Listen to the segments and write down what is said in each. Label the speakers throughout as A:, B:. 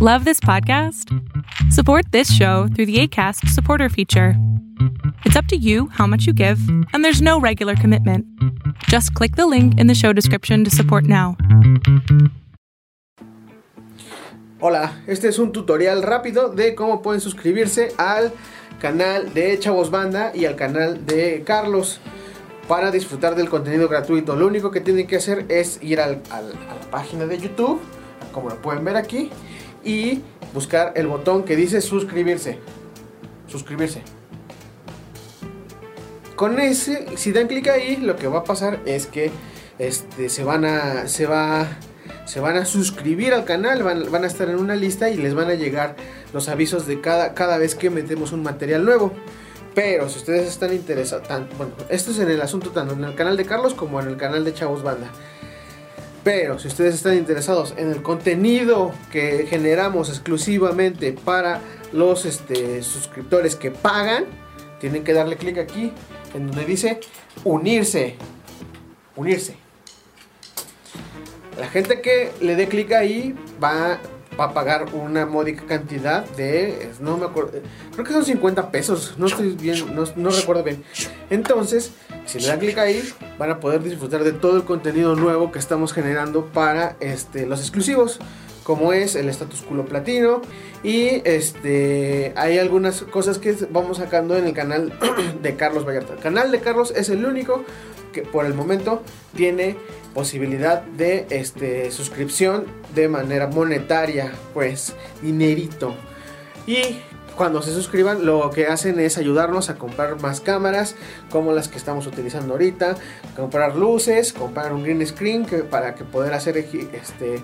A: Love this podcast? Support this show through the ACAST supporter feature. It's up to you how much you give, and there's no regular commitment. Just click the link in the show description to support now.
B: Hola, este es un tutorial rápido de cómo pueden suscribirse al canal de Chavos Banda y al canal de Carlos para disfrutar del contenido gratuito. Lo único que tienen que hacer es ir al- al- a la página de YouTube, como lo pueden ver aquí, y buscar el botón que dice suscribirse. Suscribirse. Con ese, si dan clic ahí, lo que va a pasar es que este, se van a. Se va. Se van a suscribir al canal, van, van a estar en una lista y les van a llegar los avisos de cada, cada vez que metemos un material nuevo. Pero si ustedes están interesados, tan- bueno, esto es en el asunto tanto en el canal de Carlos como en el canal de Chavos Banda. Pero si ustedes están interesados en el contenido que generamos exclusivamente para los este, suscriptores que pagan, tienen que darle clic aquí en donde dice unirse. Unirse. La gente que le dé clic ahí va, va a pagar una módica cantidad de. No me acuerdo. Creo que son 50 pesos. No estoy bien. No, no recuerdo bien. Entonces, si le dan clic ahí, van a poder disfrutar de todo el contenido nuevo que estamos generando para este, los exclusivos. Como es el status culo platino. Y este. Hay algunas cosas que vamos sacando en el canal de Carlos Vallarta. El canal de Carlos es el único que por el momento tiene posibilidad de este, suscripción de manera monetaria, pues dinerito. Y cuando se suscriban, lo que hacen es ayudarnos a comprar más cámaras, como las que estamos utilizando ahorita, comprar luces, comprar un green screen que- para que poder hacer eji- este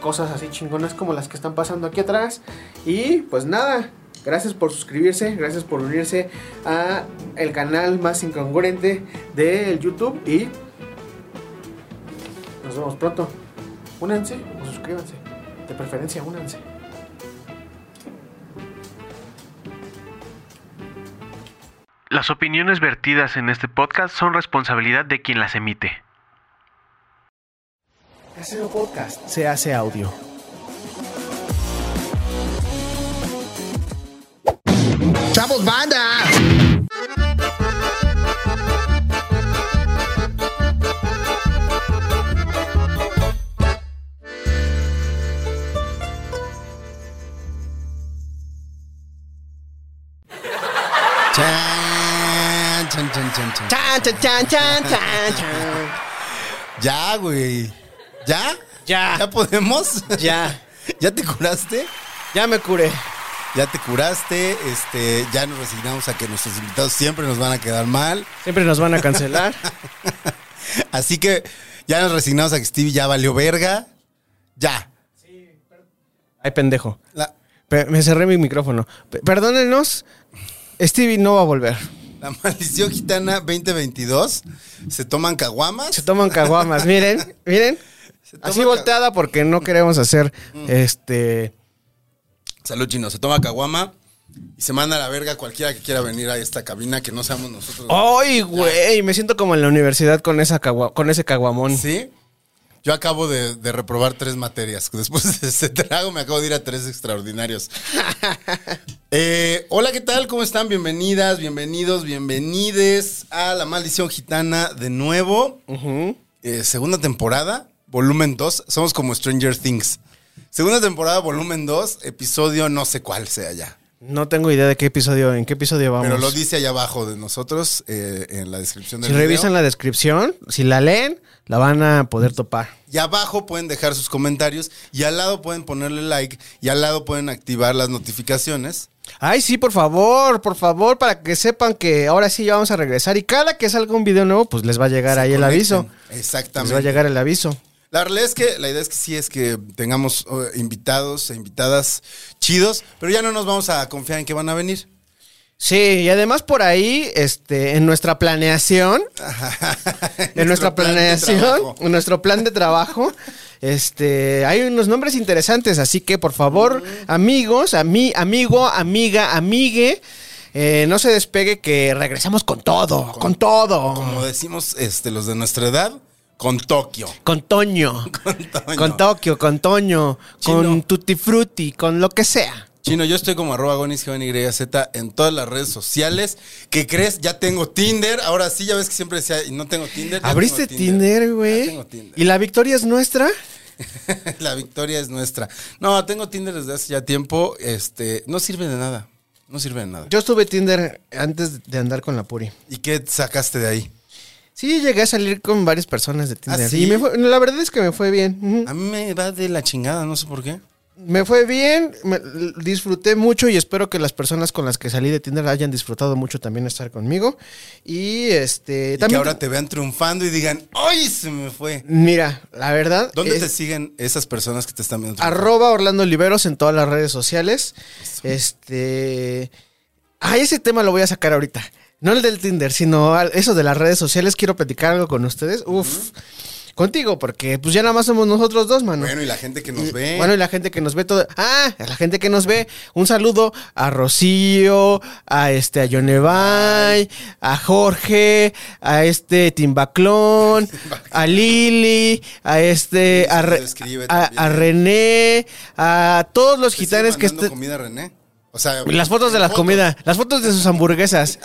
B: cosas así chingonas como las que están pasando aquí atrás. Y pues nada, gracias por suscribirse, gracias por unirse a el canal más incongruente del YouTube y nos vemos pronto. Únanse o suscríbanse. De preferencia, únanse.
C: Las opiniones vertidas en este podcast son responsabilidad de quien las emite.
B: Casero Podcast se hace audio.
D: ¡Chavos banda!
E: Chan, chan, chan, chan, chan.
D: Chan, chan, chan, chan, chan, chan.
E: Ya, güey. ¿Ya?
D: Ya.
E: ¿Ya podemos?
D: Ya.
E: ¿Ya te curaste?
D: Ya me curé.
E: Ya te curaste. Este, ya nos resignamos a que nuestros invitados siempre nos van a quedar mal.
D: Siempre nos van a cancelar.
E: Así que ya nos resignamos a que Stevie ya valió verga. Ya.
D: Ay, pendejo.
E: La,
D: Pe- me cerré mi micrófono. Pe- perdónenos. Stevie no va a volver.
E: la maldición gitana 2022. Se toman caguamas.
D: Se toman caguamas. Miren, miren.
E: toma
D: Así
E: ca- Mm.
D: volteada porque no queremos hacer este.
E: Salud, chino. Se toma caguama. Y se manda a la verga cualquiera que quiera venir a esta cabina que no seamos nosotros.
D: ¡Ay, güey! Me siento como en la universidad con, esa cagua- con ese caguamón.
E: Sí. Yo acabo de, de reprobar tres materias. Después de ese trago me acabo de ir a tres extraordinarios. Eh, hola, ¿qué tal? ¿Cómo están? Bienvenidas, bienvenidos, bienvenides a La Maldición Gitana de nuevo. Eh, segunda temporada, volumen 2. Somos como Stranger Things. Segunda temporada, volumen 2, episodio no sé cuál sea ya.
D: No tengo idea de qué episodio, en qué episodio vamos.
E: Pero lo dice allá abajo de nosotros eh, en la descripción del
D: Si
E: video.
D: revisan la descripción, si la leen, la van a poder topar.
E: Y abajo pueden dejar sus comentarios y al lado pueden ponerle like y al lado pueden activar las notificaciones.
D: Ay, sí, por favor, por favor, para que sepan que ahora sí ya vamos a regresar. Y cada que salga un video nuevo, pues les va a llegar
E: Se
D: ahí el
E: conecten.
D: aviso. Les va a
E: Exactamente.
D: llegar el aviso.
E: La realidad es que la idea es que sí es que tengamos eh, invitados e invitadas chidos, pero ya no nos vamos a confiar en que van a venir.
D: Sí, y además por ahí, este, en nuestra planeación, en nuestra
E: Nuestro plan de
D: planeación,
E: trabajo.
D: en nuestro plan de trabajo, este, hay unos nombres interesantes, así que por favor,
E: Mm.
D: amigos, a mí, amigo, amiga, amigue, eh, no se despegue que regresamos con todo, con, todo.
E: Como decimos este, los de nuestra edad, Con Tokio.
B: Con Toño.
E: Con Toño.
B: Con Tokio, con Toño,
E: Chino.
B: con Tutti Frutti, con lo que sea.
E: Chino, yo estoy como arroba gonis, G-O-N-Y-Z, en todas las redes sociales. ¿Qué crees? Ya tengo Tinder. Ahora sí, ya ves que siempre decía, "Y no tengo Tinder. ya
B: ¿Abriste
E: tengo Tinder,
B: Tinder,
E: Ya
B: güey?
E: tengo Tinder.
B: ¿Y la victoria es nuestra?
E: La victoria es nuestra. No, tengo Tinder desde hace ya tiempo. Este, no sirve de nada. No sirve de nada.
B: Yo estuve Tinder antes de andar con la Puri.
E: ¿Y qué sacaste de ahí?
B: Sí, llegué a salir con varias personas de Tinder.
E: ¿Ah, sí?
B: Y me fue- la verdad es que me fue bien. Ujú.
E: A mí me va de la chingada, no sé por qué.
B: Eh, Me fue bien, me- l- disfruté mucho y espero que las personas con las que salí de Tinder hayan disfrutado mucho también estar conmigo. Y este...
E: Y que ahora te vean triunfando y digan, ¡ay, se me fue!
B: Mira, la verdad...
E: ¿Dónde
B: es-
E: te siguen esas personas que te están viendo? triunfar?
B: Arroba Orlando Oliveros en todas las redes sociales. Este. Ah, ese tema lo voy a sacar ahorita. No el del Tinder, sino al- eso de las redes sociales. Quiero platicar algo con ustedes. Uf. Contigo, porque pues ya nada más somos nosotros dos, mano.
E: Bueno, y la gente que nos
B: Y-
E: ve.
B: Bueno, y la gente que nos ve todo. Ah, a la gente que nos ve. Un saludo a Rocío, a este, a Yonevay, a Jorge, a este Timbaclón, a Lili, a este, a, Re-
E: Nos escribe
B: a-
E: también.
B: a René, a todos los
E: ¿Te siguen
B: Pues, gitanes que
E: mandando
B: estén.
E: comida René? O sea,
B: Las fotos de la comida, las fotos de sus hamburguesas.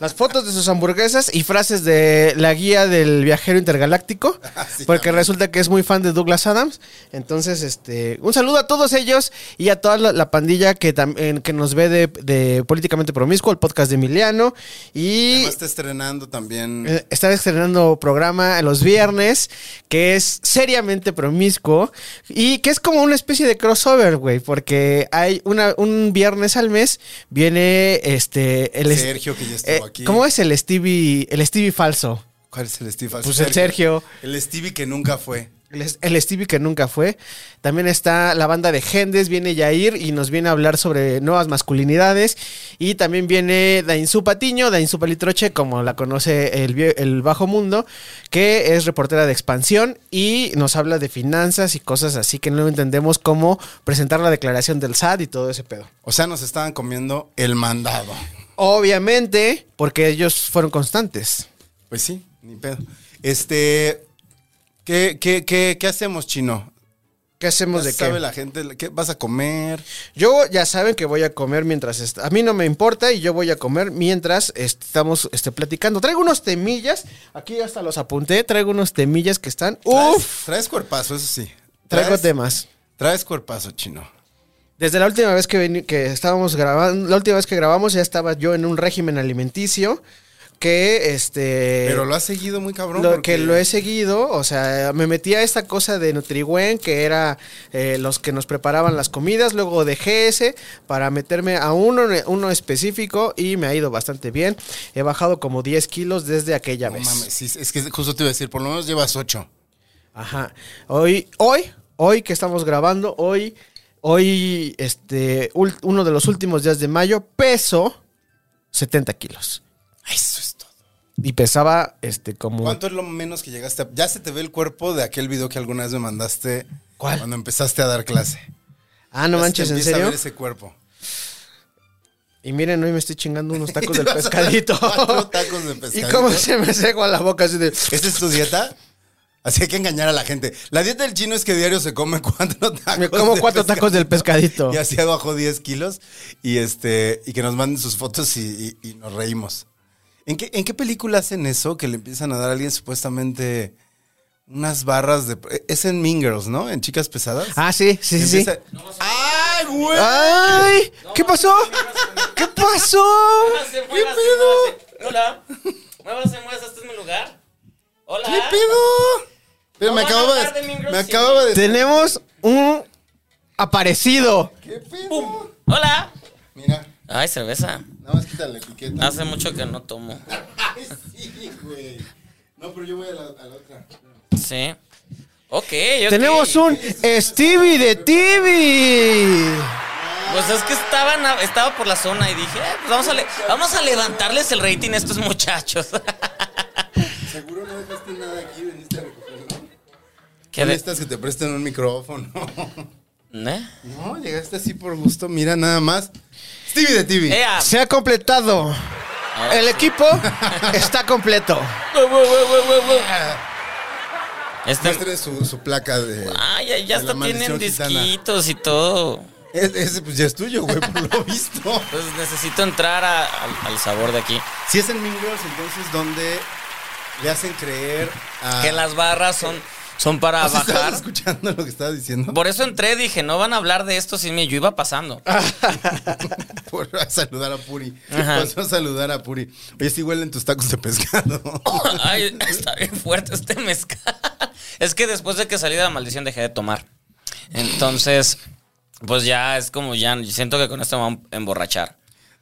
B: Las fotos de sus hamburguesas y frases de la guía del viajero intergaláctico.
E: Ah, Sí,
B: porque
E: también.
B: resulta que es muy fan de Douglas Adams. Entonces, este, un saludo a todos ellos y a toda la, la pandilla que, también, que nos ve de, de Políticamente Promiscuo, el podcast de Emiliano. Y
E: Además, está estrenando también.
B: eh, Está estrenando programa los viernes, que es seriamente promiscuo y que es como una especie de crossover, güey, porque hay una, un viernes al mes viene este el es-
E: Sergio, que ya estuvo
B: eh,
E: aquí.
B: ¿Cómo es el Stevie, el Stevie falso?
E: ¿Cuál es el Steve?
B: Pues el Sergio.
E: El Stevie que nunca fue.
B: El es- El Stevie que nunca fue. También está la banda de Gendes, viene Yair y nos viene a hablar sobre nuevas masculinidades. Y también viene Dainzú Patiño, Dainzú Palitroche, como la conoce el, vie- el Bajo Mundo, que es reportera de expansión y nos habla de finanzas y cosas así que no entendemos cómo presentar la declaración del SAT y todo ese pedo.
E: O sea, nos estaban comiendo el mandado.
B: Obviamente, porque ellos fueron constantes.
E: Pues sí, ni pedo. Este. ¿Qué, qué, qué, qué hacemos, chino?
B: ¿Qué hacemos
E: Ya
B: de
E: sabe
B: qué?
E: la gente qué vas a comer.
B: Yo ya saben que voy a comer mientras est- a mí no me importa y yo voy a comer mientras est- estamos este, platicando. Traigo unos temillas, aquí hasta los apunté, traigo unos temillas que están
E: ¿Traes,
B: uf,
E: traes cuerpazo, eso sí.
B: traigo
E: Traes-
B: temas.
E: Traes cuerpazo, chino.
B: Desde la última vez que, veni- que estábamos grabando, la última vez que grabamos ya estaba yo en un régimen alimenticio que este
E: Pero lo has seguido muy cabrón.
B: lo
E: porque-
B: que lo he seguido, o sea, me metí a esta cosa de Nutriwen, que era eh, los que nos preparaban las comidas, luego dejé ese para meterme a uno, uno específico y me ha ido bastante bien. He bajado como 10 kilos desde aquella
E: No
B: vez.
E: mames, sí, es que justo te iba a decir, por lo menos llevas ocho.
B: Ajá. Hoy, hoy, hoy que estamos grabando, hoy, hoy, este, ul- uno de los últimos días de mayo, peso 70 kilos.
E: Eso es todo.
B: Y pesaba, este, como...
E: ¿Cuánto es lo menos que llegaste a- Ya se te ve el cuerpo de aquel video que alguna vez me mandaste.
B: ¿Cuál?
E: Cuando empezaste a dar clase.
B: Ah, no
E: Ya se te
B: manches, ¿en
E: empieza
B: serio?
E: a ver ese cuerpo.
B: Y miren, hoy me estoy chingando unos tacos del
E: Te vas a dar
B: pescadito.
E: cuatro tacos de pescadito.
B: ¿Y cómo se me seco a la boca así de...
E: ¿Esa es tu dieta? Así hay que engañar a la gente. La dieta del chino es que diario se come cuatro tacos.
B: Me como
E: de
B: cuatro tacos del pescadito.
E: Y así abajo 10 kilos. Y este y que nos manden sus fotos y, y- y nos reímos. ¿En qué, ¿En qué película hacen eso? Que le empiezan a dar a alguien supuestamente unas barras de... e-, Es en Mean Girls, ¿no? En Chicas Pesadas.
B: Ah, sí, sí, sí. sí.
E: Empieza- ¡Ay, güey!
B: ¡Ay! ¿Qué pasó? ¿Qué pasó?
F: Muévase,
B: ¿Qué
F: muévase,
B: pedo?
F: muévase. Hola. Muévase, muévase, este es mi lugar. Hola.
E: ¿Qué pedo? Pero
F: No
E: me
F: van a
E: acababa
F: hablar de
E: de...
F: Mean
E: me
F: Girls, sí.
E: acababa de...
B: Tenemos un aparecido.
E: ¿Qué pedo?
F: Hola.
E: Mira,
F: Ay, cerveza.
E: nada más quita la etiqueta.
F: Hace mucho que no tomo.
E: Ay, sí, güey. No, pero yo voy a la, a la otra.
F: Sí. Ok, ok.
B: Tenemos un Stevie de TV.
F: Pues es que estaban, a- estaba por la zona y dije, eh, pues vamos a, le- vamos a levantarles el rating a estos muchachos.
E: Seguro no dejaste nada aquí, veniste a recogerlo.
F: ¿Qué de-
E: que te presten un micrófono.
F: ¿Eh?
E: No, llegaste así por gusto, mira nada más. Stevie de TV.
F: Ea.
B: Se ha completado. El equipo está completo.
F: Wow, wow, wow, wow, wow, wow. Este-
E: Muestre su, su placa de.
F: Ah, ya, ya
E: de la
F: hasta tienen
E: maldición gitana.
F: disquitos y todo.
E: Es- ese pues ya es tuyo, güey, por lo visto.
F: Pues necesito entrar a- al, al sabor de aquí.
E: Si es en Mean Girls, entonces, donde le hacen creer a.
F: Que las barras son, son para
E: ¿No Ah. se estabas
F: bajar.
E: escuchando lo que estaba diciendo?
F: Por eso entré, dije, no van a hablar de esto sin mí. Yo iba pasando.
E: Por saludar a Puri.
F: Ajá.
E: Pasó a saludar a Puri. Oye, sí huelen tus tacos de pescado.
F: Ay, está bien fuerte este mezcal. Es que después de que salí de la maldición dejé de tomar. Entonces, pues ya es como ya siento que con esto me voy a emborrachar.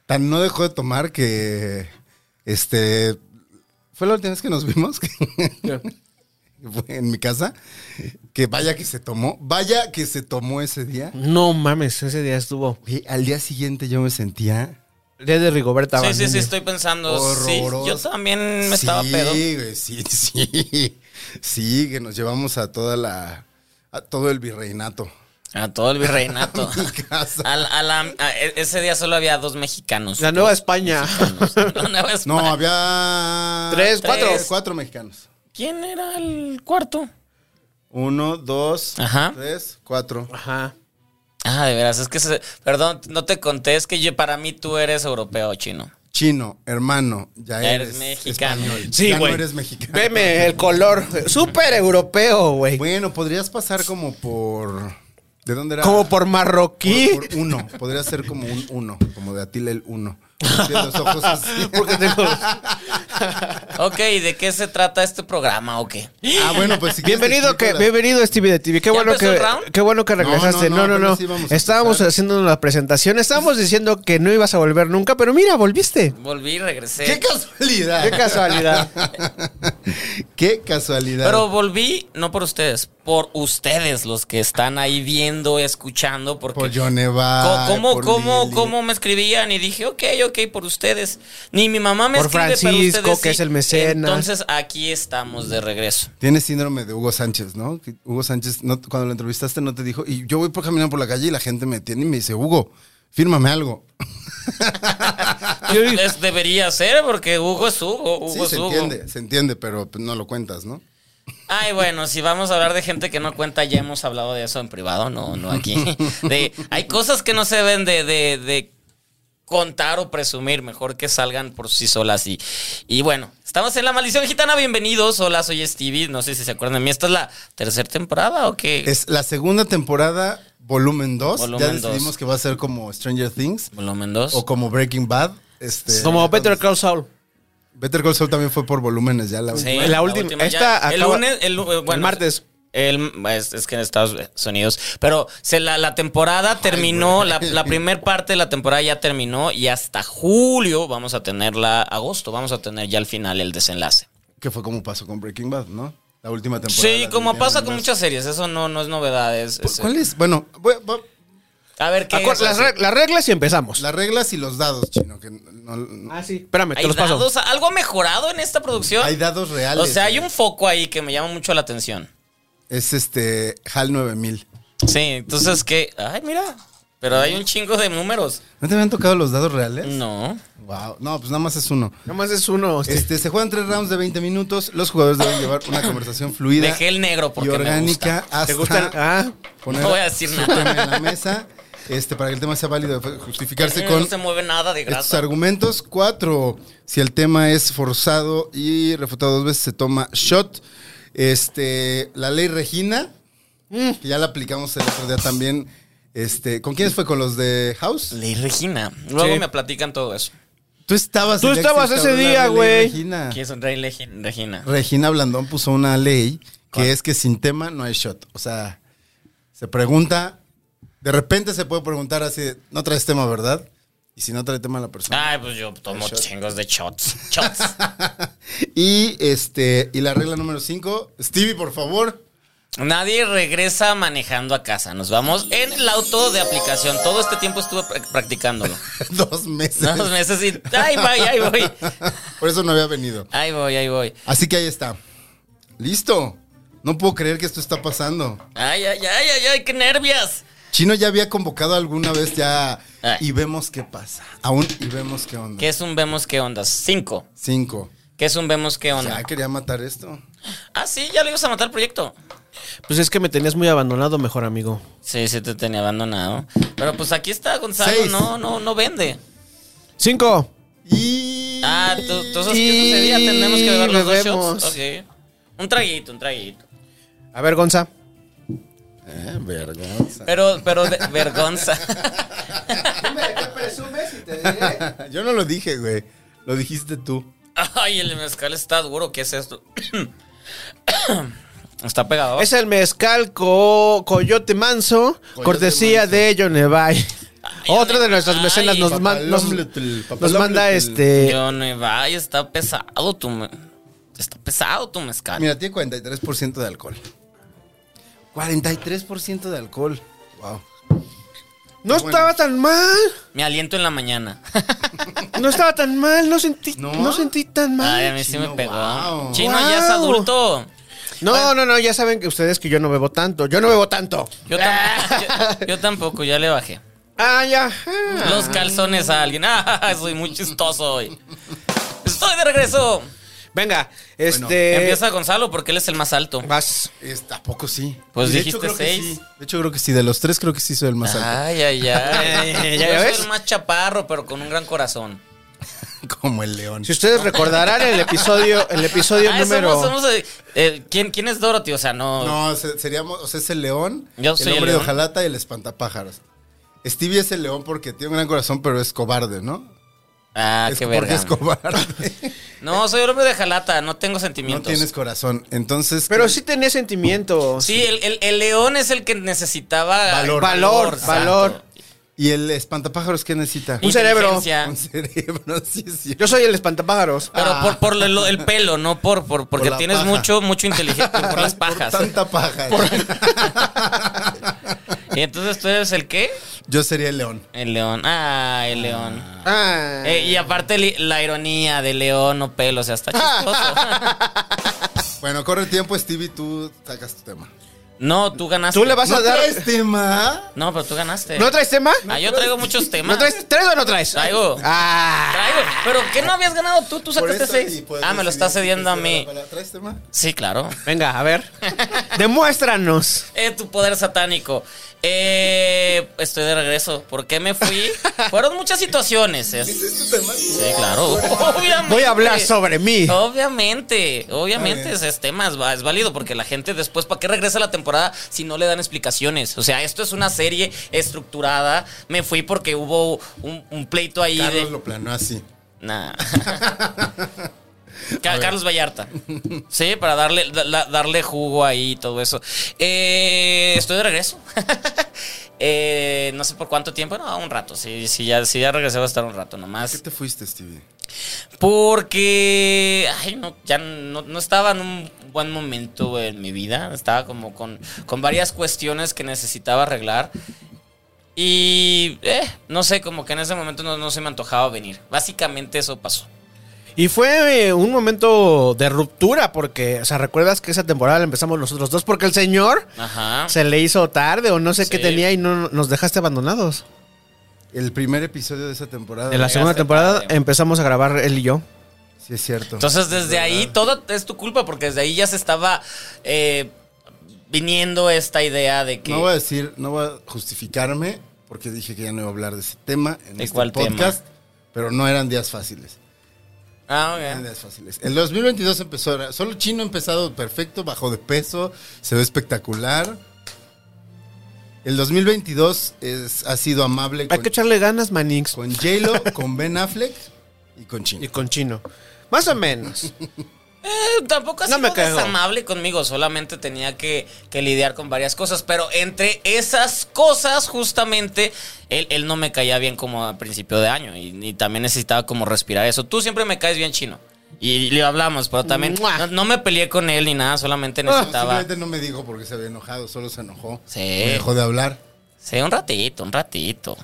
E: Tan no dejó de tomar que. Este. Fue la última vez que nos vimos. que- que fue en mi casa. Que vaya que se tomó. Vaya que se tomó ese día.
B: No mames, ese día estuvo.
E: Y al día siguiente yo me sentía.
B: Día de Rigoberta
F: Sí, sí,
B: Bandini.
F: sí, estoy pensando. Sí,
E: Horroroso.
F: yo también Mm, me estaba
E: sí,
F: pedo.
E: güey, sí, sí. Sí, que nos llevamos a toda la. a todo el virreinato.
F: A todo el virreinato.
E: A mi casa.
F: Al- a la- a- e- ese día solo había dos mexicanos.
B: La Nueva España.
F: No, no, es-
E: No, había.
B: Tres, cuatro.
E: Cuatro mexicanos.
F: ¿Quién era el cuarto?
E: Uno, dos,
F: Ajá.
E: tres, cuatro.
B: Ajá.
F: Ah, de veras, es que se- perdón, no te conté, es que yo, para mí tú eres europeo chino.
E: Chino, hermano, ya
F: Ya
E: eres,
F: eres mexicano.
E: español.
B: Sí,
E: ya
B: güey.
E: no eres mexicano.
B: Veme el color. Súper europeo, güey.
E: Bueno, podrías pasar como por. ¿De dónde era?
B: Como por marroquí.
E: Por, por uno. Podría ser como un uno, como de Atila el uno. Tiene los ojos así.
B: Porque tengo-
F: Ok, ¿y de qué se trata este programa o qué?
E: Ah, bueno, pues si quieres
B: Bienvenido,
E: te
B: que,
E: explico
B: bienvenido Stevie de TV. Qué
F: ¿Ya
B: bueno
F: empezó
B: que,
F: el round?
B: qué bueno que
E: No,
B: regresaste. No,
E: no, no,
B: no, no.
E: apenas íbamos a
B: Estábamos
E: empezar.
B: haciendo la presentación. Estábamos diciendo que no ibas a volver nunca, pero mira, volviste.
F: Volví y regresé.
E: la- ¡Qué casualidad!
B: Qué casualidad.
E: ¡Qué casualidad!
F: Pero volví, no por ustedes, por ustedes los que están ahí viendo, escuchando, porque...
E: por John Eva.
F: Co- ¿Cómo,
E: por
F: cómo,
E: Lili.
F: cómo me escribían? Y dije, ok, ok, por ustedes. Ni mi mamá me
B: Por
F: escribe,
B: Francisco,
F: pero ustedes
B: que
F: sí.
B: es el mecenas.
F: Entonces, aquí estamos de regreso.
E: Tienes síndrome de Hugo Sánchez, ¿no? Que Hugo Sánchez, no- cuando lo entrevistaste, no te dijo. Y yo voy por caminando por la calle y la gente me tiene y me dice, Hugo, fírmame algo.
B: Yo-
F: Les debería ser, porque Hugo es Hugo, Hugo
E: sí,
F: es
E: se
F: Hugo.
E: entiende, se entiende, pero pues, no lo cuentas, ¿no?
F: Ay, bueno, si vamos a hablar de gente que no cuenta, ya hemos hablado de eso en privado, no, no aquí. De, hay cosas que no se deben de, de- de contar o presumir, mejor que salgan por sí solas. Y, y bueno, estamos en La Maldición Gitana, bienvenidos. Hola, soy Stevie, no sé si se acuerdan de mí, esta es la tercera temporada o qué.
E: Es la segunda temporada, volumen 2.
F: Volumen
E: ya decidimos
F: dos.
E: que va a ser como Stranger Things
F: Volumen 2.
E: o como Breaking Bad. Este,
B: Como Peter Call Saul.
E: Better Call Saul también fue por volúmenes, ya la
F: Sí,
B: La última. Esta
F: el
B: acaba-
F: lunes, el, lu- eh, bueno,
B: el martes.
F: el- es, es que en Estados Unidos. Pero se la, la temporada terminó, la, la primer parte de la temporada ya terminó y hasta julio vamos a tenerla, agosto, vamos a tener ya al final el desenlace.
E: Que fue como pasó con Breaking Bad, ¿no? La última temporada.
F: Sí,
E: la
F: como
E: dividieron
F: pasa
E: en
F: con
E: dos.
F: muchas series, eso no, no es novedad. es- es-
E: ¿Cuál es? Bueno, voy- voy-
F: A ver, ¿qué
B: Acuer-
F: es?
B: las, reg- las reglas y empezamos.
E: las reglas y los dados, chino. Que no- no-
B: Ah, sí. Espérame, te
F: ¿Hay
B: los paso.
F: dados? ¿Algo ha mejorado en esta producción?
E: hay dados reales.
F: o sea, hay
E: güey.
F: un foco ahí que me llama mucho la atención.
E: Es este HAL 9000.
F: Sí, entonces que... Ay, mira, pero hay un chingo de números.
E: ¿No te habían tocado los dados reales?
F: No.
E: Wow. No, pues nada más es uno.
B: Nomás es uno.
E: Este, se juegan tres rounds de 20 minutos. Los jugadores deben llevar una conversación fluida
F: Dejé el negro
E: y
F: porque me gusta.
E: orgánica hasta
B: ¿Te gustan? Ah,
E: poner
F: No voy a decir
E: su
F: nada.
E: tema en la mesa este, para que el tema sea válido, justificarse
F: Eh, No
E: con
F: se mueve nada de
E: estos
F: grasa.
E: argumentos. Cuatro, si el tema es forzado y refutado dos veces, se toma shot. Este, la ley Regina,
B: Mm.
E: que ya la aplicamos el otro día también. Este, ¿Con quiénes fue? ¿Con los de House?
F: Ley Regina. Luego
B: Sí.
F: me platican todo eso.
E: Tú estabas.
B: Tú
E: en la
B: estabas ese
E: instaurada
B: día,
E: ley
B: güey.
E: Regina.
F: ¿Quién es Rey Legi- Regina?
E: Regina Blandón puso una ley que
F: ¿Cuál?
E: es que sin tema no hay shot. O sea, se pregunta, de repente se puede preguntar así, de, no traes tema, ¿verdad? Y si no trae tema la persona.
F: Ay, pues yo tomo chingos de shots. Shots.
E: Y este, y la regla número 5, Stevie, por favor.
F: Nadie regresa manejando a casa. Nos vamos en el auto de aplicación. Todo este tiempo estuve pra- practicándolo.
E: Dos meses.
F: Dos meses y. Ay, voy, ahí voy.
E: Por eso no había venido.
F: Ahí voy, ahí voy.
E: Así que ahí está. Listo. No puedo creer que esto está pasando.
F: Ay, ay, ay, ay, ay, qué nervias.
E: Chino ya había convocado alguna vez ya
F: Ay.
E: y vemos qué pasa. Aún y vemos qué onda.
F: ¿Qué es un vemos qué ondas? Cinco.
E: Cinco.
F: que es un vemos qué onda.
E: Ya quería matar esto.
F: Ah, sí, ya le ibas a matar el proyecto.
B: Pues es que me tenías muy abandonado, mejor amigo.
F: Sí, sí te tenía abandonado. Pero pues aquí está Gonzalo,
E: Seis.
F: no, no, no vende.
B: Cinco.
E: Y.
F: Ah, tú, tú sabes que ese día tenemos que beber los dos
B: bebemos.
F: shots. Ok. Un traguito, un traguito.
B: A ver, Gonza.
E: Eh, vergüenza.
F: Pero, pero de- vergonza.
G: presumes y te diré?
E: Yo no lo dije, güey. Lo dijiste tú.
F: Ay, el mezcal está duro, ¿qué es esto? está pegado.
B: Es el mezcal co- Coyote Manso,
E: Coyote
B: cortesía
E: Manso.
B: de Yonevay. Otro de nuestros mecenas
F: Ay,
B: nos, man- nos-
E: Papalomlutl,
B: nos
E: papalomlutl.
B: manda este.
F: Yo no vaya, está pesado tu me- está pesado tu
B: Ah.
F: mezcal.
E: Mira, tiene 43% de alcohol. 43% de alcohol. Wow.
B: No
E: bueno.
B: estaba tan mal.
F: Me aliento en la mañana.
B: No estaba tan mal. No sentí,
E: ¿No?
B: no, sentí tan mal.
F: Ay, a mí sí me
E: Chino,
F: pegó.
E: wow.
F: Chino ya es
B: Wow.
F: adulto.
B: No, no, no. Ya saben que ustedes que yo no bebo tanto. Yo no bebo tanto.
F: Yo, tam- yo- yo tampoco, ya le bajé.
B: Ah, ya.
F: Los calzones a alguien. Ah, soy muy chistoso hoy. Estoy de regreso.
B: Venga, este.
F: Empieza Gonzalo porque él es el más alto.
B: Vas.
E: Es- ¿A poco sí?
F: Pues
E: Y de
F: dijiste
E: creo que
F: seis.
E: sí. De hecho, creo que sí. De los tres, creo que sí soy el más alto.
F: Ay, ay, ay.
B: ¿Ya
F: Yo
B: ves?
F: soy el más chaparro, pero con un gran corazón.
E: Como el león.
B: Si ustedes recordarán el episodio, el episodio
F: Ah,
B: número.
F: somos- somos, eh, eh, ¿quién, ¿Quién es Dorothy? O sea, no.
E: No, se- seríamos. O sea, es el león,
F: Yo
E: el
F: soy el
E: hombre de
F: león.
E: hojalata y el espantapájaros. Stevie es el león porque tiene un gran corazón, pero es cobarde, ¿no?
F: ah,
E: es
F: qué
E: porque
F: verga.
E: es cobarde.
F: No, soy el hombre de jalata, no tengo
E: no
F: sentimientos.
E: tienes corazón. Entonces.
B: Pero sí tenía sentimientos.
F: Sí, el, el- el león es el que necesitaba
E: Valor.
B: Valor,
F: exacto.
B: valor.
E: ¿Y el espantapájaros qué necesita?
B: Un Ah. cerebro.
F: Inteligencia.
E: Un cerebro, sí, es cierto.
B: Yo soy el espantapájaros.
F: Pero por, por lo- el pelo, no por, por porque
E: Por la
F: tienes
E: paja.
F: mucho, mucho inteligente por las pajas.
E: tanta paja.
F: Y entonces tú eres el qué?
E: Yo sería el león.
F: El león. Ah, el león.
B: Ah.
F: Eh, y aparte li- la ironía de león o pelo, o sea, está chistoso.
E: Bueno, corre el tiempo, Stevie, tú sacas tu tema.
F: No, tú ganaste.
B: Tú le vas
E: ¿No
B: a dar.
E: traes tema?
F: No, pero tú ganaste.
B: Eh, ¿No traes tema?
F: Ah, yo traigo muchos temas.
B: ¿No traes tres o no traes?
F: Traigo.
B: Ah.
F: Traigo. Pero ¿qué no habías ganado tú? Tú
E: Por
F: sacaste
E: eso, y
F: seis.
E: pues,
F: Ah, me lo está
E: decidí
F: cediendo a
E: que fuera
F: mí.
E: la palabra. ¿Traes tema?
F: Sí, claro.
B: Venga, a ver. Demuéstranos.
F: Eh, tu poder satánico. Eh, estoy de regreso. ¿Por qué me fui? Fueron muchas situaciones. es- Sí,
E: ¿Es tu tema?
F: claro. Obviamente.
B: Voy a hablar sobre mí.
F: Oh. Obviamente,
E: Está
F: obviamente
E: bien.
F: ese tema es, va- es válido porque la gente después, ¿para qué regresa la temporada si no le dan explicaciones? O sea, esto es una serie estructurada. Me fui porque hubo un, un pleito ahí
E: Carlos
F: de...
E: lo planeó así.
F: Nah. Ca- Carlos Vallarta. Sí, para darle, da- la- darle jugo ahí y todo eso. Eh, estoy de regreso. Eh, no sé por cuánto tiempo, no, un rato. Si, si, ya, si ya regresé va a estar un rato
E: ¿Qué
F: nomás.
E: te fuiste, Stevie?
F: Porque ay, no, ya no, no estaba en un buen momento en mi vida. Estaba como con, con varias cuestiones que necesitaba arreglar. Y eh, no sé, como que en ese momento no, no se me antojaba venir. Básicamente eso pasó.
B: Y fue eh, un momento de ruptura porque, o sea, ¿recuerdas que esa temporada la empezamos nosotros dos? Porque el señor
F: Ajá.
B: se le hizo tarde o no sé qué
F: Ah. Sí.
B: tenía y no nos dejaste abandonados.
E: El primer episodio de esa temporada.
B: De la
F: Llegaste
B: segunda temporada
F: tarde.
B: empezamos a grabar él y yo.
E: Sí, es cierto.
F: Entonces desde ahí todo es tu culpa porque desde ahí ya se estaba eh, viniendo esta idea de que...
E: No voy a decir, no voy a justificarme, porque dije que ya no iba a hablar de ese tema en
F: ¿De
E: este
F: cuál tema?
E: podcast, pero no eran días fáciles.
F: Ah, ok.
E: Eran días fáciles. El 2022 empezó, solo Chino ha empezado perfecto, bajó de peso, se ve espectacular. El 2022 es, ha sido amable
B: Hay
E: con,
B: que echarle ganas, Manix.
E: con J-Lo, con Ben Affleck y con Chino.
B: Y con chino. Más o menos.
F: Eh, Tampoco ha
B: No
F: sido
B: me quejo.
F: desamable conmigo, solamente tenía que, que lidiar con varias cosas, pero entre esas cosas justamente él, él no me caía bien como a principio de año y, y también necesitaba como respirar eso. Tú siempre me caes bien chino y le hablamos, pero también
B: Mua. Ah,
F: no, no me peleé con él ni nada, solamente
E: No,
F: necesitaba...
E: simplemente no me dijo porque se había enojado, solo se enojó.
F: Sí.
E: Me dejó de hablar.
F: Sí, un ratito, un ratito,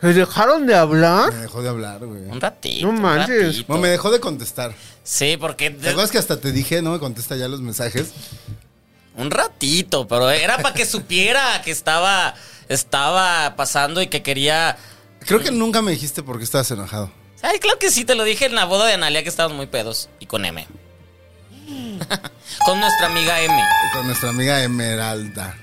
B: ¿Se dejaron de hablar?
E: Me dejó de hablar, güey.
F: un ratito.
B: No
F: un
B: manches.
F: ratito.
E: No, me dejó de contestar.
F: Sí, porque...
E: ¿Te acuerdas que hasta te dije, no me contesta ya los mensajes?
F: Un ratito, pero era para que supiera que estaba, estaba pasando y que quería...
E: Creo que nunca me dijiste por qué estabas enojado.
F: Ay, claro que sí, te lo dije en la boda de Analia que estábamos muy pedos. Y con M. con nuestra amiga M.
E: Con nuestra amiga Emeralda.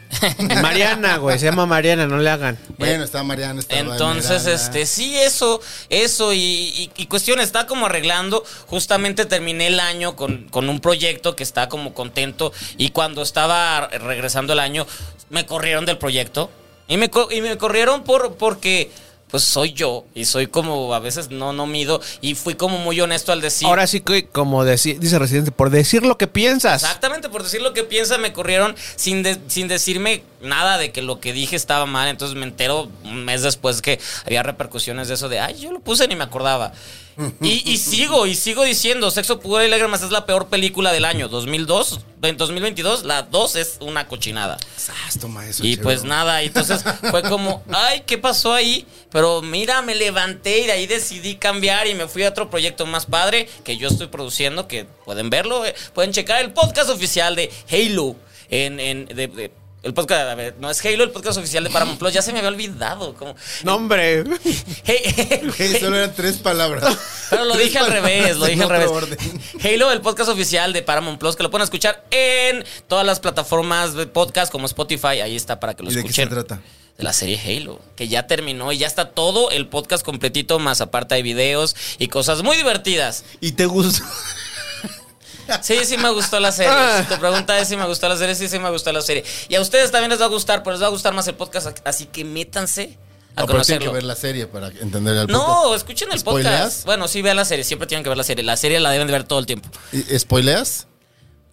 B: Mariana, güey. Se llama Mariana, no le hagan.
E: Bueno, está Mariana, está
F: Entonces,
E: Emeralda.
F: este, sí, eso, eso, y, y, y cuestión, está como arreglando. Justamente terminé el año con, con un proyecto que está como contento. Y cuando estaba regresando el año, me corrieron del proyecto. Y me, co- y me corrieron por porque. Pues soy yo y soy como a veces no no mido y fui como muy honesto al decir
B: Ahora sí que, como deci- dice Residente, por decir lo que piensas.
F: Exactamente, por decir lo que piensa, me corrieron sin, de- sin decirme nada de que lo que dije estaba mal. Entonces me entero un mes después que había repercusiones de eso de, ay, yo lo puse ni me acordaba. Y, y sigo, y sigo diciendo, Sexo, Pudor y Lágrimas es la peor película del año. 2002, en 2022, la 2 es una cochinada.
E: Sas, toma eso,
F: Y
E: chévere.
F: pues nada, y entonces fue como, ay, ¿qué pasó ahí? Pero mira, me levanté y de ahí decidí cambiar y me fui a otro proyecto más padre que yo estoy produciendo, que pueden verlo, eh, pueden checar el podcast oficial de Halo. En, en- de- de- el podcast, a ver, no es Halo, el podcast oficial de Paramount Plus, ya se me había olvidado. Como,
B: No, hombre.
F: Hey-
E: Güey, solo eran tres palabras.
F: Pero lo
E: Tres
F: dije al
E: palabras
F: revés, lo
E: en
F: dije al
E: otro
F: revés.
E: orden.
F: Halo, el podcast oficial de Paramount Plus, que lo pueden escuchar en todas las plataformas de podcast como Spotify, ahí está para que lo
E: ¿Y de qué se
F: escuchen.
E: trata?
F: De la serie Halo, que ya terminó y ya está todo el podcast completito, más aparte hay videos y cosas muy divertidas.
E: ¿Y te gustó?
F: Sí, sí me gustó la serie. Si tu pregunta es si me gustó la serie, sí, sí me gustó la serie. Y a ustedes también les va a gustar, pero les va a gustar más el podcast, así que métanse a
E: No, pero tienen que
F: conocerlo.
E: ver la serie para entender el
F: No, escuchen el
E: ¿Spoileas?
F: podcast. Bueno, sí, vean la serie. Siempre tienen que ver la serie. La serie la deben de ver todo el tiempo.
E: podcast. ¿Y- ¿Spoileas?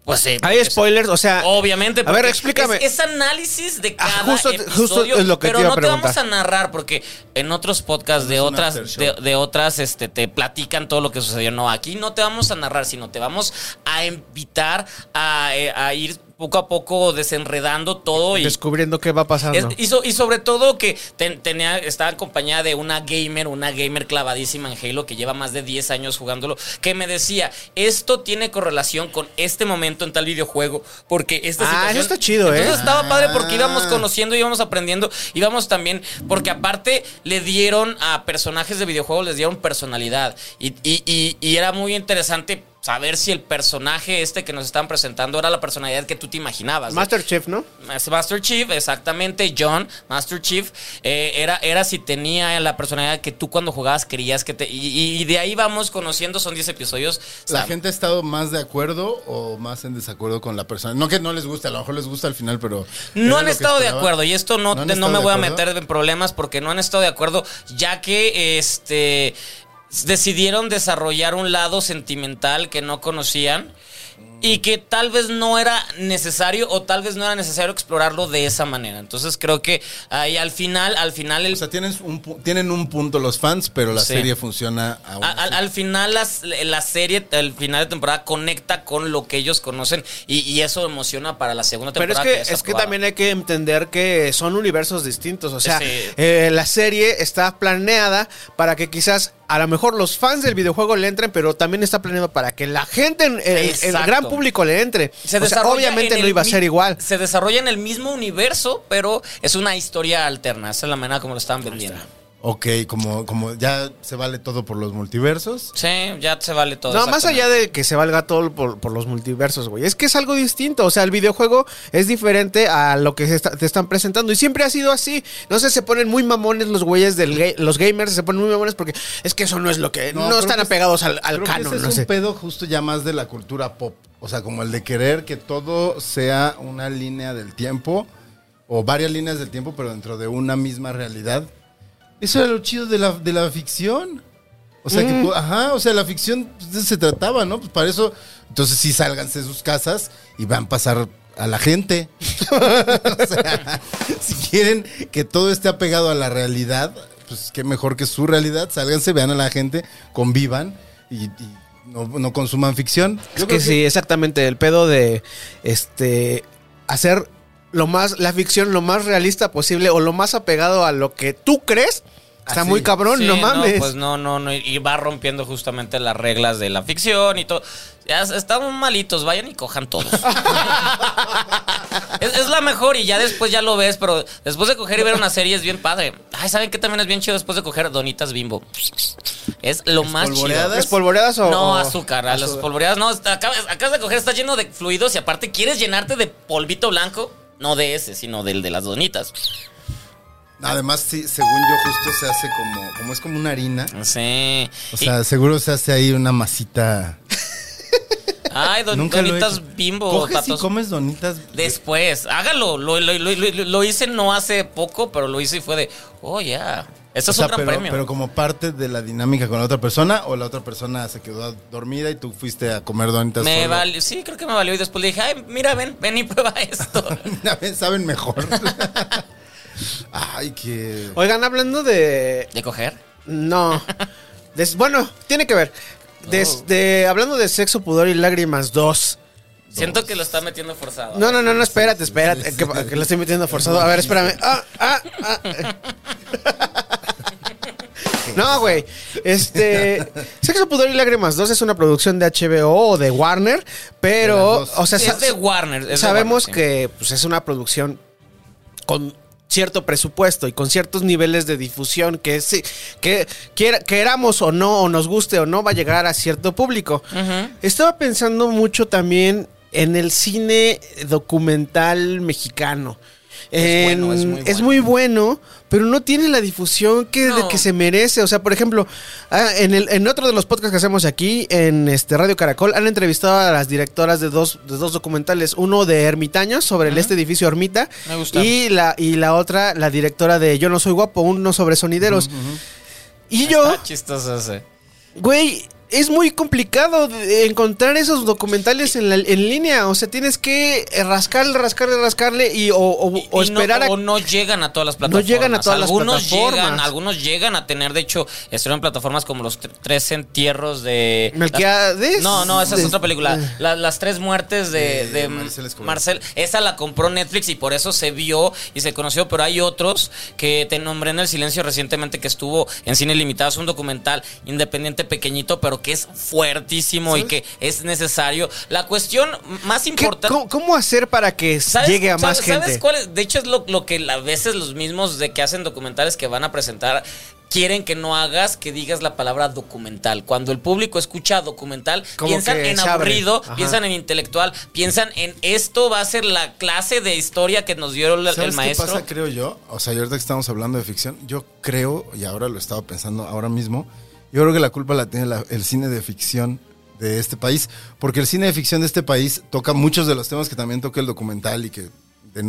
F: Pues sí.
B: Hay
F: porque-
B: spoilers, o sea.
F: Obviamente.
B: A
F: porque
B: ver, explícame.
F: Es, es análisis de
B: Ah,
F: cada
B: justo-
F: episodio.
B: justo es lo que
F: pero
B: te iba
F: no
B: a
F: te vamos a
B: preguntar.
F: narrar porque en otros podcasts de
E: Es un
F: otras,
E: after
F: de,
E: show.
F: de otras, este, te platican todo lo que sucedió. No, aquí no te vamos a narrar, sino te vamos a invitar a, eh, a ir poco a poco desenredando todo y
B: Descubriendo qué va
F: es-
B: pasando.
F: y, so- y sobre todo que ten- tenía, estaba acompañada de una gamer, una gamer clavadísima en Halo que lleva más de 10 años jugándolo, que me decía, esto tiene correlación con este momento en tal videojuego, porque esta
B: Ah,
F: situación-
B: eso está chido, ¿eh?
F: Entonces estaba padre porque
E: Ah.
F: íbamos conociendo, íbamos aprendiendo, íbamos también, porque aparte le dieron a personajes de videojuegos, les dieron personalidad y, y- y- y era muy interesante. Saber si el personaje este que nos están presentando era la personalidad que tú te imaginabas. ¿no?
B: Masterchef, ¿no?
F: Mas- Master Chief, exactamente, John, Master Chief, eh, era, era si tenía la personalidad que tú cuando jugabas querías que te... Y, y- y de ahí vamos conociendo, son 10 episodios.
E: ¿La
F: Sam.
E: gente ha estado más de acuerdo o más en desacuerdo con la persona? No que no les guste, a lo mejor les gusta al final, pero... ¿era
F: No
E: lo
F: han
E: que
F: estado de
E: esperaba?
F: acuerdo y esto no,
E: ¿No han
F: te- no
E: estado
F: me
E: de
F: voy a
E: acuerdo?
F: meter en problemas porque no han estado de acuerdo ya que este decidieron desarrollar un lado sentimental que no conocían y que tal vez no era necesario o tal vez no era necesario explorarlo de esa manera. Entonces creo que ahí al final, al final el
E: O sea, tienen un, pu- tienen un punto los fans, pero la
F: Sí.
E: serie funciona aún
F: A- Al,
E: así.
F: al final las- la serie, el final de temporada conecta con lo que ellos conocen y, y eso emociona para la segunda
B: Pero es
F: temporada.
B: que,
F: ya
B: es
F: está
B: que
F: aprobada.
B: también hay que entender que son universos distintos. O sea,
F: Sí.
B: eh, la serie está planeada para que quizás a lo mejor los fans del videojuego le entren, pero también está planeado para que la gente, en- el, el
F: Exacto.
B: gran público le entre.
F: Se
B: O sea,
F: desarrolla
B: obviamente
F: en
B: no
F: el
B: iba a
F: mi-
B: ser igual.
F: Se desarrolla en el mismo universo, pero es una historia alterna. Esa es la manera como lo están vendiendo.
E: Ok, como, como ya se vale todo por los multiversos.
F: Sí, ya se vale todo.
B: No, más allá
F: exactamente.
B: de que se valga todo por, por los multiversos, güey. Es que es algo distinto. O sea, el videojuego es diferente a lo que se está- te están presentando. Y siempre ha sido así. No sé, se ponen muy mamones los güeyes del ga- los gamers, se ponen muy mamones porque es que eso no es lo que. No,
E: creo
B: están
E: que es-
B: apegados al, al
E: creo que
B: canon,
E: ese
B: no
E: es un
B: sé.
E: pedo justo ya más de la cultura pop. O sea, como el de querer que todo sea una línea del tiempo o varias líneas del tiempo, pero dentro de una misma realidad. Eso era lo chido de la, de la ficción. O sea, que, pu- ajá, o sea, la ficción pues, de eso se trataba, ¿no? Pues para eso, entonces sí sálganse de sus casas y van a pasar a la gente. o sea, si quieren que todo esté apegado a la realidad, pues qué mejor que su realidad, sálganse, vean a la gente, convivan y, y no, no consuman ficción.
B: Es
E: Yo
B: que
E: creo
B: sí, exactamente. El pedo de este hacer lo más, la ficción lo más realista posible o lo más apegado a lo que tú crees. Está
E: Así.
B: muy cabrón,
F: Sí,
B: no mames.
F: pues no, no, no. Y va rompiendo justamente las reglas de la ficción y todo. Ya s- están malitos, vayan y cojan todos. es, es la mejor y ya después ya lo ves, pero después de coger y ver una serie es bien padre. Ay, ¿saben qué también es bien chido después de coger donitas bimbo? Es lo más chido.
E: ¿Espolvoreadas?
B: ¿Espolvoreadas o.?
F: No,
B: o-
F: azúcar, a las polvoreadas. No, está- acabas, acabas de coger, está lleno de fluidos y aparte quieres llenarte de polvito blanco. No de ese, sino del de las donitas.
E: Además, sí, según yo, justo se hace como, como es como una harina.
F: Sí.
E: O
F: Y-
E: sea, seguro se hace ahí una masita.
F: ay, don-
E: Nunca lo he
F: donitas
E: hecho.
F: bimbo,
E: Coges
F: patos.
E: y comes donitas.
F: Después, hágalo. Lo, lo- lo- lo- lo hice no hace poco, pero lo hice y fue de, oh, ya.
E: O
F: Eso es
E: sea,
F: un gran
E: pero,
F: premio.
E: pero como parte de la dinámica con la otra persona o la otra persona se quedó dormida y tú fuiste a comer donitas.
F: me
E: solo.
F: valió, sí, creo que me valió. Y después le dije, ay, mira, ven, ven y prueba esto.
E: Una vez saben mejor. Ay, qué.
B: Oigan, hablando de.
F: ¿De coger?
B: No. Des- Bueno, tiene que ver.
E: Oh.
B: Des- de- Hablando de sexo, pudor y lágrimas 2.
F: Siento que lo está metiendo forzado.
B: No, no, no, no, espérate, espérate. Que, que lo estoy metiendo forzado. A ver, espérame. Ah, ah, ah. No, güey. Este. Sexo, pudor y lágrimas 2 es una producción de HBO o de Warner.
E: De
B: Pero.
E: las dos.
B: O sea,
F: es
B: sa-
F: de Warner. es de
B: sabemos
F: Warner, sí.
B: que pues, es una producción con cierto presupuesto y con ciertos niveles de difusión que sí, que quiera- queramos o no, o nos guste o no, va a llegar a cierto público.
F: Ujú.
B: Estaba pensando mucho también en el cine documental mexicano.
F: Es bueno,
B: En-
F: es muy
B: es
F: bueno.
B: muy bueno, pero no tiene la difusión que, de
F: No.
B: que se merece. O sea, por ejemplo, ah, en, el, en otro de los podcasts que hacemos aquí, en este Radio Caracol, han entrevistado a las directoras de dos, de dos documentales. Uno de Ermitaños, sobre el este edificio Ermita.
F: Me gusta.
B: Y la, y la otra, la directora de Yo no soy guapo, uno sobre sonideros. Y yo...
F: Está chistoso ese.
B: Güey, es muy complicado de- encontrar esos documentales en, la- en línea. O sea, tienes que eh, rascarle, rascarle, rascarle y o, o- o
F: Y no-
B: esperar
F: o
B: a.
F: no llegan a todas las plataformas.
B: No llegan a todas las
F: algunos Llegan,
B: plataformas.
F: algunos llegan a tener, de hecho, estuvieron en plataformas como los tre- tres entierros de...
B: Melquiades.
F: No, no, esa es
B: De-
F: otra película. La- las tres muertes de,
E: De
F: de
E: Marcel Escobar.
F: Marcel. Esa la compró Netflix y por eso se vio y se conoció. Pero hay otros que te nombré en el silencio recientemente que estuvo en Cine Limitado. Es un documental independiente pequeñito, pero que es fuertísimo y que es necesario. La cuestión más
B: ¿Qué-
F: importante.
B: cómo, cómo hacer para que
F: ¿Sabes-
B: llegue a más
F: sabes- ¿Sabes
B: gente?
F: cuál es? De hecho, es lo, lo que a veces los mismos de que hacen documentales que van a presentar quieren que no hagas que digas la palabra documental. Cuando el público escucha documental,
B: Como
F: piensan
B: que
F: en
B: se abre.
F: aburrido,
B: Ajá.
F: piensan en intelectual, piensan en esto va a ser la clase de historia que nos dio el, el
E: ¿Sabes qué
F: maestro.
E: pasa, creo yo? O sea, y ahorita que estamos hablando de ficción, yo creo, y ahora lo estaba pensando ahora mismo, yo creo que la culpa la tiene la- el cine de ficción de este país, porque el cine de ficción de este país toca muchos de los temas que también toca el documental y que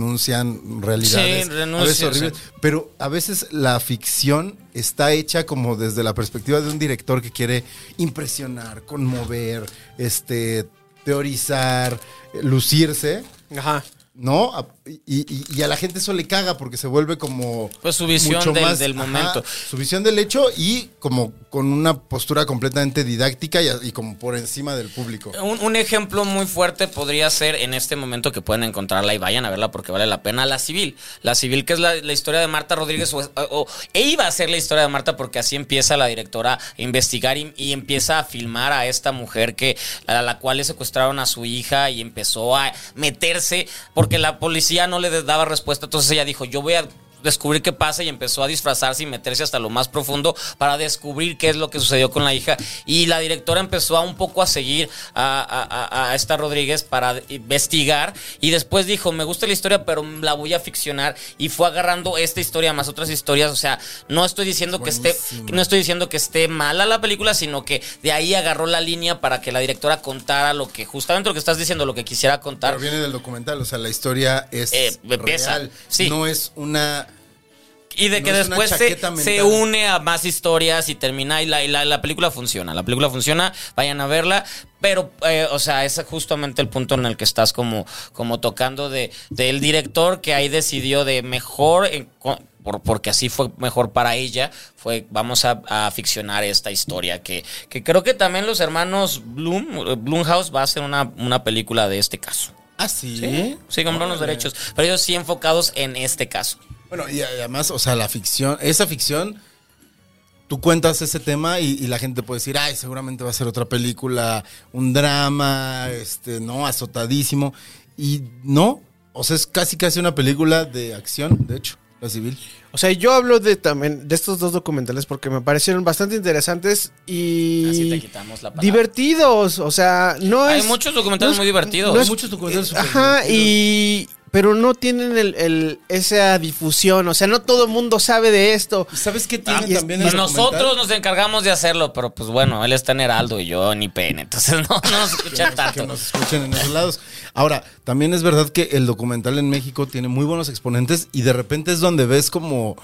E: denuncian realidades
F: Sí,
E: a veces
F: renuncia,
E: horribles,
F: sí.
E: pero a veces la ficción está hecha como desde la perspectiva de un director que quiere impresionar, conmover, este teorizar, eh, lucirse.
B: Ajá.
E: ¿No? A- Y, y- y a la gente eso le caga porque se vuelve como.
F: Pues su visión
E: mucho
F: del-
E: más-
F: del momento.
E: su visión del hecho y como con una postura completamente didáctica y, a- y como por encima del público.
F: Eh, Un, un ejemplo muy fuerte podría ser en este momento que pueden encontrarla y vayan a verla porque vale la pena. La civil. La civil, que es la, la historia de Marta Rodríguez, o, o- e iba a ser la historia de Marta porque así empieza la directora a investigar y, y empieza a filmar a esta mujer que a la cual le secuestraron a su hija y empezó a meterse porque la policía no le daba respuesta. Entonces ella dijo: Yo voy a descubrir qué pasa y empezó a disfrazarse y meterse hasta lo más profundo para descubrir qué es lo que sucedió con la hija. Y la directora empezó a un poco a seguir a, a- a- a esta Rodríguez para investigar y después dijo, me gusta la historia, pero la voy a ficcionar y fue agarrando esta historia más otras historias. O sea, no estoy diciendo que esté,
E: Buenísimo.
F: no estoy diciendo que esté mala la película, sino que de ahí agarró la línea para que la directora contara lo que, justamente lo que estás diciendo, lo que quisiera contar.
E: Pero viene del documental, o sea, la historia es
F: Eh, empieza,
E: real.
F: sí.
E: No es una.
F: Y de
E: No
F: que
E: es una
F: después se,
E: chaqueta mental.
F: se une a más historias y termina y la, y la, la película funciona. La película funciona, vayan a verla. Pero, eh, o sea, es justamente el punto en el que estás como, como tocando de, del director que ahí decidió de mejor, en co- por- porque así fue mejor para ella, fue vamos a, a ficcionar esta historia que, que creo que también los hermanos Bloom, Bloomhouse va a hacer una, una película de este caso.
E: Ah, sí.
F: Sí, compraron los derechos, pero ellos sí enfocados en este caso.
E: Bueno, y además, o sea, la ficción, esa ficción tú cuentas ese tema y, y la gente puede decir, ay, seguramente va a ser otra película, un drama, este, no, azotadísimo. Y no, o sea, es casi casi una película de acción, de hecho, la civil.
B: O sea, yo hablo de también de estos dos documentales porque me parecieron bastante interesantes y
F: Así te quitamos la palabra.
B: divertidos. O sea, no
F: Hay
B: es.
F: muchos documentales
B: no
F: muy
B: es-
F: divertidos.
B: no
E: Hay
B: es- eh,
E: muchos documentales súper
B: Ajá, y. Pero no tienen el, el- esa difusión. O sea, no todo el mundo sabe de esto.
E: ¿Y ¿Sabes qué tiene
B: y es-
E: también
F: Pues
E: el documental?
F: nosotros nos encargamos de hacerlo, pero pues bueno, él está en Heraldo y yo en IPN, entonces no, no nos escucha
E: que
F: tanto.
E: nos escuchen en esos lados. Ahora, también es verdad que el documental en México tiene muy buenos exponentes y de repente es donde ves como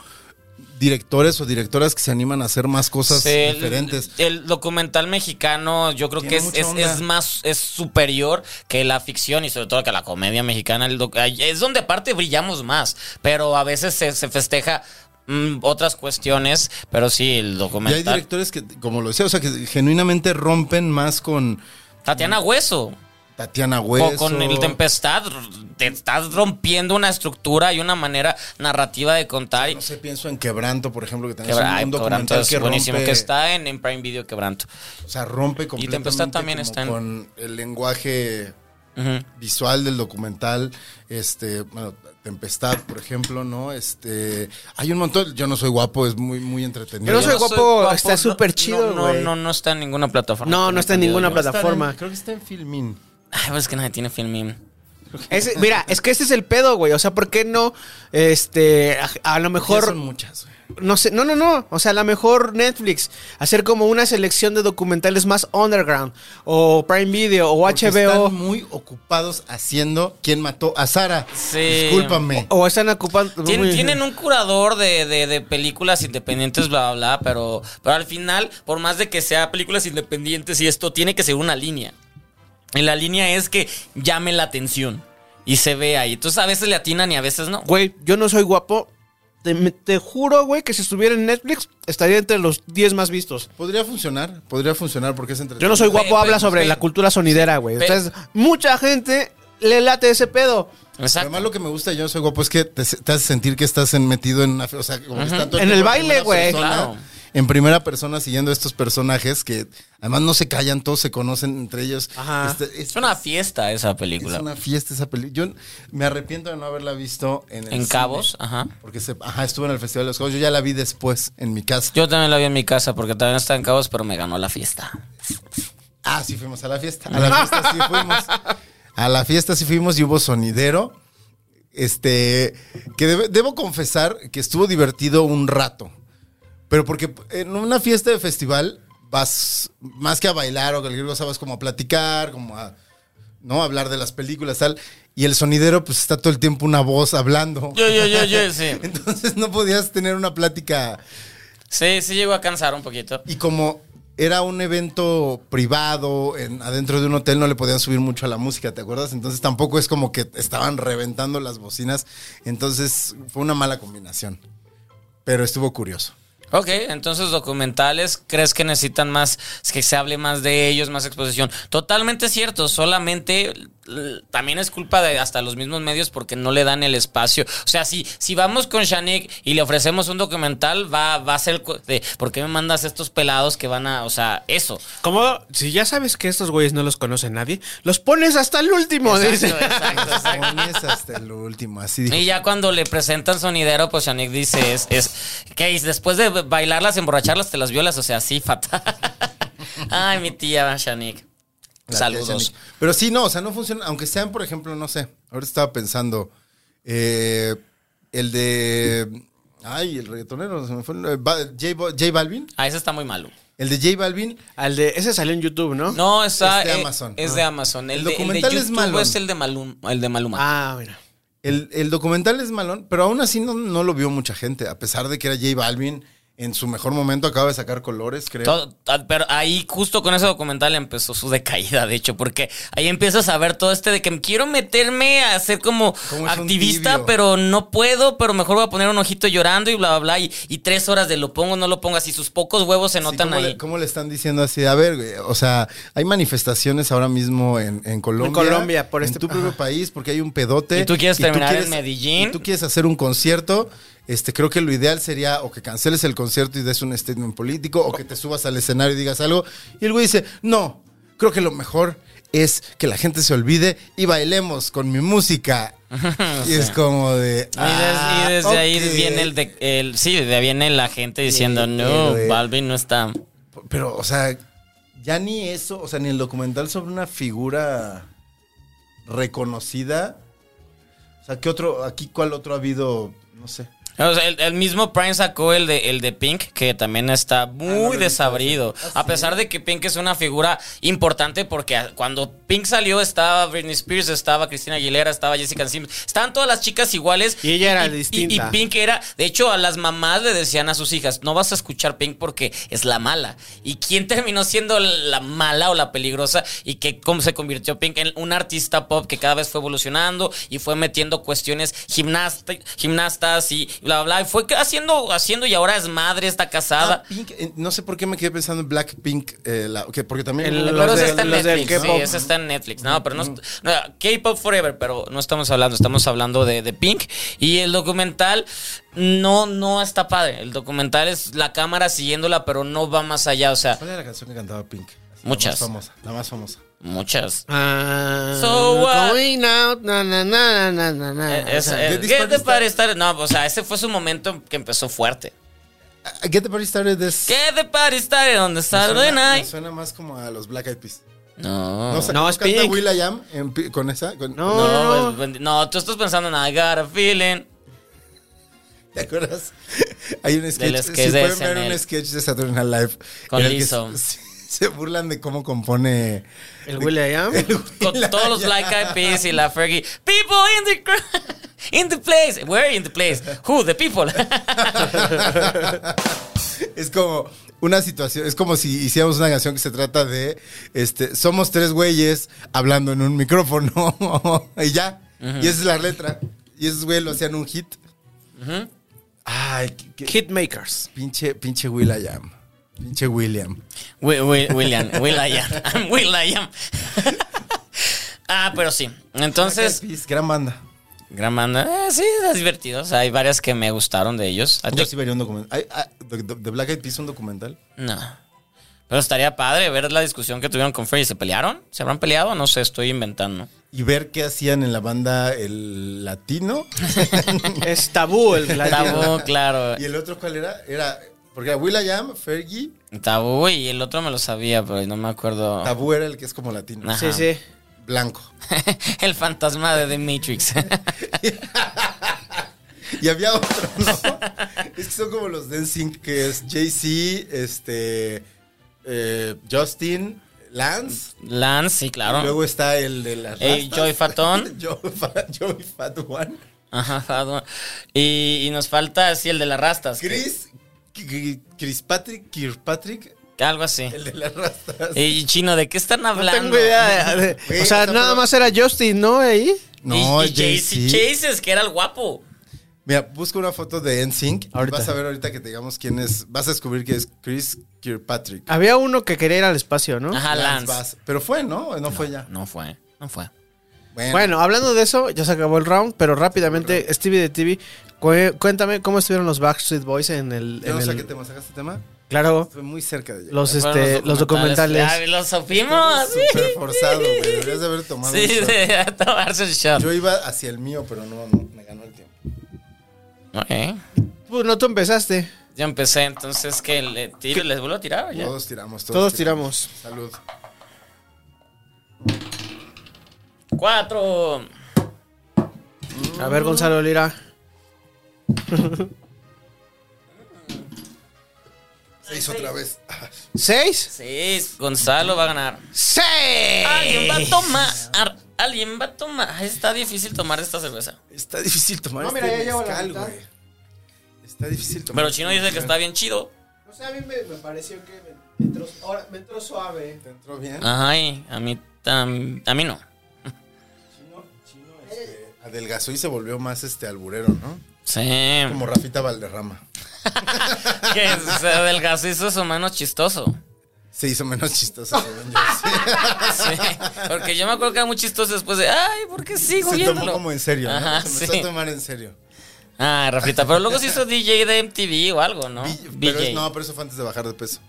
E: directores o directoras que se animan a hacer más cosas
F: Sí, el-
E: diferentes.
F: El, documental mexicano, yo creo
E: Tiene
F: que es,
E: mucha
F: es-
E: onda.
F: es más, es superior que la ficción y sobre todo que la comedia mexicana. El doc- ay, es donde aparte brillamos más, pero a veces se, se festeja mm, otras cuestiones, pero sí, el
E: Y hay
F: documental.
E: directores que, como lo decía, o sea, que genuinamente rompen más con
F: Tatiana Hueso.
E: Tatiana
F: Co-
E: Hueso.
F: Con el Tempestad r- te estás rompiendo una estructura y una manera narrativa de contar. y-
E: No sé, pienso en Quebranto, por ejemplo, que tenemos
F: Quebra- ay,
E: un
F: Quebranto
E: documental
F: es
E: que
F: buenísimo,
E: rompe,
F: que está en, en Prime Video Quebranto.
E: o sea, rompe
F: Y
E: completamente
F: Tempestad también
E: como
F: está en-
E: con el lenguaje
F: Ujú.
E: visual del documental, este, bueno, Tempestad, por ejemplo, ¿no? Este, hay un montón, yo no soy guapo, es muy, muy entretenido.
B: Yo no soy guapo, está
F: no-
B: súper
F: no,
B: chido,
F: No, no,
B: güey.
F: no, está en ninguna plataforma.
B: No, no está en ninguna
F: Yo-
B: plataforma.
E: creo que está en Filmin.
F: Ay, pues es que nadie tiene Filmin.
B: Ese- mira, es que ese es el pedo, güey. O sea, ¿por qué no? Este, a, a lo
E: Mejor.
B: mejor,
E: Son muchas, güey.
B: no sé, no, no, no. O sea, a lo mejor Netflix hacer como una selección de documentales más underground o Prime Video o
E: Porque
B: HBO
E: Están muy ocupados haciendo quién mató a Sara.
F: Sí.
E: Discúlpame.
B: o están ocupando.
F: Tien-
B: muy-
F: tienen un curador de, de- de películas independientes, bla, bla, bla, pero, pero al final, por más de que sea películas independientes y esto, tiene que ser una línea. Y la línea es que llame la atención y se vea. ahí. entonces a veces le atinan y a veces no.
B: Güey, yo no soy guapo. Te, me- te juro, güey, que si estuviera en Netflix estaría entre los 10 más vistos.
E: Podría funcionar, podría funcionar porque es entretenido.
B: Yo no soy guapo,
F: Güey,
B: habla
F: güey,
B: sobre
F: güey.
B: la cultura sonidera, güey.
F: Pero-
B: Entonces, mucha gente le late ese pedo.
F: Exacto.
E: Además, lo que me gusta de Yo no soy guapo es que te, te hace sentir que estás en- metido en una. fe- O sea, como que están todo
B: En el
E: tiempo
B: baile,
E: primera
B: güey.
E: persona,
F: Claro.
E: En primera persona siguiendo estos personajes que además no se callan, todos se conocen entre ellos.
B: Ajá.
E: Este, es-
F: es una fiesta esa película.
E: Es una fiesta esa película. Yo me arrepiento de no haberla visto en el
F: En
E: cine,
F: Cabos, ajá.
E: Porque se, ajá, estuve en el Festival de los Cabos. Yo ya la vi después en mi casa.
F: Yo también la vi en mi casa porque también está en Cabos, pero me ganó la fiesta.
E: Ah, sí fuimos a la fiesta. A la fiesta sí fuimos. A la fiesta sí fuimos y hubo sonidero. Este, que debe- debo confesar que estuvo divertido un rato. Pero porque en una fiesta de festival vas más que a bailar o cualquier cosa, vas como a platicar, como a no hablar de las películas, tal. Y el sonidero, pues está todo el tiempo una voz hablando.
F: Yo, yo, yo, yo, sí.
E: Entonces no podías tener una plática.
F: Sí, sí llegó a cansar un poquito.
E: Y como era un evento privado, en, adentro de un hotel no le podían subir mucho a la música, ¿te acuerdas? Entonces tampoco es como que estaban reventando las bocinas. Entonces fue una mala combinación. Pero estuvo curioso.
F: Ok, entonces documentales, ¿crees que necesitan más, que se hable más de ellos, más exposición? Totalmente cierto, solamente l- también es culpa de hasta los mismos medios porque no le dan el espacio. O sea, si, si vamos con Shanik y le ofrecemos un documental, va, va a ser cu- de, ¿por qué me mandas estos pelados que van a, o sea, eso?
B: Como si ya sabes que estos güeyes no los conoce nadie, los pones hasta el último, dice.
F: Exacto, exacto, exacto.
E: Pones hasta el último, así dijo.
F: Y ya cuando le presentan sonidero, pues Shanik dice, es, es que y después de bailarlas, emborracharlas, te las violas, o sea, sí, fatal. Ay, mi tía Shanik.
E: La tía
F: Saludos.
E: Shani. Pero sí, no, o sea, no funciona. Aunque sean, por ejemplo, no sé. Ahora estaba pensando. eh, el de. Ay, el reggaetonero. Se me fue. el- Ba- J, Bo- J Balvin.
F: Ah, ese está muy malo.
E: El de J Balvin.
B: Al de ese salió en YouTube, ¿no?
F: No, está,
E: Es de
F: eh,
E: Amazon.
F: Es
E: Ah.
F: de Amazon. El,
E: El
F: de- el
E: documental
F: de
E: es
F: YouTube es,
E: malo.
F: el de Malum, el de Maluma.
B: Ah, mira.
E: El, el documental es malón, pero aún así no, no lo vio mucha gente. A pesar de que era J Balvin. En su mejor momento acaba de sacar colores, creo.
F: Todo- ah, pero ahí justo con ese documental empezó su decaída, de hecho, porque ahí empiezas a ver todo este de que quiero meterme a ser como
E: Como es un
F: activista,
E: tibio.
F: pero no puedo, pero mejor voy a poner un ojito llorando y bla, bla, bla, y, y tres horas de lo pongo, no lo pongo, así sus pocos huevos se
E: Sí,
F: notan
E: ¿cómo
F: ahí.
E: Le, cómo le están diciendo así? A ver, güey, o sea, hay manifestaciones ahora mismo en, en Colombia.
B: Colombia, por este-
E: En tu propio
B: ajá.
E: país, porque hay un pedote.
F: Y tú quieres terminar en Medellín.
E: y tú quieres hacer un concierto Este, creo que lo ideal sería o que canceles el concierto y des un statement político o que te subas al escenario y digas algo. Y el güey dice, no, creo que lo mejor es que la gente se olvide y bailemos con mi música. y es como de...
F: Y, des- y
E: "Ah,
F: desde ahí
E: ok".
F: viene el, de, el- sí, de ahí viene la gente diciendo, no,
E: pero, eh,
F: Balvin no está.
E: Pero, o sea, ya ni eso, o sea, ni el documental sobre una figura reconocida. O sea, ¿qué otro, aquí cuál otro ha habido? No sé.
F: O sea, el, el mismo Prime sacó el de, el de Pink, que también
B: Ah,
F: está
E: lo he
F: muy
E: visto,
F: desabrido. a pesar de que Pink es una figura importante, porque a- cuando Pink salió estaba Britney Spears, estaba Cristina Aguilera, estaba Jessica Simpson. Estaban todas las chicas iguales.
B: Y ella era
F: y-
B: distinta.
F: Y, Pink era. De hecho, a las mamás le decían a sus hijas: No vas a escuchar Pink porque es la mala. ¿Y quién terminó siendo la mala o la peligrosa? Y que cómo se convirtió Pink en un artista pop que cada vez fue evolucionando y fue metiendo cuestiones gimnasta- gimnastas y bla, bla, bla. Y fue haciendo, haciendo y ahora es madre, está
E: Ah,
F: casada.
E: Pink, eh, no sé por qué me quedé pensando en Blackpink, eh, la- que- porque también...
B: El-
F: pero
B: los
F: ese
B: de-
F: está en
B: los del
F: Netflix, sí,
B: K-pop.
F: ese está en Netflix. No, pero no, no, K-pop Forever, pero no estamos hablando, estamos hablando de, de Pink. Y el documental no, no está padre. El documental es la cámara siguiéndola, pero no va más allá. O sea,
E: ¿Cuál era la canción que cantaba Pink?
F: Muchas.
E: La más famosa. La más famosa.
F: muchas.
B: Ah,
F: So what?
B: Going out, na, na, na, na, na, na.
F: Eh, es-
B: Ah, O sea,
F: eh,
E: Get This
F: Get
E: Party
F: This
E: Started.
F: Party Started, No, o sea, ese fue su momento que empezó fuerte.
E: Ah, Get the Party Started es...
F: Get the party started on the
E: Me
F: Saturday
E: suena, me
F: night.
E: suena más como a los Black Eyed Peas.
F: No.
E: No, sé,
B: No, es
E: ¿Canta
B: Pink.
E: Will I Am en Pi- con esa? Con-
B: No.
F: No, pues, no, tú estás pensando en I got a feeling.
E: ¿Te acuerdas? Hay un sketch.
F: Del
E: Si
F: sketch de
E: pueden ver
F: SNL.
E: un sketch de Saturday Night Live.
F: Con
E: en el que
F: Lizzo.
E: se- Se burlan de cómo compone.
B: el William.
F: Con todos los Black Eyed Peas y la Fergie. People in the cr- in the place. Where in the place? Who? The people.
E: es como una situación. Es como si hiciéramos una canción que se trata de. Este, somos tres güeyes hablando en un micrófono. y ya. Y esa es la letra. Y esos güeyes lo hacían un hit. Ay, qué, qué
B: Hitmakers.
E: pinche, pinche Will.i.am. Pinche William.
F: Wi- Wi- William. Will I am. I'm Will I am. Ah, pero sí. Entonces,
E: Black Eyed Peas, gran banda.
F: gran banda. Eh, sí, es divertido. O sea, hay varias que me gustaron de ellos. ¿A ti?
E: Yo sí vería un documental. Ay, ah, ¿De de Black Eyed Peas un documental?
F: No. Pero estaría padre ver la discusión que tuvieron con Fergie. ¿Se pelearon? ¿Se habrán peleado? No sé, estoy inventando.
E: y ver qué hacían en la banda el latino.
B: Es tabú el gladiador.
F: Tabú, claro.
E: y el otro cuál era? Era porque era Will.i.am, Fergie,
F: Tabú y el otro me lo sabía, pero no me acuerdo.
E: Tabú era el que es como latino,
B: Sí,
F: Ajá.
B: sí.
E: blanco.
F: el fantasma de The Matrix.
E: Y había otro, ¿no? es que son como los dancing que es Jay-Z, este eh, Justin, Lance.
F: Lance, sí,
E: y
F: claro.
E: luego está el de las
F: Eh,
E: rastas.
F: Joey Fatón.
E: Joey, Fa- Joey Fat One.
F: Ajá, Fado. y, y nos falta así el de las rastas. que-
E: Chris, Chris Patrick, Kirkpatrick,
F: que algo así.
E: el de las rastas.
F: Y chino, ¿de qué están
B: No
F: hablando?
B: tengo idea. de- de- o sea,
E: Güey,
B: nada
E: pero-
B: más era Justin, ¿no? Ahí.
E: No,
F: y, y
E: Jay-Z.
F: Chases, que era el guapo.
E: Mira, busca una foto de NSYNC. y
B: Ahorita.
E: Vas a ver ahorita que te digamos quién es. Vas a descubrir que es Chris Kirkpatrick.
B: Había uno que quería ir al espacio, ¿no?
F: Ajá, Lance.
E: Bass. Pero fue, ¿no? ¿O No, fue ya.
F: No fue, no fue.
B: Bueno, hablando de eso, ya se acabó el round, pero rápidamente, Stevie de TV, cué- cuéntame cómo estuvieron los Backstreet Boys en el.
E: yo
B: en
E: no sé
B: el-
E: qué tema sacaste tema.
B: Claro,
E: Fue muy cerca de yo.
B: los,
F: Fueron Ah,
B: este, los documentales.
F: Ya, los supimos.
E: Súper forzado, güey. Deberías de haber tomado
F: Sí,
E: un shot.
F: de a tomarse un shot.
E: Yo iba hacia el mío, pero no, no, me ganó el tiempo.
F: Ok.
B: Pues no, tú empezaste.
F: Yo empecé, entonces que le tiro, les vuelvo a tirar. o Ah, ya?
E: Todos tiramos, todos,
B: Todos tiramos.
E: Salud.
F: Cuatro.
B: A ver, Gonzalo Lira.
E: Seis otra vez.
B: ¿Seis?
F: Seis. Gonzalo va a ganar.
B: ¡Seis!
F: Alguien va a tomar. Alguien va a tomar. Está difícil tomar esta cerveza.
E: Está difícil tomar
B: No,
E: este
B: mira, ya llevo la
E: mezcal,
B: mitad.
E: güey. Está difícil tomar
F: Pero Chino
E: este
F: dice que está
E: mezcal.
F: bien chido.
B: No sé, a mí me, me pareció que me, me entró, ahora, me entró suave.
E: ¿Te entró bien?
F: Ah. Ay, a mí tam- a mí no.
E: Chino, Chino, este, adelgazó y se volvió más este alburero, ¿no?
F: Sí.
E: Como Rafita Valderrama.
F: Que se adelgazó hizo su mano chistoso.
E: Se hizo menos chistoso. según yo.
F: Sí. Porque yo me acuerdo que era muy chistoso después de. Ay, ¿por qué sigo
E: Se tomó
F: viéndolo?
E: como en serio. ¿no?
F: Ajá,
E: se
F: sí.
E: empezó a tomar en serio.
F: Ah, Rafita, pero luego se hizo DJ de MTV o algo, ¿no?
E: Vi- Pero
F: BJ.
E: es- no, pero eso fue antes de bajar de peso.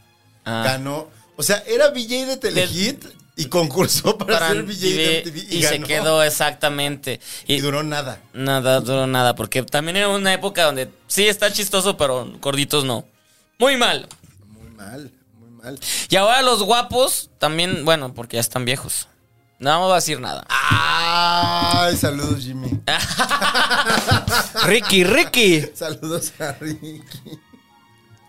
F: Ah.
E: Ganó. O sea, era VJ de Telehit y concursó para,
F: Para
E: ser VJ de
F: MTV,
E: MTV
F: y,
E: y,
F: se
E: ganó.
F: quedó exactamente.
E: Y duró nada.
F: Nada, duró nada, porque también era una época donde sí está chistoso, pero gorditos no. Muy mal.
E: Muy mal, muy mal.
F: Y ahora los guapos también, bueno, porque ya están viejos. No vamos a decir nada.
E: Ay, saludos, Jimmy.
F: Ah.
B: Ricky, Ricky.
E: Saludos a Ricky.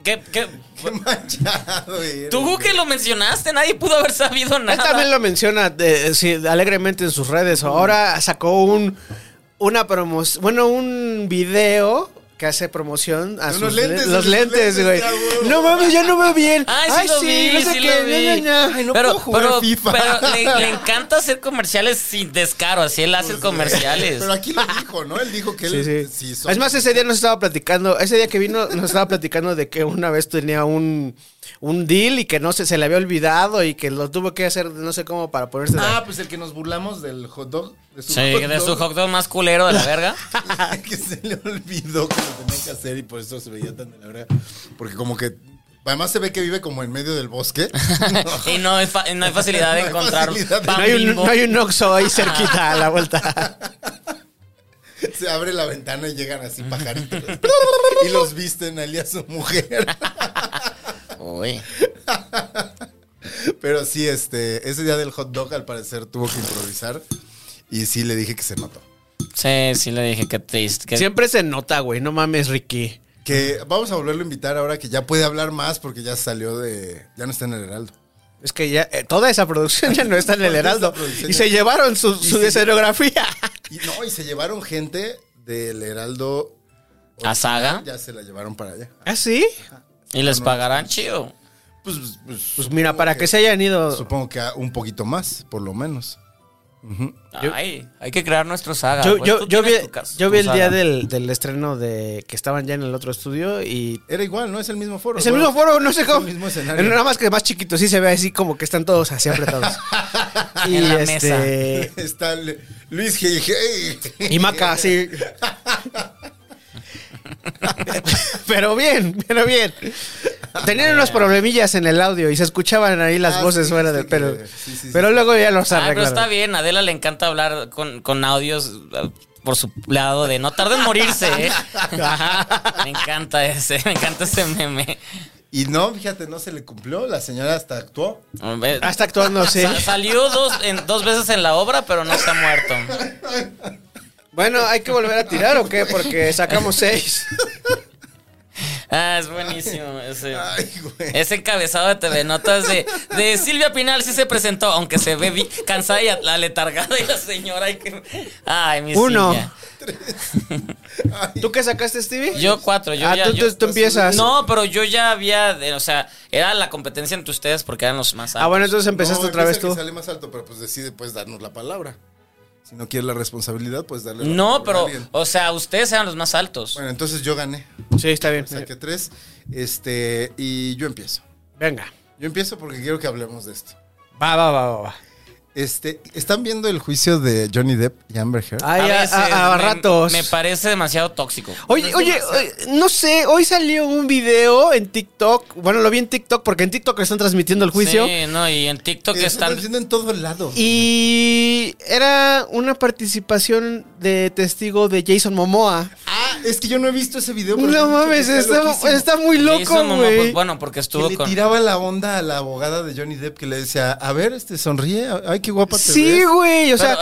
F: ¿Qué, qué?
E: Qué manchado eres.
F: Tú que lo mencionaste, nadie pudo haber sabido
B: Él también
F: nada.
B: lo menciona eh, sí, alegremente en sus redes. Ahora sacó un una promoción, bueno, un video que hace promoción a
E: De
B: sus
E: unos lentes,
B: los
E: de unos
B: lentes,
E: lentes,
B: güey.
E: ya, güey.
B: No mames, ya no veo bien.
F: Ay, sí lo vi,
B: no sé qué,
F: sí lo vi.
B: ña, ña, ña. Ay, no
F: pero,
B: puedo jugar
F: pero-
B: FIFA.
F: pero le, le encanta hacer comerciales sin descaro, así él hace comerciales.
E: Pero aquí lo dijo, ¿no? Él dijo que él.
B: Sí, sí.
E: son-
B: es más, ese día nos estaba platicando, ese día que vino nos estaba platicando de que una vez tenía un, un deal y que no se, se le había olvidado y que lo tuvo que hacer no sé cómo para ponerse... la-
E: Ah, pues el que nos burlamos del hot dog. De
F: Sí, de su hot dog más culero de la verga.
E: que se le olvidó que lo tenía que hacer y por eso se veía tan de la verga. Porque como que. Además se ve que vive como en medio del bosque.
F: y no, hay fa- no hay facilidad
E: No
F: de
E: hay
F: encontrar
E: facilidad de-
F: pan
B: no, hay un,
F: Bimbo.
B: no hay un Oxxo ahí cerquita a la vuelta.
E: Se abre la ventana y llegan así pajaritos. y los visten a él y a su mujer.
F: Uy.
E: Pero sí, este, ese día del hot dog al parecer tuvo que improvisar. Y sí le dije que se mató.
F: Sí, sí le dije que triste. que-
B: Siempre se nota, güey, no mames, Ricky.
E: Que vamos a volverlo a invitar ahora que ya puede hablar más porque ya salió de. Ya no está en el Heraldo.
B: Es que ya eh, toda esa producción ya no está en el
E: Toda esa
B: Heraldo.
E: producción
B: Y
E: ya-
B: se llevaron su, su
E: se-
B: escenografía.
E: Y no, y se llevaron gente del Heraldo.
F: ¿A Saga?
E: Ya se la llevaron para allá.
B: ¿Ah, sí?
F: Y les pagarán chido.
E: Pues, pues,
B: Pues mira,
E: supongo
B: para que, se hayan ido.
E: Supongo que a un poquito más, por lo menos.
B: Yo-
F: Ay, hay que crear nuestro Saga.
B: Yo,
F: pues,
B: yo,
F: tú
B: yo vi,
F: tienes tu casa,
B: yo
F: tu
B: vi el
F: Saga.
B: día del, del estreno de que estaban ya en el otro estudio y
E: Era igual, ¿no? Es el mismo foro.
B: Es el
E: Pues Bueno,
B: mismo foro, no sé
E: es
B: cómo.
E: el mismo escenario.
B: Nada más que más chiquito, sí se ve así como que están todos así apretados. y
F: En la
B: este.
E: Está Lu- Luis G.
B: Y Maca, así. pero bien, pero bien. Tenían unos problemillas en el audio y se escuchaban ahí las
E: Ah,
B: voces
E: sí,
B: fuera
E: sí,
B: de.
E: que-
B: Pero,
E: sí, sí, sí.
B: pero luego ya los
F: Ah, pero está
B: arreglaron.
F: bien, a Adela le encanta hablar con, con audios ah, por su lado de no tarde en morirse, ¿eh? me encanta ese, me encanta ese meme.
E: Y no, fíjate, no se le cumplió. La señora hasta actuó.
F: Hombre,
B: Hasta Ah, actuando, sí.
F: sa- salió dos, en- dos veces en la obra, pero no está muerto.
B: Bueno, ¿hay que volver a tirar o qué? Porque sacamos seis.
F: Ah, es buenísimo ese.
E: Ay, güey.
F: Ese encabezado de TV Notas de, de Silvia Pinal sí se presentó, aunque se ve vi- cansada y aletargada y la señora. y que- Ay, mi
B: Uno.
F: Silvia.
B: ¿Tú qué sacaste, Stevie?
F: Yo cuatro, yo
B: ah,
F: ya.
B: tú,
F: yo-
B: tú- tú empiezas.
F: No, pero yo ya había, de- o sea, era la competencia entre ustedes porque eran los más
B: Ah, bueno, entonces empezaste
E: No,
B: otra vez
E: empieza el
B: tú.
E: que sale más alto, pero pues decide pues darnos la palabra. Si no quieres la responsabilidad, pues darle la
F: No,
E: palabra a
F: pero,
E: alguien.
F: o sea, ustedes eran los más altos.
E: Bueno, entonces yo gané.
B: Sí, está bien.
E: Saqué tres. Este, y yo empiezo.
B: Venga.
E: Yo empiezo porque quiero que hablemos de esto.
B: Va, va, va, va, va.
E: Este, ¿están viendo el juicio de Johnny Depp y Amber Heard?
B: Ay, a,
F: veces
B: a- a
F: me-
B: ratos.
F: Me parece demasiado tóxico.
B: Oye, oye, oye, no sé, hoy salió un video en TikTok. Bueno, lo vi en TikTok porque en TikTok están transmitiendo el juicio.
F: Sí, no, y en TikTok
E: Eso Eh, están
F: están.
E: haciendo en todo lado.
B: Y era una participación de testigo de Jason Momoa.
E: Ah, es que yo no he visto ese video. pero me
B: No
E: han dicho que
B: mames, está,
E: loquísimo.
B: está muy
F: Jason
B: loco,
F: Momoa, pues,
B: güey.
F: bueno, porque
E: Que
F: estuvo
E: le
F: con.
E: tiraba la onda a la abogada de Johnny Depp que le decía, a ver, este sonríe, ay, qué guapa te
B: Sí,
E: ves".
B: güey, o sea,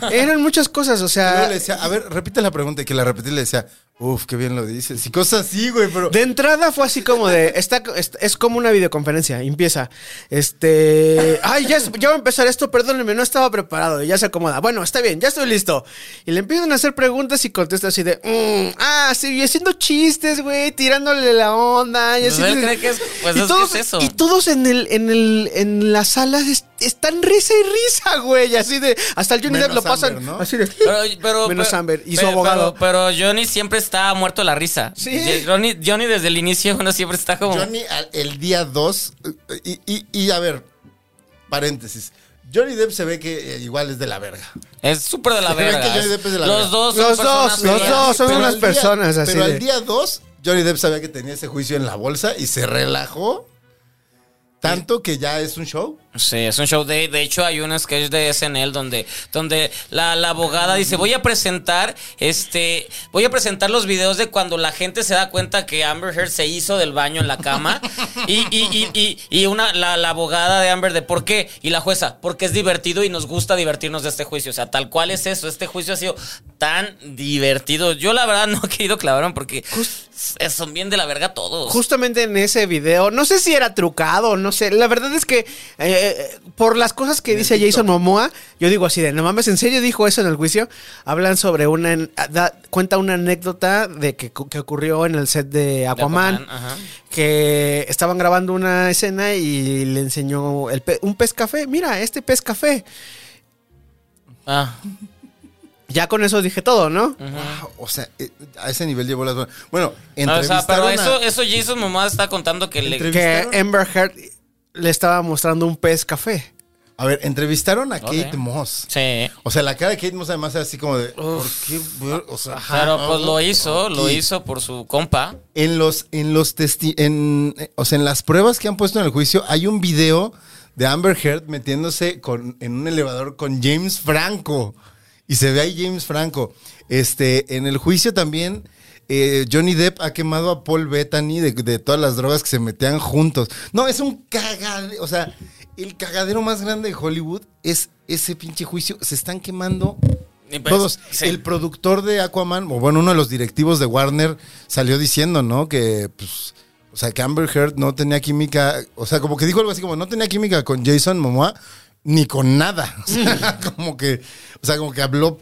F: Pero, oh.
B: eran muchas cosas, o
E: Y luego
B: sea,
E: le decía, a ver, repite la pregunta. Y que la repetí y le decía, uff, qué bien lo dices. Y cosas así, güey, pero.
B: de entrada fue así como de, está, es, es como una videoconferencia, empieza, este, ay, ya, es- ya va a empezar esto, perdónenme, no estaba preparado, y ya se acomoda, bueno, está bien, ya estoy listo, y le empiezan a hacer preguntas y contesta así de, mm, ah, sí, y haciendo chistes, güey, tirándole la onda, y
F: Pues
B: así
F: él
B: de-
F: cree que es- pues
B: y
F: es que
B: todos,
F: es eso.
B: y todos en el, en el, en las salas es- están risa y risa, güey, así de, hasta el Johnny Depp lo
E: Menos
B: pasan,
E: Amber, ¿no?
B: así de,
F: Pero, pero-
B: Menos
F: pero-
B: Amber y su
F: pero-
B: abogado.
F: Pero, pero Johnny siempre está muerto de la risa.
B: Sí.
F: Johnny, Johnny desde el inicio uno siempre está como.
E: Johnny al- el día 2. Y, y- y, a ver, paréntesis. Johnny Depp se ve que eh, igual es de la verga.
F: Es súper de la
E: Se ve que
F: verga.
E: Johnny Depp es de la verga.
F: los dos son
B: Los
F: personas
B: dos, los
F: serias.
B: dos son
E: Pero
B: unas
E: al día-
B: personas así
E: Pero
B: de-
E: al día 2, Johnny Depp sabía que tenía ese juicio en la bolsa y se relajó tanto que ya es un show.
F: Sí, es un show. De, de hecho, hay un sketch de SNL donde, donde la, la abogada dice: Voy a presentar este. Voy a presentar los videos de cuando la gente se da cuenta que Amber Heard se hizo del baño en la cama. y y, y, y- y una, la, la abogada de Amber de por qué. Y la jueza, porque es divertido y nos gusta divertirnos de este juicio. O sea, tal cual es eso. Este juicio ha sido tan divertido. Yo la verdad no he querido clavarme porque s- son bien de la verga todos.
B: Justamente en ese video, no sé si era trucado, no sé. La verdad es que eh, eh, por las cosas que dice Jason Momoa, yo digo así de, no mames, ¿en serio dijo eso en el juicio? Hablan sobre una, en- ah, da- cuenta una anécdota de que, cu- que ocurrió en el set de
F: De
B: Aquaman,
F: ajá.
B: que estaban grabando una escena y le enseñó el pe- un pez café. Mira, este pez café.
F: Ah.
B: Ya con eso dije todo, ¿no?
E: Wow, o sea, eh, a ese nivel llevó las manos. Bueno,
F: O sea, pero
E: entrevistaron
F: eso,
E: a-
F: eso Jason Momoa está contando que le...
E: Entrev-
B: Que
E: ¿Entrevistaron?
B: Amber Heard le estaba mostrando un pez café.
E: a ver, entrevistaron a
F: Ok.
E: Kate Moss.
F: Sí.
E: O sea, la cara de Kate Moss además era así como de, ¿por qué? ver? O sea,
F: Pero
E: ajá,
F: pues lo
E: ok.
F: hizo, lo hizo por su compa.
E: En los, en los testi en, eh, o sea, en las pruebas que han puesto en el juicio, hay un video de Amber Heard metiéndose con, en un elevador con James Franco. Y se ve ahí James Franco. Este, en el juicio también, eh, Johnny Depp ha quemado a Paul Bettany de, de todas las drogas que se metían juntos. No, es un cagadero. O sea, el cagadero más grande de Hollywood es ese pinche juicio. Se están quemando
F: Y, pues,
E: todos.
F: sí.
E: El productor de Aquaman, o bueno, uno de los directivos de Warner salió diciendo, ¿no? Que, pues, o sea, que Amber Heard no tenía química, o sea, como que dijo algo así como, no tenía química con Jason Momoa ni con nada. O sea,
F: Mm.
E: como que, o sea, como que habló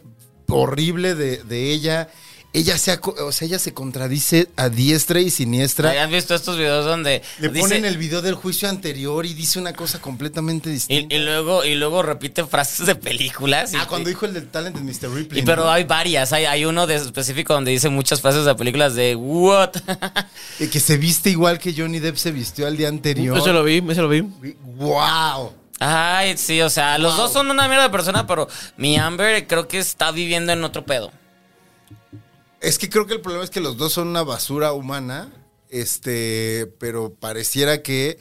E: horrible de, de ella. Ella se, aco- o sea, ella se contradice a diestra y siniestra.
F: ¿Han visto estos videos donde
E: Le
F: dice-
E: ponen el video del juicio anterior y dice una cosa completamente distinta.
F: y, y luego y luego repite frases de películas. y-
E: ah, cuando dijo el del talent de Mr. Ripley.
F: y pero
E: ¿no?
F: hay varias, hay, hay uno de específico donde dice muchas frases de películas de what.
E: Eh, que se viste igual que Johnny Depp se vistió al día anterior.
B: Eso lo vi, eso lo vi.
E: ¡Wow!
F: Ay, sí, o sea, los dos son una mierda de persona, pero mi Amber creo que está viviendo en otro pedo.
E: Es que creo que el problema es que los dos son una basura humana. Este, pero pareciera que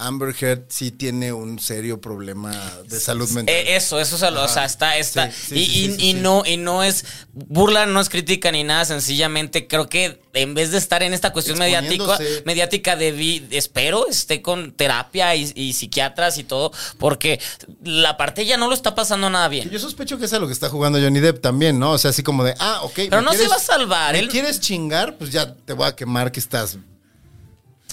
E: Amber Heard sí tiene un serio problema de salud mental.
F: Eh, eso, eso, se lo- o sea, está, está.
E: Sí, sí,
F: y,
E: sí,
F: y-
E: sí, sí,
F: y
E: sí.
F: no, y no es burla, no es crítica ni nada, sencillamente creo que en vez de estar en esta cuestión mediática,
E: Exponiéndose.
F: mediática de vi- espero esté con terapia y, y psiquiatras y todo, porque la parte ya no lo está pasando nada
E: Que
F: bien.
E: Yo sospecho que es a lo que está jugando Johnny Depp también, ¿no? O sea, así como de, ah, ok.
F: Pero
E: ¿me
F: no se
E: quieres-
F: va a salvar,
E: ¿me
F: él-
E: quieres chingar? Pues ya te voy a quemar que estás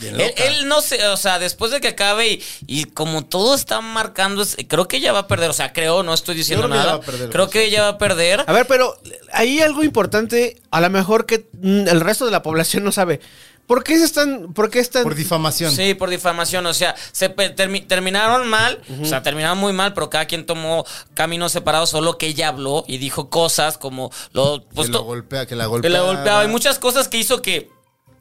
E: bien
F: Él,
E: loca.
F: él no sé, o sea, después de que acabe y, y como todo está marcando, es- creo que ella va a perder, o sea, creo, no estoy diciendo
E: creo que ella
F: nada,
E: va a perder,
F: creo
E: pues.
F: que ella va a perder.
B: A ver, pero ahí algo importante, a lo mejor que mm, el resto de la población no sabe. ¿Por qué se están, por qué están?
E: Por difamación.
F: Sí, por difamación. O sea, se pe- termi- terminaron mal, o sea, terminaron muy mal, pero cada quien tomó caminos separados, solo que ella habló y dijo cosas como lo, pues,
E: que
F: to-
E: lo golpea, que la golpea.
F: que la golpeaba. Y muchas cosas que hizo que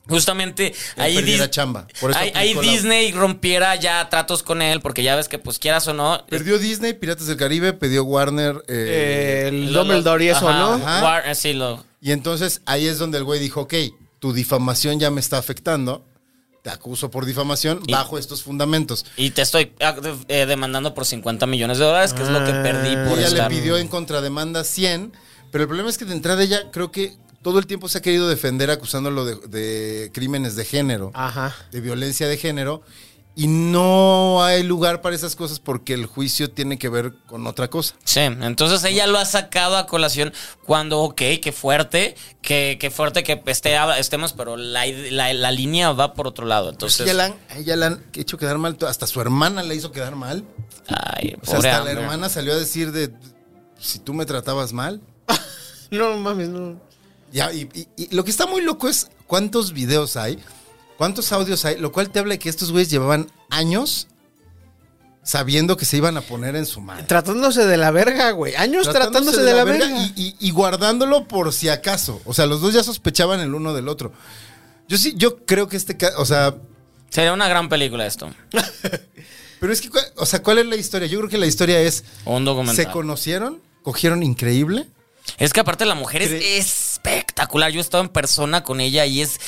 F: justamente ahí,
E: perdiera
F: Dis-
E: chamba. Por eso
F: ahí- ahí
E: aplicó la-
F: Disney rompiera ya tratos con él, porque ya ves que pues quieras o no.
E: Perdió Disney, Piratas del Caribe, perdió Warner. eh,
B: Eh, el
F: lo-
B: Dumbledore y eso,
F: ajá,
B: ¿no?
E: Ajá.
F: War- eh, sí, lo-
E: Y entonces ahí es donde el güey dijo, ok, tu difamación ya me está afectando, te acuso por difamación
F: Y-
E: bajo estos fundamentos.
F: y te estoy ah, de- eh, demandando por 50 millones de dólares, que es lo que perdí
E: Ah,
F: por
E: ella
F: Ah. estar.
E: le pidió en contrademanda 100, pero el problema es que de entrada ella creo que todo el tiempo se ha querido defender acusándolo de, de crímenes de género,
B: Ajá.
E: de violencia de género, y no hay lugar para esas cosas porque el juicio tiene que ver con otra cosa.
F: Sí, entonces ella lo ha sacado a colación cuando, ok, qué fuerte, que qué fuerte que esté, estemos, pero la, id- la- la línea va por otro lado. Entonces,
E: Ella la, han- a ella la han hecho quedar mal, hasta su hermana la hizo quedar mal.
F: ay,
E: O sea,
F: pobre
E: hasta
F: Amber.
E: la hermana salió a decir de si tú me tratabas mal.
B: No mames, no.
E: Ya, y, y- y lo que está muy loco es cuántos videos hay, cuántos audios hay, lo cual te habla de que estos güeyes llevaban años sabiendo que se iban a poner en su madre.
B: Tratándose de la verga, güey. Años tratándose, de, la, verga.
E: Y, y- y guardándolo por si acaso. O sea, los dos ya sospechaban el uno del otro. Yo sí, yo creo que este caso, o sea,
F: Sería una gran película esto.
E: Pero es que, cua- o sea, ¿cuál es la historia? Yo creo que la historia es,
F: Un documental.
E: se conocieron, cogieron increíble.
F: Es que aparte la mujer es
E: Cre-
F: espectacular. Yo he estado en persona con ella y es.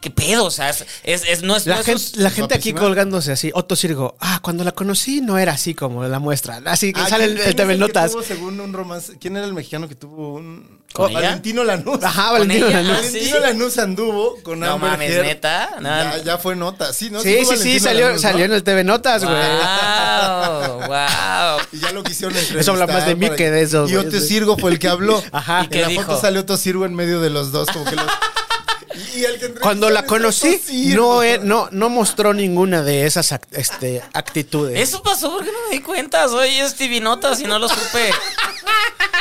F: ¿Qué pedo? O sea, es, es- es- no es.
B: La
F: no es-
B: gente, la gente aquí
E: guapísima.
B: colgándose así, Otto Sirgo, ah, cuando la conocí no era así como la muestra, así que
E: Ah,
B: sale
E: ¿quién-
B: el,
E: quién es
B: el notas.
E: que tuvo, según un romance, ¿quién era el mexicano que tuvo un... Oh,
F: ¿Con ella?
E: Valentino Lanús.
B: Ajá,
F: Con
B: Valentino
F: ella,
B: Lanús.
F: ah, sí.
E: Valentino Lanús anduvo con
F: No
E: Amber
F: mames,
E: Heard.
F: neta. No,
E: Ya, ya fue nota, sí, ¿no?
B: Sí,
E: fue
B: sí, sí,
E: Valentino
B: salió,
E: Lanús, ¿no?
B: salió en el TV Notas, güey.
F: Ah. Wow,
E: Y
F: wow.
E: ya lo quisieron entrevistar.
B: Eso habla más de mí
E: para-
B: que de eso,
E: Y
B: güey.
E: Otto Sirgo fue el que habló.
B: Ajá. ¿Y
E: En
F: qué
E: la
F: dijo?
E: foto salió Otto Sirgo en medio de los dos, como que los... Y el que entrevistaron
B: Cuando
E: es
B: la
E: Otto
B: conocí,
E: Sirgo.
B: no, eh, no, no mostró ninguna de esas act- este, actitudes.
F: Eso pasó porque no me di cuenta. Soy Stevie Notas y no lo supe.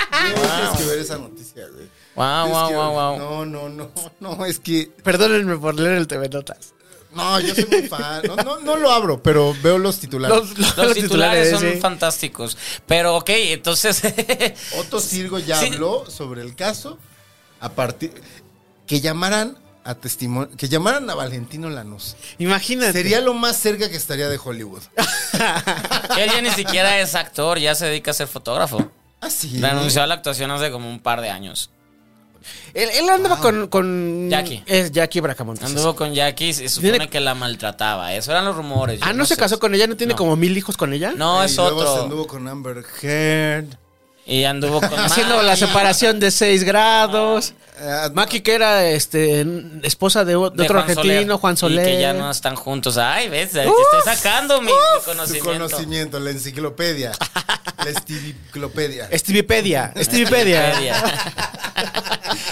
E: Tienes que ver esa noticia, güey.
F: Wow,
E: Tienes
F: Ah, wow,
E: que
F: wow,
E: ver-
F: wow.
E: No, no, no, no, es que...
B: Perdónenme por leer el TV Notas.
E: No, yo soy muy fan. No, no, no lo abro, pero veo los titulares.
B: Los, los
F: Los titulares son
B: sí.
F: fantásticos. Pero ok, entonces.
E: Otto Sirgo ya
F: Sí.
E: habló sobre el caso a partir... Que llamaran a testimonio... Que llamaran a Valentino Lanús.
B: Imagínate.
E: Sería lo más cerca que estaría de Hollywood.
F: él ya ni siquiera es actor, ya se dedica a ser fotógrafo.
E: Ah, sí.
F: Renunció a la actuación hace como un par de años.
B: Él, él andaba con, con-
F: Jackie.
B: Es Jackie Bracamontes.
F: Anduvo con Jackie y se supone
B: Tiene-
F: que la maltrataba. Eso eran los rumores. yo
B: Ah, ¿no, se
F: sé.
B: casó con ella? ¿No tiene
F: No.
B: como mil hijos con ella?
F: No,
E: Y
F: es
E: luego se
F: otro.
E: anduvo con Amber Heard.
F: Y anduvo con.
B: Haciendo la
F: Maggie.
B: separación de 6 grados.
E: Ah,
B: Maki, que era este, esposa de, o- de
F: de
B: otro
F: Juan
B: argentino,
F: Soler.
B: Juan Soler.
F: Y que ya no están juntos. Ay, ves, te estoy sacando mi, mi
E: Su
F: conocimiento.
E: conocimiento, la enciclopedia. la estiviclopedia.
B: Steviepedia. Steviepedia.
F: Wikipedia.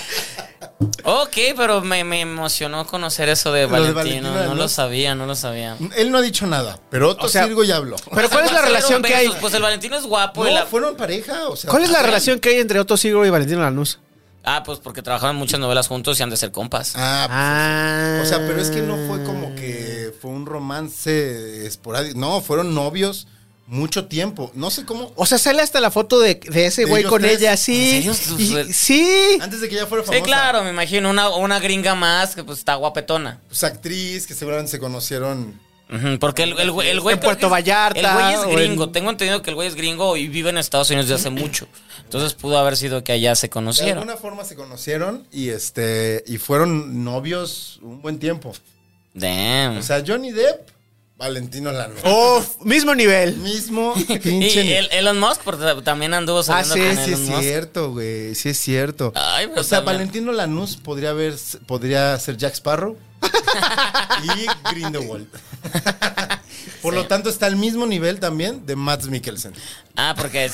F: ok, pero me, me emocionó conocer eso de
E: Lo de
F: Valentino.
E: Valentino,
F: no
E: ¿no?
F: lo sabía, no lo sabía.
E: Él no ha dicho nada, pero Otto
B: O sea,
E: Sirgo ya habló.
B: Pero ¿cuál es la
F: Pasaron
B: relación que hay?
F: besos, Pues el Valentino es guapo. y
E: No,
F: la-
E: fueron pareja, o sea.
B: ¿Cuál es la
E: ah,
B: relación que hay entre Otto Sigurd y Valentino Lanús?
F: Ah, pues porque trabajaban muchas novelas juntos y han de ser compas.
E: Ah,
B: Ah.
E: o sea, pero es que no fue como que fue un romance esporádico. No, fueron novios mucho tiempo. No sé cómo.
B: O sea, sale hasta la foto de, de ese
E: De
B: güey
E: ellos
B: con
E: tres.
B: ella, sí.
F: ¿En serio?
B: Y- sí.
E: Antes de que ella fuera
F: Sí,
E: famosa.
F: claro, me imagino. Una, una gringa más que pues está guapetona.
E: Pues actriz, que seguramente se conocieron.
F: Ujú, Porque el, el güey- el güey.
B: En
F: creo que
B: Puerto
F: es-
B: Vallarta,
F: El güey
B: o
F: es
B: en- Mm.
F: gringo. Tengo entendido que el güey es gringo y vive en Estados Unidos desde hace mucho. Entonces pudo haber sido que allá se
E: De
F: conocieron.
E: alguna forma se conocieron y este y fueron novios un buen tiempo.
F: Damn.
E: O sea, Johnny Depp, Valentino Lanús.
B: Oh. Uf, mismo nivel.
E: Mismo
F: y
E: pinche.
F: el- Elon Musk por- también anduvo saliendo
B: Ah, sí,
F: con
E: Sí,
F: Elon
E: es
F: Musk.
E: cierto, güey. Sí, es cierto.
F: Ay, pero
E: o sea,
F: también.
E: Valentino Lanús podría, haber, podría ser Jack Sparrow y Grindelwald. Por lo tanto, está al mismo nivel también de Matt Mikkelsen.
F: Ah, porque es.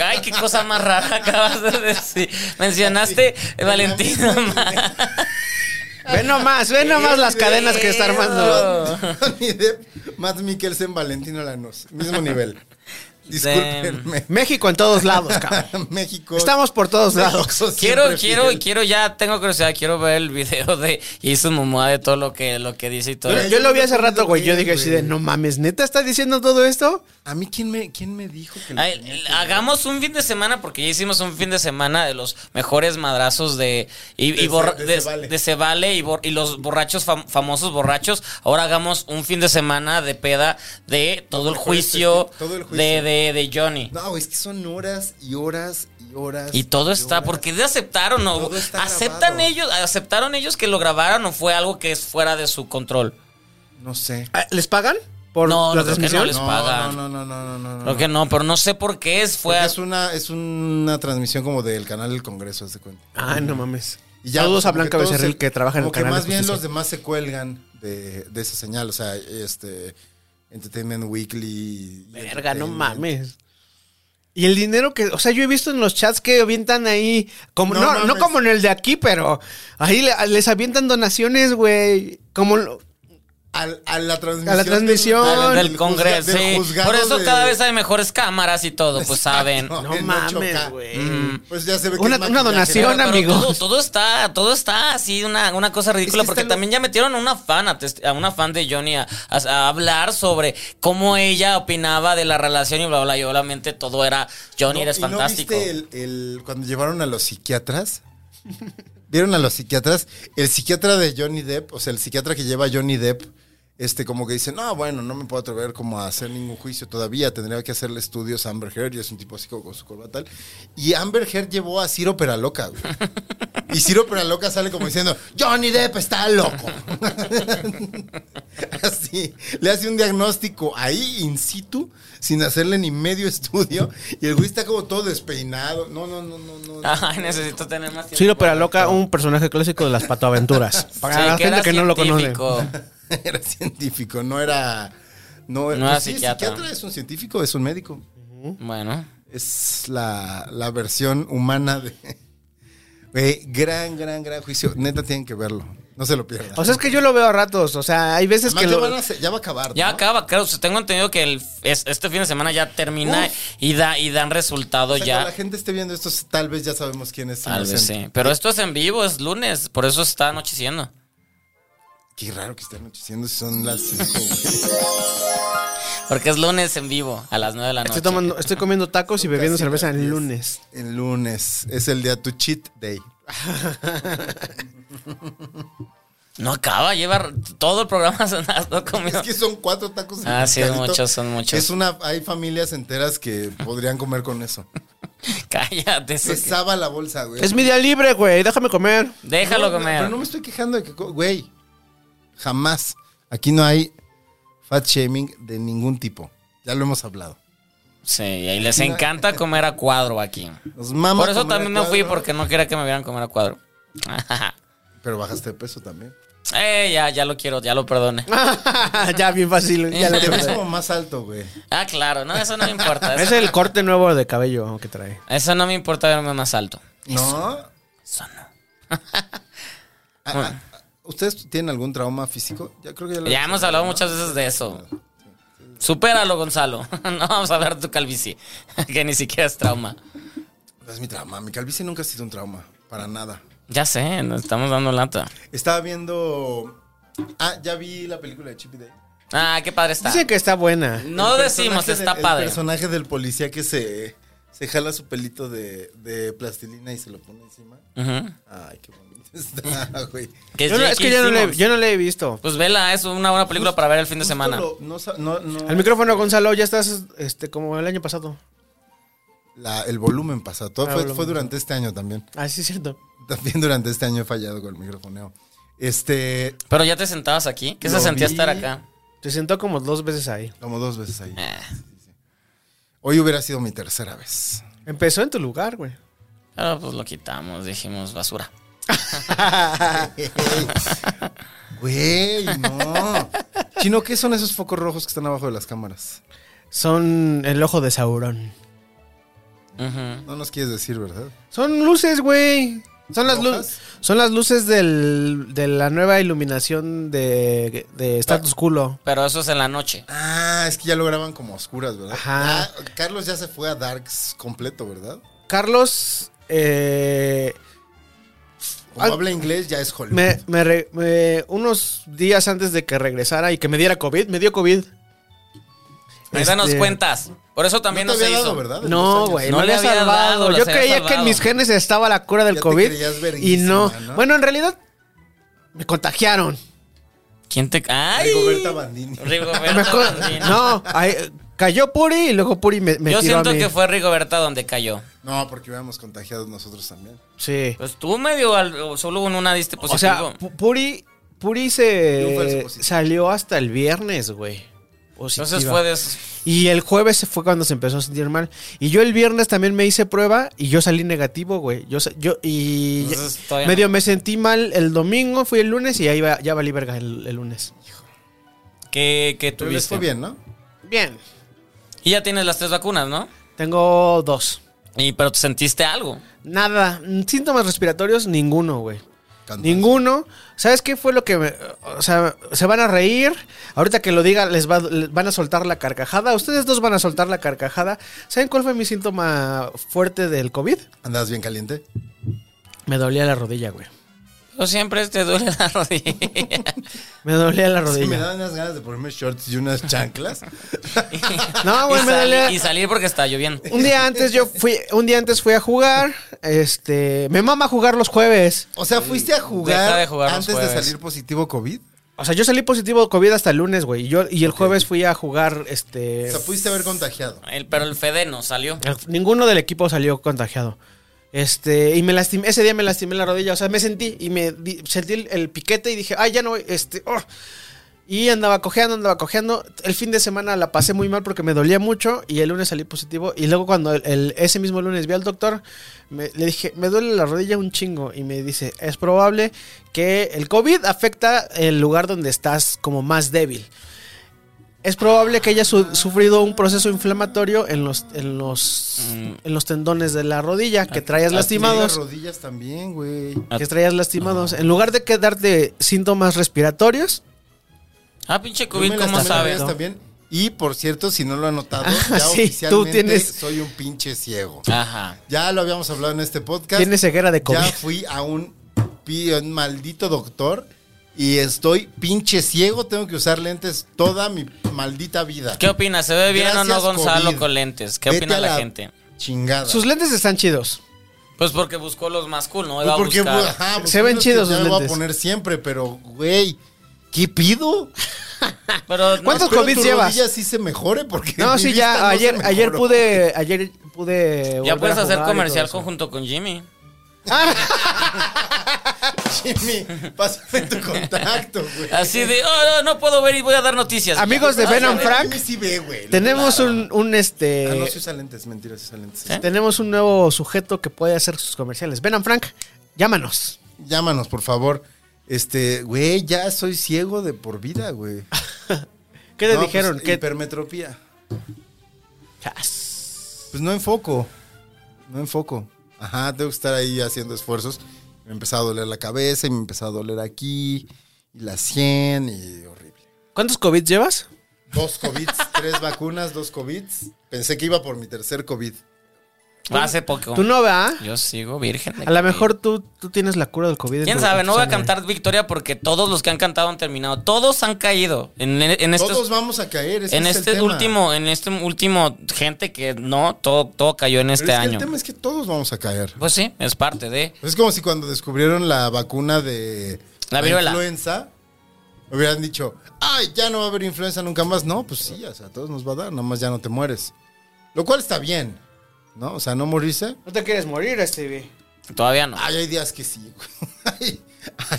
F: Ay, qué cosa más rara acabas de decir. Mencionaste Valentino Ma-
B: Ve nomás, ve nomás las cadenas que está armando.
E: Johnny Depp, Matt Mikkelsen, Valentino Lanús. Mismo nivel. Discúlpenme.
B: México en todos lados, cabrón.
E: México.
B: Estamos por todos lados.
E: México
F: Quiero,
E: siempre
F: quiero,
E: fiel.
F: quiero, ya tengo curiosidad, quiero ver el video de Jason Momoa de todo lo que, lo que dice y todo.
E: Güey,
B: Yo lo vi
E: no
B: hace
E: puedo
B: rato, güey. Yo
E: creer,
B: dije así de,
E: güey.
B: no mames, ¿neta está diciendo todo esto?
E: A mí, ¿quién me, quién me dijo que lo
F: Ay,
E: tenía que ver?
F: hagamos un fin de semana, porque ya hicimos un fin de semana de los mejores madrazos de. Y,
E: De
F: y borra-
E: Ce- de
F: de,
E: Cebale.
F: de Cebale y, bor- y los borrachos, fam- famosos borrachos. Ahora hagamos un fin de semana de peda de todo el
E: mejores
F: juicio,
E: testi- este todo el juicio.
F: De, de, de Johnny.
E: No, güey, es que son horas y horas y horas.
F: Y todo está,
E: horas.
F: porque de aceptaron o
E: eh, Todo está
F: aceptan
E: grabado.
F: ellos, aceptaron ellos que lo grabaran o fue algo que es fuera de su control.
E: No sé.
B: Ah, ¿Les pagan? ¿Por
F: No,
B: la
F: no creo que no
B: transmisión?
F: les
E: no,
F: pagan.
E: No, no, no, no, no, no.
F: Creo que no, pero no sé por qué es fue
E: Porque es una, es una transmisión como del canal del Congreso, haz de cuenta.
B: Ah, no mames.
E: Y ya,
B: Saludos a
E: como que
B: Blanca
E: todos
B: Becerril
E: se-
B: que trabaja en el
E: como que
B: canal.
E: más
B: de
E: bien
B: Justicia.
E: los demás se cuelgan de, de esa señal. O sea, este. Entertainment Weekly. y
B: Verga, no
E: Entertainment.
B: mames. Y el dinero que, o sea, yo he visto en los chats que avientan ahí, como,
E: No
B: no, no,
E: mames.
B: como en el de aquí, pero ahí le- les avientan donaciones, güey. Como lo-
E: Al- a la transmisión.
B: A la transmisión.
E: del-
F: del,
B: Del
E: juzga-
F: Congreso.
E: del
F: sí.
E: juzgado
F: Por eso
E: de-
F: cada vez hay mejores cámaras y todo, pues saben.
E: Exacto,
B: No
E: en
B: mames,
E: 8K.
B: güey.
E: Pues ya se ve que
B: Una-
E: es
B: una
E: maquillaje.
B: donación,
F: Pero
B: amigos.
F: Todo, todo está, todo está así, una, una cosa ridícula,
E: Es que
F: porque
E: está lo-
F: también ya metieron a una fan, a, test- a una fan de Johnny a, a- a hablar sobre cómo ella opinaba de la relación y bla, bla, bla. Y obviamente todo era Johnny,
E: No,
F: eres
E: ¿y no
F: fantástico.
E: viste el, el- cuando llevaron a los psiquiatras? ¿Vieron a los psiquiatras? El psiquiatra de Johnny Depp, o sea, el psiquiatra que lleva a Johnny Depp este, como que dice, no, bueno, no me puedo atrever como a hacer ningún juicio todavía, tendría que hacerle estudios a Amber Heard, y es un tipo así como con su corbata. tal. Y Amber Heard llevó a Ciro Peraloca, güey. Y Ciro Peraloca sale como diciendo, Johnny Depp está loco. así, le hace un diagnóstico ahí in situ, sin hacerle ni medio estudio, y el güey está como todo despeinado. No, no, no, no, no.
F: Ay, necesito tener más tiempo.
B: Ciro Peraloca, un personaje clásico de las patoaventuras. Para
F: Sí,
B: la
F: que era
B: gente que no lo conoce.
F: científico.
E: era científico, no era. No, pues
F: No era
E: sí,
F: psiquiatra.
E: es un científico, es un médico.
F: Bueno.
E: Es la, la versión humana de. Güey, gran, gran, gran juicio. Neta, tienen que verlo. No se lo pierdan.
B: O sea, es que yo lo veo a ratos. O sea, hay veces
E: Además,
B: que
E: ya,
B: lo.
E: van a hacer- ya va a acabar.
F: Ya
E: ¿no?
F: acaba, creo. o sea, Tengo entendido que el, es- este fin de semana ya termina y, da, y dan resultado
E: O sea, cuando
F: ya.
E: la gente esté viendo esto, tal vez ya sabemos quién es.
F: Tal vez
E: inocente.
F: sí. Pero esto es en vivo, es lunes, por eso está anocheciendo.
E: Qué raro que esté anocheciendo si son las 5.
F: Porque es lunes en vivo a las 9 de la noche.
B: Estoy, tomando, estoy comiendo tacos y bebiendo
E: Casi
B: cerveza
E: las
B: el
E: diez.
B: lunes.
E: El lunes. Es el día tu cheat day.
F: No acaba, lleva todo el programa sonando comido.
E: Es que son cuatro tacos. en
F: Ah,
E: el
F: sí, son
E: mercadito.
F: muchos, son muchos.
E: Es una, hay familias enteras que podrían comer con eso.
F: Cállate. eso
E: Se
F: que-
E: saba la bolsa, güey.
B: Es mi día libre, güey. Déjame comer.
F: Déjalo
E: No,
F: comer.
E: Pero no me estoy quejando de que, co- güey, jamás. Aquí no hay fat shaming de ningún tipo. Ya lo hemos hablado.
F: Sí, y ahí les encanta comer a cuadro aquí.
E: Nos mama
F: Por eso
E: comer
F: también me
E: cuadro,
F: fui, porque no quería que me vieran comer a cuadro.
E: Pero bajaste de peso también.
F: eh, ya, ya lo quiero, ya lo perdone.
E: Ah.
B: ya, bien fácil. ya lo
E: Te ves
B: perdí.
E: como más alto, güey.
F: Ah, claro, no, eso no me importa.
B: es
F: Eso,
B: el corte nuevo de cabello que trae.
F: eso no me importa verme más alto.
E: ¿No?
F: Eso no.
E: Ah, ah, ¿Ustedes tienen algún trauma físico? Ya creo que ya lo
F: Ya hemos hablado muchas veces de eso. Supéralo, Gonzalo. No vamos a ver tu calvicie, que ni siquiera es trauma.
E: No es mi trauma. Mi calvicie nunca ha sido un trauma. Para nada.
F: Ya sé, nos estamos dando lata.
E: Estaba viendo. Ah, ya vi la película de Chip y Dale.
F: Ah, qué padre está.
B: Dice que está buena.
F: No
E: El
F: decimos,
E: personaje
F: está
E: del-
F: padre.
E: El personaje del policía que se, se jala su pelito de, de plastilina y se lo pone encima.
F: Ujú.
E: Ay, qué bonito está, güey.
F: Que
B: Yo no- es
F: J.K.
B: que yo no, le,
F: Simmons.
B: yo no le he visto.
F: Pues vela, es una buena película para ver el fin de
E: Justo
F: semana.
E: lo- no sa- no- no-
B: Al micrófono, Gonzalo, ya estás este, como el año pasado.
E: La- el volumen pasa. Todo
B: Ah,
E: fue,
B: volumen.
E: fue durante este año también.
B: Ah, sí, es cierto.
E: También durante este año he fallado con el microfoneo. Este,
F: Pero ya te sentabas aquí. ¿Qué se
E: Lo
F: sentía
E: vi.
F: estar acá?
B: Te sentó como dos veces ahí.
E: como dos veces ahí.
F: Eh,
E: Hoy hubiera sido mi tercera vez.
B: Empezó en tu lugar, güey.
F: pero pues lo quitamos, dijimos basura.
E: Güey, no. Chino, ¿qué son esos focos rojos que están abajo de las cámaras?
B: Son el ojo de Saurón.
F: Ujú.
E: No nos quieres decir, ¿verdad?
B: Son luces, güey. Son las, lu-
E: ¿Rojas?
B: son las luces del- de la nueva iluminación de, de Status Culo.
F: Pero eso es en la noche.
E: Ah, es que ya lo graban como a oscuras, ¿verdad?
B: Ajá.
E: Ah, Carlos ya se fue a Darks completo, ¿verdad?
B: Carlos, eh,
E: Como
B: Ah,
E: habla inglés, ya es Hollywood.
B: me- me re- me- unos días antes de que regresara y que me diera COVID, me dio COVID.
F: Ahí danos
B: Este,
F: cuentas. Por eso también no,
E: te
F: se
E: había
F: hizo.
E: dado, ¿verdad? En dos
B: No,
E: Ah, años.
B: güey,
F: No
B: no,
F: le
B: le ha
F: había
B: salvado.
F: dado, los
B: Yo
F: había
B: creía que en
F: salvado.
B: mis genes estaba la cura del
E: Ya te
B: COVID.
E: creías
B: Y
E: verguísima,
B: no.
E: ¿no?
B: Bueno, en realidad me contagiaron.
F: ¿Quién te.? ¡Ay!
E: Rigoberta Bandini.
F: Rigoberta
B: Me co-
F: Bandini.
B: no, ahí- cayó Puri y luego Puri me, me
F: Yo
B: tiró a
F: siento
B: mí.
F: que fue Rigoberta donde cayó.
E: No, porque hubiéramos contagiado nosotros también.
B: Sí.
F: Pues tú medio al- o solo en una pues, diste positivo.
B: O sea, Pu- Puri, Puri se
E: Y un falso positivo.
B: salió hasta el viernes, güey.
F: Entonces
B: Positiva.
F: fue de esos-
B: Y el jueves se fue cuando se empezó a sentir mal. Y yo el viernes también me hice prueba y yo salí negativo, güey. Yo, sa- yo y
F: Entonces, todavía
B: medio me sentí mal el domingo, fui el lunes y ya iba, ya valí verga el, el lunes.
F: que, que
E: Pero les
F: tuviste.
E: fue bien, ¿no?
B: Bien.
F: Y ya tienes las tres vacunas, ¿no?
B: Tengo dos.
F: Y pero te sentiste algo.
B: Nada. Mm, Síntomas respiratorios, ninguno, güey.
E: Cantante.
B: Ninguno. ¿Sabes qué fue lo que me- O sea, se van a reír. Ahorita que lo diga, les, va, les van a soltar la carcajada. Ustedes dos van a soltar la carcajada. ¿Saben cuál fue mi síntoma fuerte del COVID?
E: ¿Andabas bien caliente?
B: Me dolía la rodilla, güey.
F: Pero siempre te duele la rodilla.
B: Me dolía la
E: Sí, me
B: rodilla.
E: daban unas ganas de ponerme shorts y unas chanclas.
B: No, güey,
F: y,
B: me
F: sali-
B: dolía.
F: y salir porque está lloviendo.
B: Un día antes yo fui, un día antes fui a jugar. Este, me mama jugar los jueves.
E: O sea, ¿fuiste a jugar,
F: de jugar los
E: antes de
F: jueves.
E: salir positivo COVID?
B: O sea, yo salí positivo de COVID hasta el lunes, güey. Y, yo, y el jueves fui a jugar,
E: O
B: este...
E: sea, pudiste haber contagiado.
F: El- pero el Fede no salió.
B: Ninguno del equipo salió contagiado. Este, y me lastimé, ese día me lastimé la rodilla, o sea, me sentí y me di- sentí el, el piquete y dije, ay, ya no, voy", este, oh". y andaba cojeando, andaba cojeando. El fin de semana la pasé muy mal porque me dolía mucho y el lunes salí positivo. Y luego cuando el- el- ese mismo lunes vi al doctor, me- le dije, me duele la rodilla un chingo. Y me dice, es probable que el COVID afecta el lugar donde estás como más débil. Es probable que haya su- sufrido un proceso inflamatorio en los, en los, en los tendones de la rodilla que traías
E: Las
B: lastimados.
E: rodillas también, güey.
B: Que traías lastimados. En lugar de quedarte síntomas respiratorios,
F: Ah, pinche
E: Yo me
F: COVID,
E: lastimé
F: ¿cómo
E: las
F: sabe?
E: rodillas También. Y por cierto, si no lo han notado,
B: Ah,
E: ya
B: sí, tú
E: oficialmente
B: tienes-
E: soy un pinche ciego.
F: Ajá.
E: Ya lo habíamos hablado en este podcast.
B: tienes ceguera de COVID.
E: Ya fui a un, pi- un maldito doctor y estoy pinche ciego. Tengo que usar lentes toda mi maldita vida.
F: ¿Qué opinas? ¿Se ve bien o no
E: Gracias,
F: Gonzalo
E: COVID.
F: con lentes? ¿Qué
E: Vete
F: opina
E: a
F: la, gente?
E: Chingada.
B: Sus lentes están chidos.
F: Pues porque buscó los más cool, ¿no?
E: Pues
F: Iba a
E: porque,
F: buscar.
E: ajá, pues,
B: Se ven
E: uno es
B: chidos
E: que ya
B: los
E: me voy a
B: lentes.
E: poner siempre, pero, güey, ¿qué pido?
F: Pero no,
B: ¿Cuántos
E: Espero
B: COVID
E: tu
B: llevas?
E: rodilla sí se mejore porque
B: No,
E: mi
B: sí,
E: vista
B: ya
E: no se
B: ayer, ayer
E: mejoró.
B: pude, ayer pude. volver
F: ya
B: a
F: puedes hacer
B: jugar y
F: comercial
B: todo eso.
F: conjunto con Jimmy.
E: Jimmy, pásame tu contacto, güey.
F: Así de, oh, no, no puedo ver y voy a dar noticias.
B: Amigos de
E: Ah,
B: Ben
E: sí,
B: and
E: güey,
B: Frank,
E: Jimmy sí ve, güey.
B: tenemos un, un, este.
E: Ah, no, sí usa lentes, mentira, sí usa lentes. Este,
F: ¿Eh?
B: Tenemos un nuevo sujeto que puede hacer sus comerciales. Ben and Frank, llámanos.
E: Llámanos, por favor. Este, güey, ya soy ciego de por vida, güey.
B: ¿Qué te
E: No,
B: dijeron?
E: pues,
B: ¿Qué-
E: Hipermetropía.
B: Chas.
E: Pues no enfoco. No enfoco. Ajá, tengo que estar ahí haciendo esfuerzos. Me empezaba a doler la cabeza y me empezaba a doler aquí. Y la 100 y horrible.
B: ¿Cuántos COVID llevas?
E: Dos COVID, tres vacunas, dos COVID. Pensé que iba por mi tercer COVID.
F: Ah, Hace poco.
B: Tú no, ¿verdad?
F: Yo sigo virgen. de
B: A lo
F: COVID.
B: mejor tú, tú tienes la cura del COVID. en
F: ¿Quién
B: tu-
F: sabe?
B: en tu
F: No voy a
B: sangre.
F: cantar victoria porque todos los que han cantado han terminado. Todos han caído. En, en estos,
E: Todos vamos a caer. ese
F: en
E: es el
F: este
E: tema.
F: último, en este último, gente que no, todo, todo cayó en
E: Pero
F: este
E: es que
F: año.
E: El tema es que todos vamos a caer.
F: Pues sí, es parte de.
E: Es como si cuando descubrieron la vacuna de
F: La viruela.
E: influenza, hubieran dicho, ay, ya no va a haber influenza nunca más. No, pues sí, o sea, a todos nos va a dar, nada más ya no te mueres. Lo cual está bien, ¿no? O sea, no morirse.
B: No te quieres morir, Stevie.
F: Todavía no.
E: Ay, hay días que sí, güey. Hay,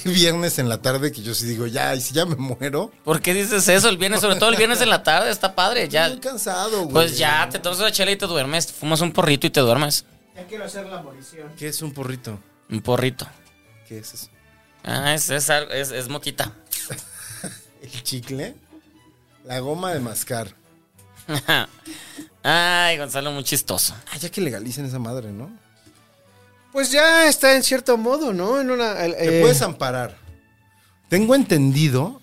E: hay viernes en la tarde que yo sí digo, ya, y si ya me muero,
F: ¿Por qué dices eso el viernes? Sobre todo el viernes en la tarde, está padre. Ya,
E: estoy cansado, güey.
F: pues ya, te tomas una chela y te duermes. Te fumas un porrito y te duermes.
B: Ya quiero hacer la morición.
E: ¿Qué es un porrito?
F: Un porrito.
E: ¿Qué es eso?
F: Ah, es, es, al- es- es moquita.
E: ¿El chicle? La goma de mascar.
F: Ay, Gonzalo, muy chistoso.
E: Ah, ya que legalicen esa madre, ¿no?
B: Pues ya está en cierto modo, ¿no? En una. el-
E: Te
B: eh,
E: puedes amparar. Tengo entendido,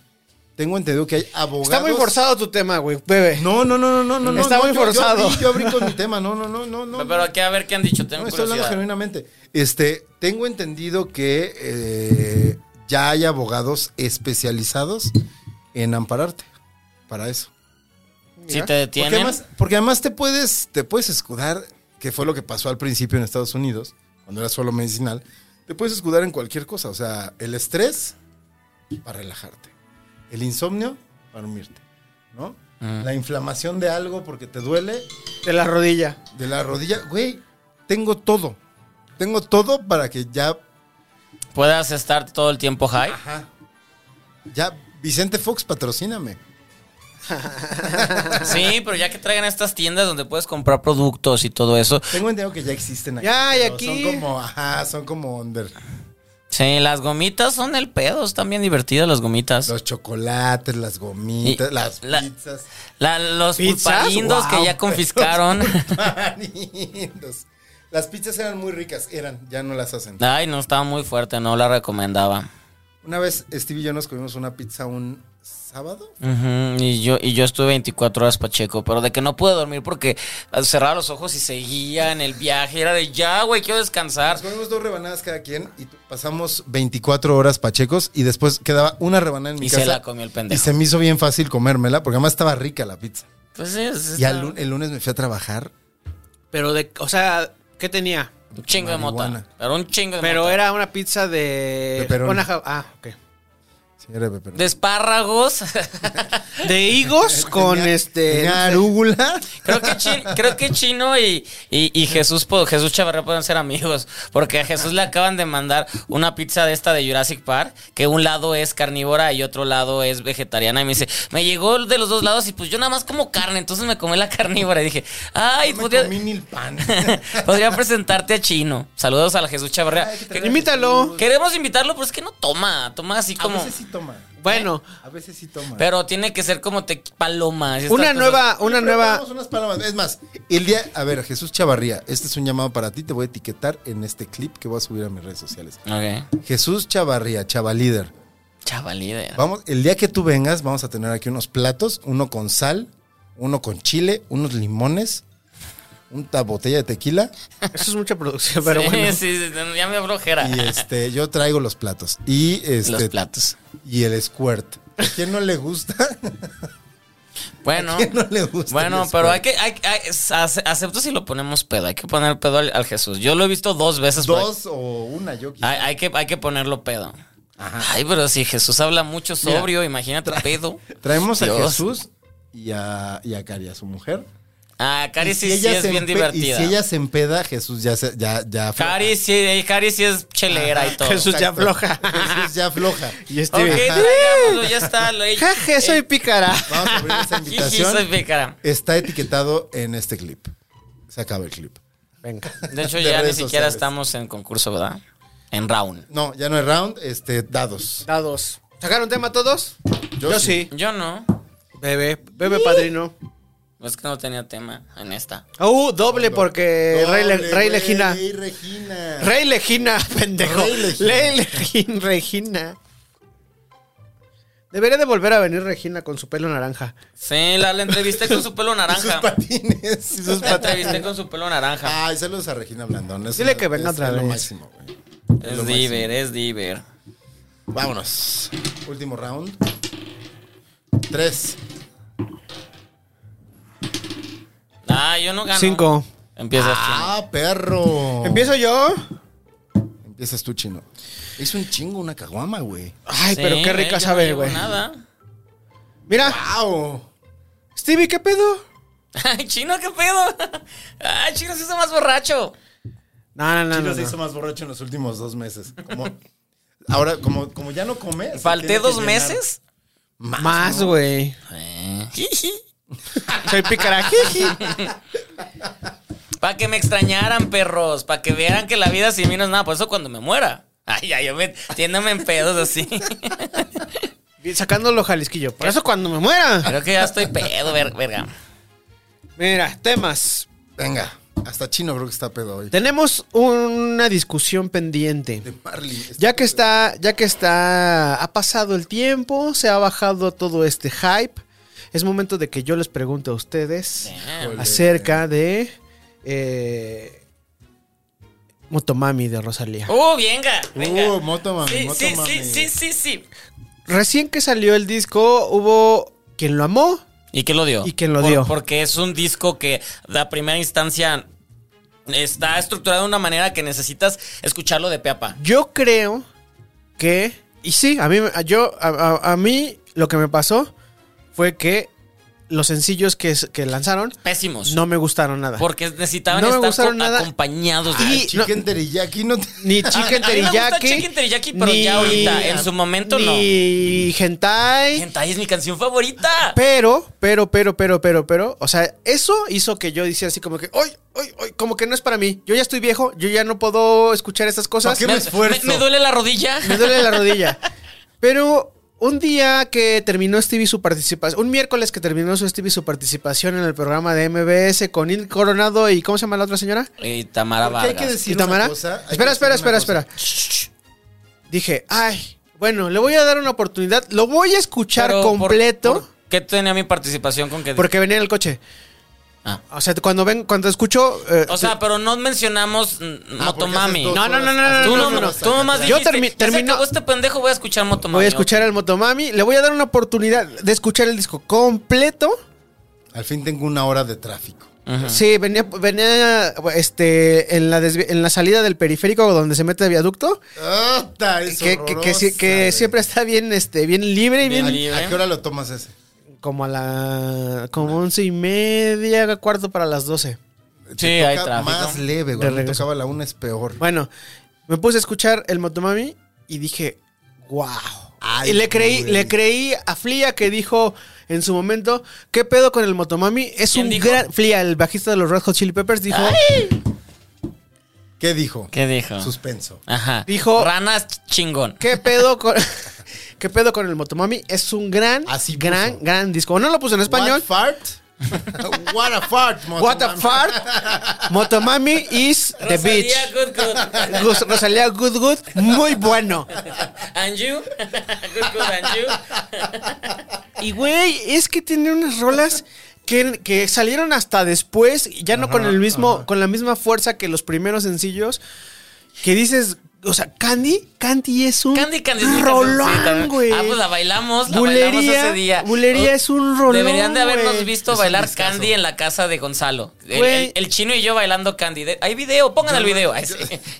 E: tengo entendido que hay abogados.
B: Está muy forzado tu tema, güey, bebé.
E: No, no, no, no, no, no. no,
B: Está
E: no,
B: muy
E: yo- yo
B: forzado.
E: abrí- Yo abrí, con mi tema, no, no, no, no, no.
F: Pero aquí a ver qué han dicho. Tengo
E: no, estoy hablando
F: curiosidad.
E: genuinamente. Este, tengo entendido que eh, ya hay abogados especializados en ampararte para eso.
F: Si te
E: Porque
F: detienen.
E: además, porque además te puedes, te puedes escudar, que fue lo que pasó al principio en Estados Unidos, cuando era solo medicinal, te puedes escudar en cualquier cosa. O sea, el estrés para relajarte. El insomnio para dormirte. ¿No?
B: Mm.
E: La inflamación de algo porque te duele,
B: De la rodilla.
E: de la rodilla. Güey, tengo todo. Tengo todo para que ya.
F: Puedas estar todo el tiempo high.
E: Ajá. Ya, Vicente Fox, patrocíname.
F: Sí, pero ya que traigan estas tiendas donde puedes comprar productos y todo eso.
E: Tengo entendido que ya existen aquí.
B: Ya, y
E: pero
B: aquí-
E: Son como, ajá, son como under.
F: Sí, las gomitas son el pedo. Están bien divertidas las gomitas.
E: Los chocolates, las gomitas,
F: Y-
E: las
F: la-
E: pizzas.
F: La- los
B: ¿Pizzas?
F: pulparindos
B: Wow.
F: que ya confiscaron.
E: Panitos. Las pizzas eran muy ricas, eran, ya no las hacen.
F: Ay, no, estaba muy fuerte, no la recomendaba.
E: Una vez Steve y yo nos comimos una pizza un sábado.
F: Ujú, y, yo, y yo estuve 24 horas pacheco, pero de que no pude dormir porque cerraba los ojos y seguía en el viaje. Era de ya, güey, quiero descansar.
E: Nos comimos dos rebanadas cada quien y pasamos 24 horas pachecos y después quedaba una rebanada en mi
F: Y
E: casa.
F: se la comió el
E: y
F: pendejo.
E: se me hizo bien fácil comérmela porque además estaba rica la pizza.
F: Pues sí, es-
E: Y
F: está-
E: al lu- el lunes me fui a trabajar.
B: Pero de, o sea, ¿qué tenía?
F: un chingo de mota.
E: marihuana.
F: Pero un chingo de
B: Pero
F: mota.
B: era una pizza de.
E: Pepperoni.
B: una ja- ah, ok.
E: Sí. Era peperón.
F: De espárragos.
B: De higos con este.
E: Tenía arúgula.
F: creo, que Chin- creo que Chino y, y- y Jesús po- Jesús Chavarría pueden ser amigos. Porque a Jesús le acaban de mandar una pizza de esta de Jurassic Park. Que un lado es carnívora y otro lado es vegetariana. Y me dice, me llegó de los dos lados y pues yo nada más como carne. Entonces me comí la carnívora. Y dije, ay,
E: No me
F: podría,
E: comí ni el pan.
F: podría presentarte a Chino. Saludos a la Jesús Chavarría. Que-
B: Imítalo.
F: Queremos invitarlo, pero es que no toma. Toma así
E: A
F: como.
E: veces sí toma. ¿eh?
B: Bueno,
E: A veces sí toma.
F: Pero tiene que ser como te palomas. y estas
B: una
F: cosas.
B: nueva, una nueva.
E: Preparamos unas palomas. Es más, el día. A ver, Jesús Chavarría, este es un llamado para ti. Te voy a etiquetar en este clip que voy a subir a mis redes sociales.
F: Ok.
E: Jesús Chavarría, chavalíder.
F: Chavalíder.
E: Vamos, el día que tú vengas, vamos a tener aquí unos platos: uno con sal, uno con chile, unos limones, una botella de tequila.
B: Eso es mucha producción, pero
F: sí,
B: bueno.
F: sí, sí, ya me dio flojera.
E: Y este, yo traigo los platos. Y este.
F: Los platos.
E: Y el squirt. ¿A quién no le gusta?
F: Bueno.
E: ¿A quién no le gusta?
F: Bueno,
E: el
F: pero
E: squirt?
F: hay que, hay- hay- ace- acepto si lo ponemos pedo. Hay que poner pedo al, al Jesús. Yo lo he visto dos veces. pero
E: Dos o una, yo
B: Ah,
E: quisiera.
F: Hay, hay que, hay que ponerlo pedo. Ay, pero si Jesús habla mucho sobrio, imagínate pedo.
E: Traemos a
F: Dios.
E: Jesús y a, y a Cari, a su mujer.
F: Ah, Cari
E: Y
F: sí, sí es
E: se
F: bien
E: empe- Y
F: divertida.
E: si ella se empeda, Jesús ya se, ya, ya afloja.
F: Cari sí, eh, Cari sí es chelera y todo.
B: Jesús ya
E: Exacto.
B: afloja.
E: Jesús ya afloja.
B: Y
F: Ok,
B: Steven.
F: traigámoslo, ya está. Lo,
B: Jaje, soy pícara.
E: Vamos a abrir esa
F: Jiji, soy
E: invitación.
F: pícara.
E: Está etiquetado en este clip. Se acaba el clip.
B: Venga.
F: De hecho,
E: De
F: ya ni
E: redes
F: siquiera
E: sociales.
F: estamos en concurso, ¿verdad? En round.
E: No, ya no es round, este, dados.
B: Dados. ¿Sacaron tema todos?
E: Yo sí.
F: Yo no.
B: Bebe, bebe padrino.
F: Es que no tenía tema en esta.
B: Uh, doble porque Rey, Eh, Le-
E: Doble,
B: Rey
E: güey,
B: Legina.
E: Rey Regina.
B: Rey Legina, pendejo.
E: Rey Legina.
B: Rey Legin- Regina. Debería de volver a venir Regina con su pelo naranja.
F: Sí, la, la entrevisté con su pelo
E: Y sus
F: naranja.
E: patines. y sus Ah,
F: La
E: patines.
F: entrevisté con su pelo naranja.
E: Ay, saludos a Regina Blandón. Es-
B: Dile que venga
E: es-
B: otra
E: es lo
B: vez.
E: máximo, güey. es lo
F: es diver, es diver.
E: Vámonos. Último round. Tres.
F: Ah, yo no gano.
B: Cinco.
F: Empiezas chino.
E: Ah, perro.
B: ¿Empiezo yo?
E: Empiezas tú, chino. Es un chingo una caguama, güey.
B: Ay,
F: Sí,
B: pero qué
F: güey, yo
B: rica
F: no
B: sabe,
F: llevo
B: güey.
F: nada.
B: Mira,
E: ¡Au!
B: Stevie, ¿qué pedo?
F: Ay, chino, qué pedo. Ay, chino se hizo más borracho.
B: No, no, no.
E: Chino
B: no,
E: se
B: no.
E: hizo más borracho en los últimos dos meses. Como, ahora, como, como ya no come. se
F: ¿Falté
E: tiene que
F: dos
E: llenar.
F: meses?
B: Más, güey. Soy pícara. jiji.
F: Para que me extrañaran, perros. Para que vieran que la vida sin mí no es nada. Por eso cuando me muera. Ay, ya, yo me tiéndome en pedos así.
B: Y Sacándolo jalisquillo. Por eso cuando me muera.
F: Creo que ya estoy pedo, ver- verga.
B: Mira, temas.
E: Venga, hasta Chino creo que está pedo hoy.
B: Tenemos una discusión pendiente.
E: De Marley.
B: Ya que está, ya que está, ha pasado el tiempo, se ha bajado todo este hype. Es momento de que yo les pregunte a ustedes
F: Damn.
B: acerca de eh, Motomami de Rosalía.
F: Uh, venga, venga.
E: Uh, moto mami,
F: sí,
E: moto
F: sí,
E: mami.
F: sí, sí, sí, sí.
B: Recién que salió el disco, hubo quien lo amó.
F: ¿Y qué lo dio?
B: ¿Y quién lo
F: Por-
B: dio?
F: Porque es un disco que de primera instancia está estructurado de una manera que necesitas escucharlo de peapa.
B: Yo creo que y sí, a mí, me- a- yo, a, a- a mí lo que me pasó fue que los sencillos que, s- que lanzaron
F: Pésimos.
B: no me gustaron nada.
F: Porque necesitaban
B: No me
F: estar
B: gustaron
F: co-
B: nada.
F: acompañados de
B: Y-
E: Chicken teriyaki no te-
B: Ni chicken
F: A mí me gusta
B: teriyaki.
F: chicken teriyaki, pero ya ahorita, en su momento, no.
B: Ni hentai.
F: Hentai es mi canción favorita.
B: Pero, pero, pero, pero, pero, pero. O sea, eso hizo que yo decía así como que, ¡ay, ay, ay! Como que no es para mí. Yo ya estoy viejo, yo ya no puedo escuchar estas cosas.
E: ¿Para qué
B: Me,
E: me esfuerzo.
F: me duele la rodilla.
B: me duele la rodilla. Pero un día que terminó Stevie su participación, un miércoles que terminó su Stevie su participación en el programa de MBS con Il Coronado y ¿cómo se llama la otra señora?
F: Y Tamara
E: Porque hay
F: Vargas.
E: que decir
B: ¿Y Tamara?
E: una cosa. hay que
B: espera,
E: decir
B: espera,
E: una
B: espera, espera. Dije, ay, bueno, le voy a dar una oportunidad. Lo voy a escuchar
F: Pero, ¿por-
B: completo
F: por ¿Qué tenía mi participación con que
B: porque venía en el coche.
F: Ah.
B: O sea, cuando ven, cuando escucho. eh,
F: O sea, pero no mencionamos mm,
E: Ah, porque
F: Motomami.
E: haces dos
B: No, no, no, no,
E: horas-
B: no,
F: Tú,
B: no,
F: no,
B: no.
F: tú nomás
B: Yo
F: dijiste,
B: termi-
F: "Ya se
B: termino-
F: acabó este pendejo, voy a escuchar Motomami.
B: voy a escuchar al Motomami. Le voy a dar una oportunidad de escuchar el disco completo.
E: Al fin tengo una hora de tráfico.
B: Sí, venía, venía este, en, la desvi- en la salida del periférico donde se mete el viaducto.
E: ¡Ota! Es
B: Que, que- que si- que
E: horrorosa,
B: siempre está bien, este, bien libre y
E: güey.
B: bien.
F: Bien libre.
E: ¿A, a qué hora lo tomas ese?
B: Como a la. como once y media, cuarto para las doce.
E: Te
F: Sí, hay
E: toca
F: tráfico.
E: Más leve,
B: De
E: güey. Me
B: regreso.
E: tocaba la una, es peor.
B: Bueno, me puse a escuchar el Motomami y dije, wow.
E: Ay,
B: y le creí,
E: güey.
B: le creí a Flia que dijo en su momento, ¿qué pedo con el Motomami? Es
F: ¿Quién
B: un
F: dijo?
B: gran. Flia, el bajista de los Red Hot Chili Peppers, dijo.
E: ¿Qué dijo?
F: ¿Qué dijo?
E: Suspenso.
F: Ajá.
B: Dijo-
F: Ranas chingón.
B: ¿Qué pedo con.? ¿Qué pedo con el Motomami? Es un gran,
E: Así puso.
B: gran, gran disco. No lo puse en español.
E: What fart? What a fart, moto,
B: What a
E: mami.
B: fart. Motomami is the beach.
F: Rosalía, good, good.
B: Gus- Rosalía Good Good, muy bueno.
F: And you? Good, good, and you?
B: Y güey, es que tiene unas rolas que, que salieron hasta después, ya no con el mismo, con la misma fuerza que los primeros sencillos, que dices, o sea, Candy, Candy es un
F: Candy Candy es mi
B: rolón,
F: cancioncita.
B: güey.
F: Ah, pues la bailamos, la
B: Bulería,
F: bailamos ese día.
B: Bulería es un rolón,
F: Deberían de habernos
B: güey.
F: visto
E: Es un
F: bailar
E: discazo.
F: Candy en la casa de Gonzalo. El,
B: Güey.
F: el- el chino y yo bailando Candy. De- hay video, pongan el video. Ay, sí.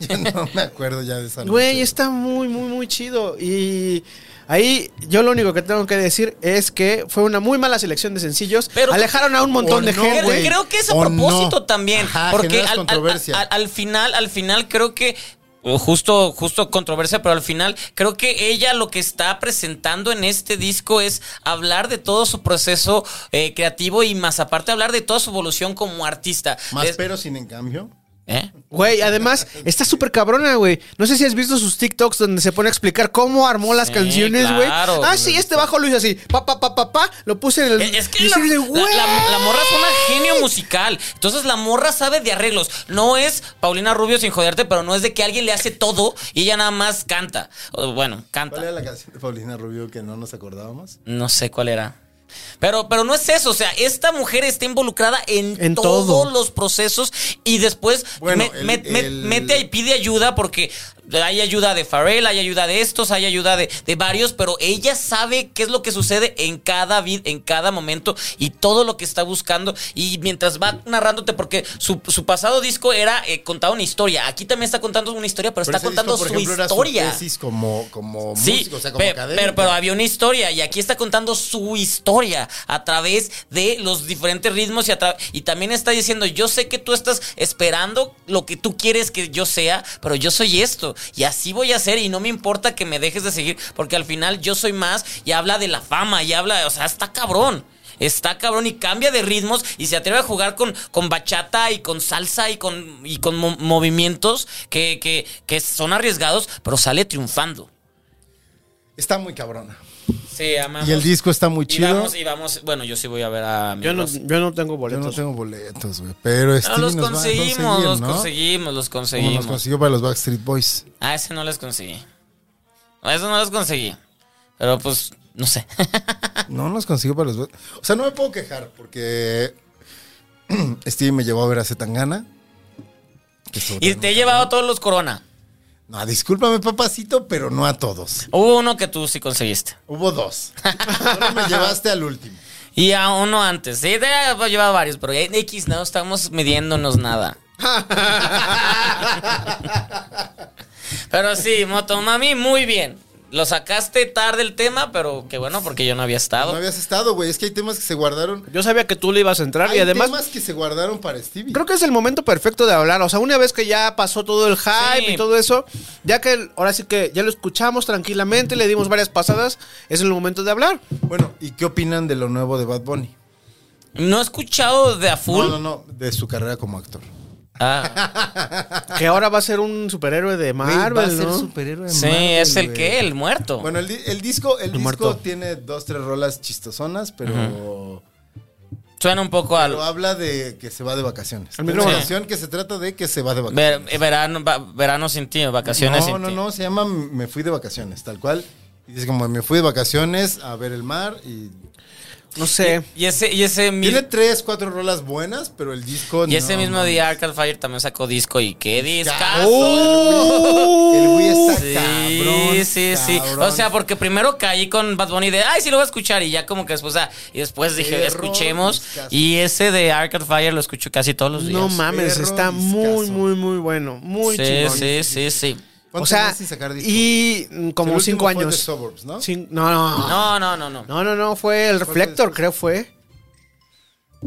E: Yo no me acuerdo ya de esa noche.
B: Güey, está muy, muy, muy chido. Y ahí yo lo único que tengo que decir es que fue una muy mala selección de sencillos.
F: Pero-
B: Alejaron a un montón
E: O
B: de
E: no,
B: gente.
F: creo,
E: güey.
F: creo que es a
E: O
F: propósito
E: no.
F: también.
E: Ajá,
F: porque
E: generas
F: al, al-
E: controversia.
F: al- al final, al final creo que. o Justo, justo controversia, pero al final creo que ella lo que está presentando en este disco es hablar de todo su proceso eh, creativo y más aparte hablar de toda su evolución como artista.
E: Más
F: Des-
E: pero sin en cambio.
F: ¿Eh?
B: Güey, además, está súper cabrona, güey. No sé si has visto sus TikToks donde se pone a explicar cómo armó las
F: Sí,
B: canciones, güey.
F: claro. Eh,
B: ah, sí, este bajo lo hice así. Pa, pa, pa, pa, pa. Lo puse en el.
F: Es que
B: Pues, y
F: la,
B: sí, de,
F: la-
B: güey.
F: la- la morra es una genio musical. Entonces la morra sabe de arreglos. No es Paulina Rubio sin joderte, pero no es de que alguien le hace todo y ella nada más canta. O, Bueno,
E: ¿Cuál era
F: canta.
E: la canción de Paulina Rubio que no nos acordábamos?
F: No sé cuál era. Pero, pero no es eso, o sea, esta mujer está involucrada en,
B: En
F: todos
B: todo.
F: los procesos y después
E: Bueno,
F: me-
E: el-
F: me- me-
E: el-
F: mete y pide ayuda porque hay ayuda de Pharrell, hay ayuda de estos, hay ayuda de, de varios, pero ella sabe qué es lo que sucede en cada vid, en cada momento y todo lo que está buscando y mientras va narrándote porque su, su pasado disco era eh, contaba una historia, aquí también está contando una historia, pero, está
E: ese
F: contando
E: disco, por
F: su
E: ejemplo, era
F: historia.
E: Su tesis como, como
F: Sí,
E: músico, o sea, como
F: pe-
E: académico.
F: pero, pero había una historia y aquí está contando su historia a través de los diferentes ritmos y, a tra- y también está diciendo, yo sé que tú estás esperando lo que tú quieres que yo sea, pero yo soy esto y así voy a ser y no me importa que me dejes de seguir porque al final yo soy más y habla de la fama y habla, o sea, está cabrón. Está cabrón y cambia de ritmos y se atreve a jugar con, con bachata y con salsa y con, y con mo- movimientos que, que, que son arriesgados, pero sale triunfando.
E: Está muy cabrona.
F: Sí, amamos.
E: Y el disco está muy chido.
F: Y vamos, y vamos- bueno, yo sí voy a ver a mi
B: Yo no,
F: Rosa.
B: yo no tengo
E: Yo no
B: boletos.
E: tengo boletos, güey. Pero este
F: No, los
E: nos va a
F: conseguimos,
E: conseguir,
F: los
E: ¿no?
F: conseguimos, los
E: Como
F: conseguimos.
E: nos consiguió para los Backstreet Boys.
F: Ah, ese no los conseguí. A eso no los conseguí. Pero pues, no sé.
E: No nos consiguió para los. O sea, no me puedo quejar porque Steve me llevó a ver a Zetangana. que estuvo
F: y
E: tan-
F: te he llevado todos los corona.
E: No, discúlpame, papacito, pero no a todos.
F: Hubo uno que tú sí conseguiste.
E: Hubo dos. Ahora me llevaste al último.
F: Y a uno antes. Sí, te he llevado varios, pero ya en X no estamos midiéndonos nada. pero sí, Motomami, muy bien. Lo sacaste tarde el tema, pero qué bueno, porque yo no había
E: No
F: estado.
E: habías estado, güey. Es que hay temas que se guardaron.
B: Yo sabía que tú le ibas a entrar
E: Hay
B: y además.
E: temas que se guardaron para Stevie.
B: Creo que es el momento perfecto de hablar. O sea, una vez que ya pasó todo el hype
F: Sí.
B: y todo eso, ya que el- ahora sí que ya lo escuchamos tranquilamente, le dimos varias pasadas, es el momento de hablar.
E: Bueno, ¿y qué opinan de lo nuevo de Bad Bunny?
F: No he escuchado de a full.
E: No, no, no, de su carrera como actor.
F: Ah,
B: Que ahora va a ser un superhéroe de
E: Güey, va a
B: Marvel,
E: ser
B: ¿no?
E: superhéroe de
F: sí,
E: Marvel,
F: es el
E: güey.
F: que, el muerto.
E: Bueno, el, di- el disco, el,
B: El
E: disco
B: muerto.
E: tiene dos, tres rolas chistosonas, pero,
F: Suena un poco
E: pero
F: al
E: habla de que se va de vacaciones.
B: El
E: Tiene
B: micrófono.
E: una canción que se trata de que se va de vacaciones.
F: ver- eh, verano, va- verano sin ti, vacaciones
E: no,
F: sin
E: no,
F: ti.
E: no, se llama Me fui de vacaciones, tal cual. Y dice como me fui de vacaciones a ver el mar y
B: No sé.
F: Y ese, y ese mi-
E: Tiene tres, cuatro rolas buenas, pero el disco
F: Y ese
E: no,
F: mismo
E: no.
F: día Arcade Fire también sacó disco y qué discazo.
E: El Wii está
F: Sí,
E: cabrón.
F: sí, sí.
E: cabrón.
F: O sea, porque primero caí con Bad Bunny de, ay, sí lo voy a escuchar y ya como que después, ah, y después dije,
E: Error,
F: escuchemos.
E: discazo.
F: Y ese de Arcade Fire lo escucho casi todos los días.
B: No mames,
E: Perro
B: está
E: discazo.
B: muy, muy, muy bueno. Muy
F: Sí,
B: chingón.
F: sí, sí, sí.
E: ¿Cuánto
B: O sea,
E: tenías sin sacar disco?
B: y mm, como
E: El último
B: cinco
E: fue The
B: años.
E: Suburbs, ¿no?
B: Cin- no, no, no.
F: No, no, no, no.
B: No, no, no, fue el reflector,
E: después?
B: creo fue.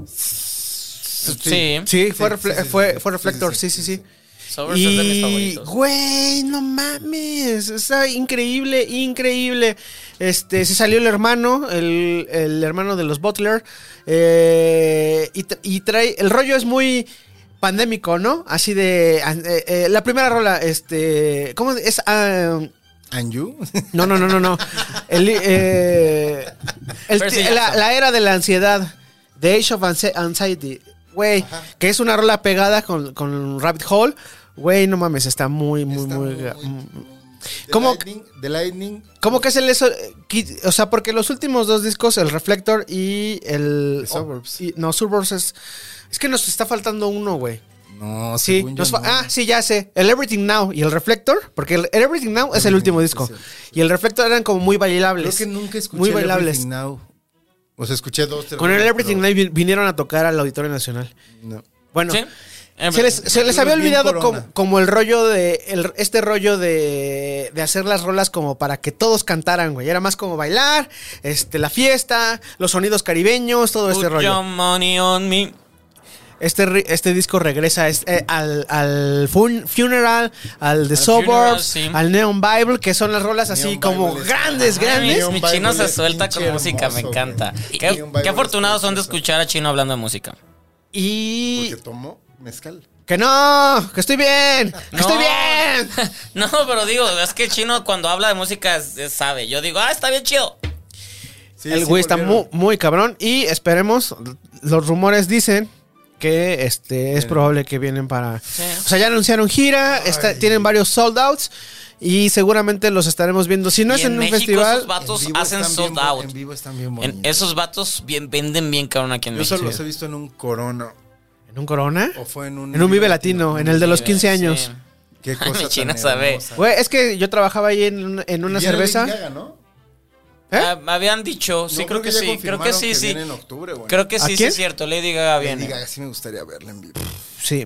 E: Sí.
F: Sí.
B: Sí, fue,
E: sí,
B: refle-
E: sí, sí,
B: fue,
E: sí,
B: fue
E: sí,
B: reflector, sí,
E: sí,
B: sí,
E: sí,
B: sí.
F: Sobers es de mis
B: Y,
F: favoritos.
B: güey, no mames, está increíble, increíble. Este, se salió el hermano, el, el hermano de los Butler, eh, y, tra- y trae, el rollo es muy pandémico, ¿no? Así de, an- eh, eh, la primera rola, este, ¿cómo es? Ah,
E: ¿And you?
B: no, no, no, no, no. El, eh, el
F: Percy
B: ti- la,
F: Jackson.
B: la era de la ansiedad. The Age of Anxi- Anxiety. Güey, que es una rola pegada con, con Rabbit Hole. Güey, no mames, está muy, muy,
E: Está
B: muy...
E: muy-
B: ga- mm.
E: The
B: ¿Cómo-
E: Lightning, The Lightning.
B: ¿Cómo que es el eso? eh, qui- O sea, porque los últimos dos discos, el Reflector y el... Oh,
E: The Suburbs.
B: y- no, Suburbs es... Es que nos está faltando uno, güey.
E: No,
B: Sí,
E: según yo
B: nos fa-
E: no.
B: ah, sí, ya sé. El Everything Now y el Reflector, porque el, el Everything Now es el último disco. Y el Reflector eran como muy bailables.
E: Creo que nunca escuché
B: Muy
E: el
B: bailables.
E: Everything Now. O sea, escuché dos, tres
B: Con el
E: rolas,
B: Everything
E: pero
B: Now vi- vinieron a tocar al Auditorio Nacional.
E: no.
B: Bueno,
F: Sí. Eh,
B: se les, se les había
E: Bien
B: olvidado com-
E: corona.
B: como, el rollo de. el- este rollo de, de hacer las rolas como para que todos cantaran, güey. Era más como bailar, este, la fiesta, los sonidos caribeños, todo este
F: Put
B: rollo.
F: your money on me.
B: Este, ri- este disco regresa es- eh, al, al fun- Funeral, al The
F: Al Funeral,
B: Suburbs,
F: sí.
B: al Neon Bible, que son las rolas así
E: Neon
B: como
E: Bible es-
B: grandes,
E: Ajá,
B: grandes.
E: Neon
F: mi
E: Bible
F: chino se
E: es
F: suelta con
E: pinche
F: música, me
E: hermoso,
F: encanta.
E: güey.
F: Qué,
E: Neon Bible
F: qué afortunados
E: es
F: son de
E: precioso.
F: escuchar a Chino hablando de música.
B: Y.
E: Porque tomó mezcal.
B: Que no, que estoy bien, que
F: No.
B: estoy bien.
F: No, pero digo, es que el chino cuando habla de música es- es- sabe. Yo digo, ah, está bien chido.
E: Sí,
B: el
E: sí
B: güey está muy,
E: volvieron.
B: muy cabrón y esperemos, los rumores dicen que este es probable que vienen para... O sea, ya anunciaron gira, está- tienen varios sold outs y seguramente los estaremos viendo. Si no
F: Y
B: es en,
F: en
B: un
F: México
B: festival...
F: esos vatos
E: En vivo
F: hacen
E: están
F: sold
E: bien bo-
F: out.
E: En vivo están bien
F: En-
E: bonitos.
F: esos vatos bien, venden bien cabrón aquí en
E: Yo
F: México.
E: solo los he visto en un corona.
B: ¿En un corona?
E: O fue en un.
B: En un Vive Latino, en el de los 15 años.
E: Qué
F: Ay, mi
E: cosa tan
F: china sabe.
E: hermosa.
B: Güey, es que yo trabajaba ahí en, un- en una
E: Y viene
B: cerveza.
E: Lady Gaga, ¿no?
B: ¿Eh?
F: Ah, me habían dicho, sí,
E: No,
F: creo que
E: ya
F: sí, creo que
E: confirmaron
F: sí, sí.
E: viene en octubre, güey.
F: Creo que
B: ¿A
F: sí, sí
B: quién?
F: es cierto. Lady Gaga
E: Lady
F: viene.
E: Gaga sí me gustaría verla en vivo.
B: Sí.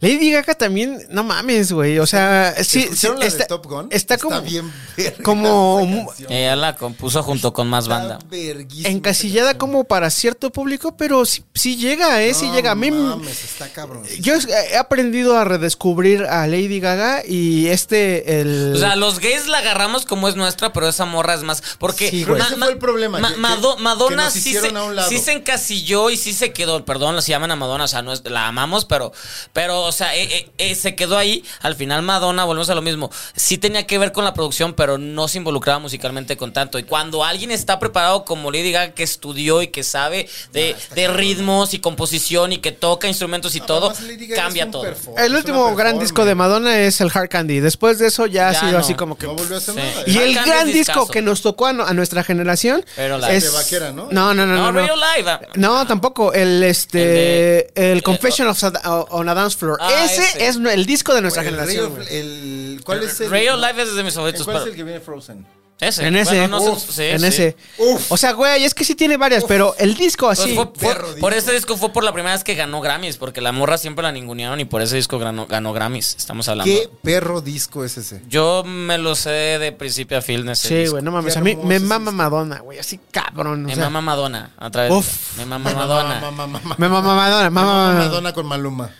B: Lady Gaga también, no mames, güey. O sea, sí, sí,
E: ¿Escucharon la de Top Gun?
B: está como...
E: bien verga
B: como
E: esa
B: mu-
E: canción.
F: Ella la compuso junto con más
E: Está
F: Eh, banda.
E: verguísima
B: encasillada
E: esa canción.
B: como para cierto público, pero sí, sí llega, ¿eh? Sí
E: No
B: llega. A mí,
E: mames, está cabrón.
B: yo eh, he he aprendido a redescubrir a Lady Gaga y este, el...
F: O sea, los gays la agarramos como es nuestra, pero esa morra es más. Porque
B: Sí, güey.
E: Ese fue el problema, que- que-
F: Mado-
E: que
F: Madonna
E: nos
F: sí, se,
E: hicieron a un lado.
F: sí se encasilló y sí se quedó. Perdón, los llaman a Madonna, o sea, no es- la amamos, pero, pero o sea, eh, eh, eh, se quedó ahí. Al final, Madonna, volvemos a lo mismo. Sí tenía que ver con la producción, pero no se involucraba musicalmente con tanto. Y cuando alguien está preparado como Lady Gaga, que estudió y que sabe de,
E: Ah,
F: de ritmos y composición y que toca instrumentos y todo,
E: Además, ¿eh? Lady Gaga es
F: cambia
E: un
F: todo.
E: performer,
B: el
E: es
B: último
E: una
B: gran
E: performer.
B: disco de Madonna es el Hard Candy. Después de eso ya, ha
F: Ya
B: sido
F: no.
B: así como que...
E: No volvió a hacer
F: Sí.
E: nada.
B: Y el
F: Hard Candy
B: gran
F: es
B: disco
F: discazo.
B: que nos tocó a, no- a nuestra generación
F: Pero la-
B: es...
E: De vaquera, ¿no?
B: No, no, no, no.
F: No,
B: no.
F: Real Live. ah.
B: No, tampoco. El este.
F: El
B: El, Confession of Sad- on a Dance Floor.
F: Ah,
B: ese,
F: ese.
B: es el disco de nuestra
E: Güey, el
B: generación.
E: Ray of-
B: güey.
E: el- ¿Cuál es el?
F: Ray of Life es de
E: ¿En
F: mis favoritos.
E: ¿Cuál es
F: pero-
E: el que viene Frozen?
F: Ese.
B: En ese,
F: Bueno, no sé-
B: uf,
F: sí, Pues
B: en
F: sí.
B: ese.
E: Uf.
B: O sea, güey, es que sí tiene varias, pero el disco
F: Pues
B: así.
F: fue- fue-
E: perro disco.
F: por ese disco fue por la primera vez que ganó Grammys, porque la morra siempre la ningunearon y por ese disco ganó, ganó Grammys. Estamos hablando.
E: ¿Qué perro disco es ese?
F: Yo me lo sé de principio a fin. Ese
B: sí,
F: disco.
B: güey, no mames.
E: Qué
B: A mí
E: hermoso
B: me
E: es
B: mama
E: este.
B: Madonna, güey, así cabrón. o
F: Me
B: sea,
F: mama Madonna. A través
B: Uf.
F: de- Me mama Madonna.
E: Mamá, mamá, mamá.
B: me mama Madonna,
E: Me mama
B: mama Madonna.
E: Madonna con Maluma.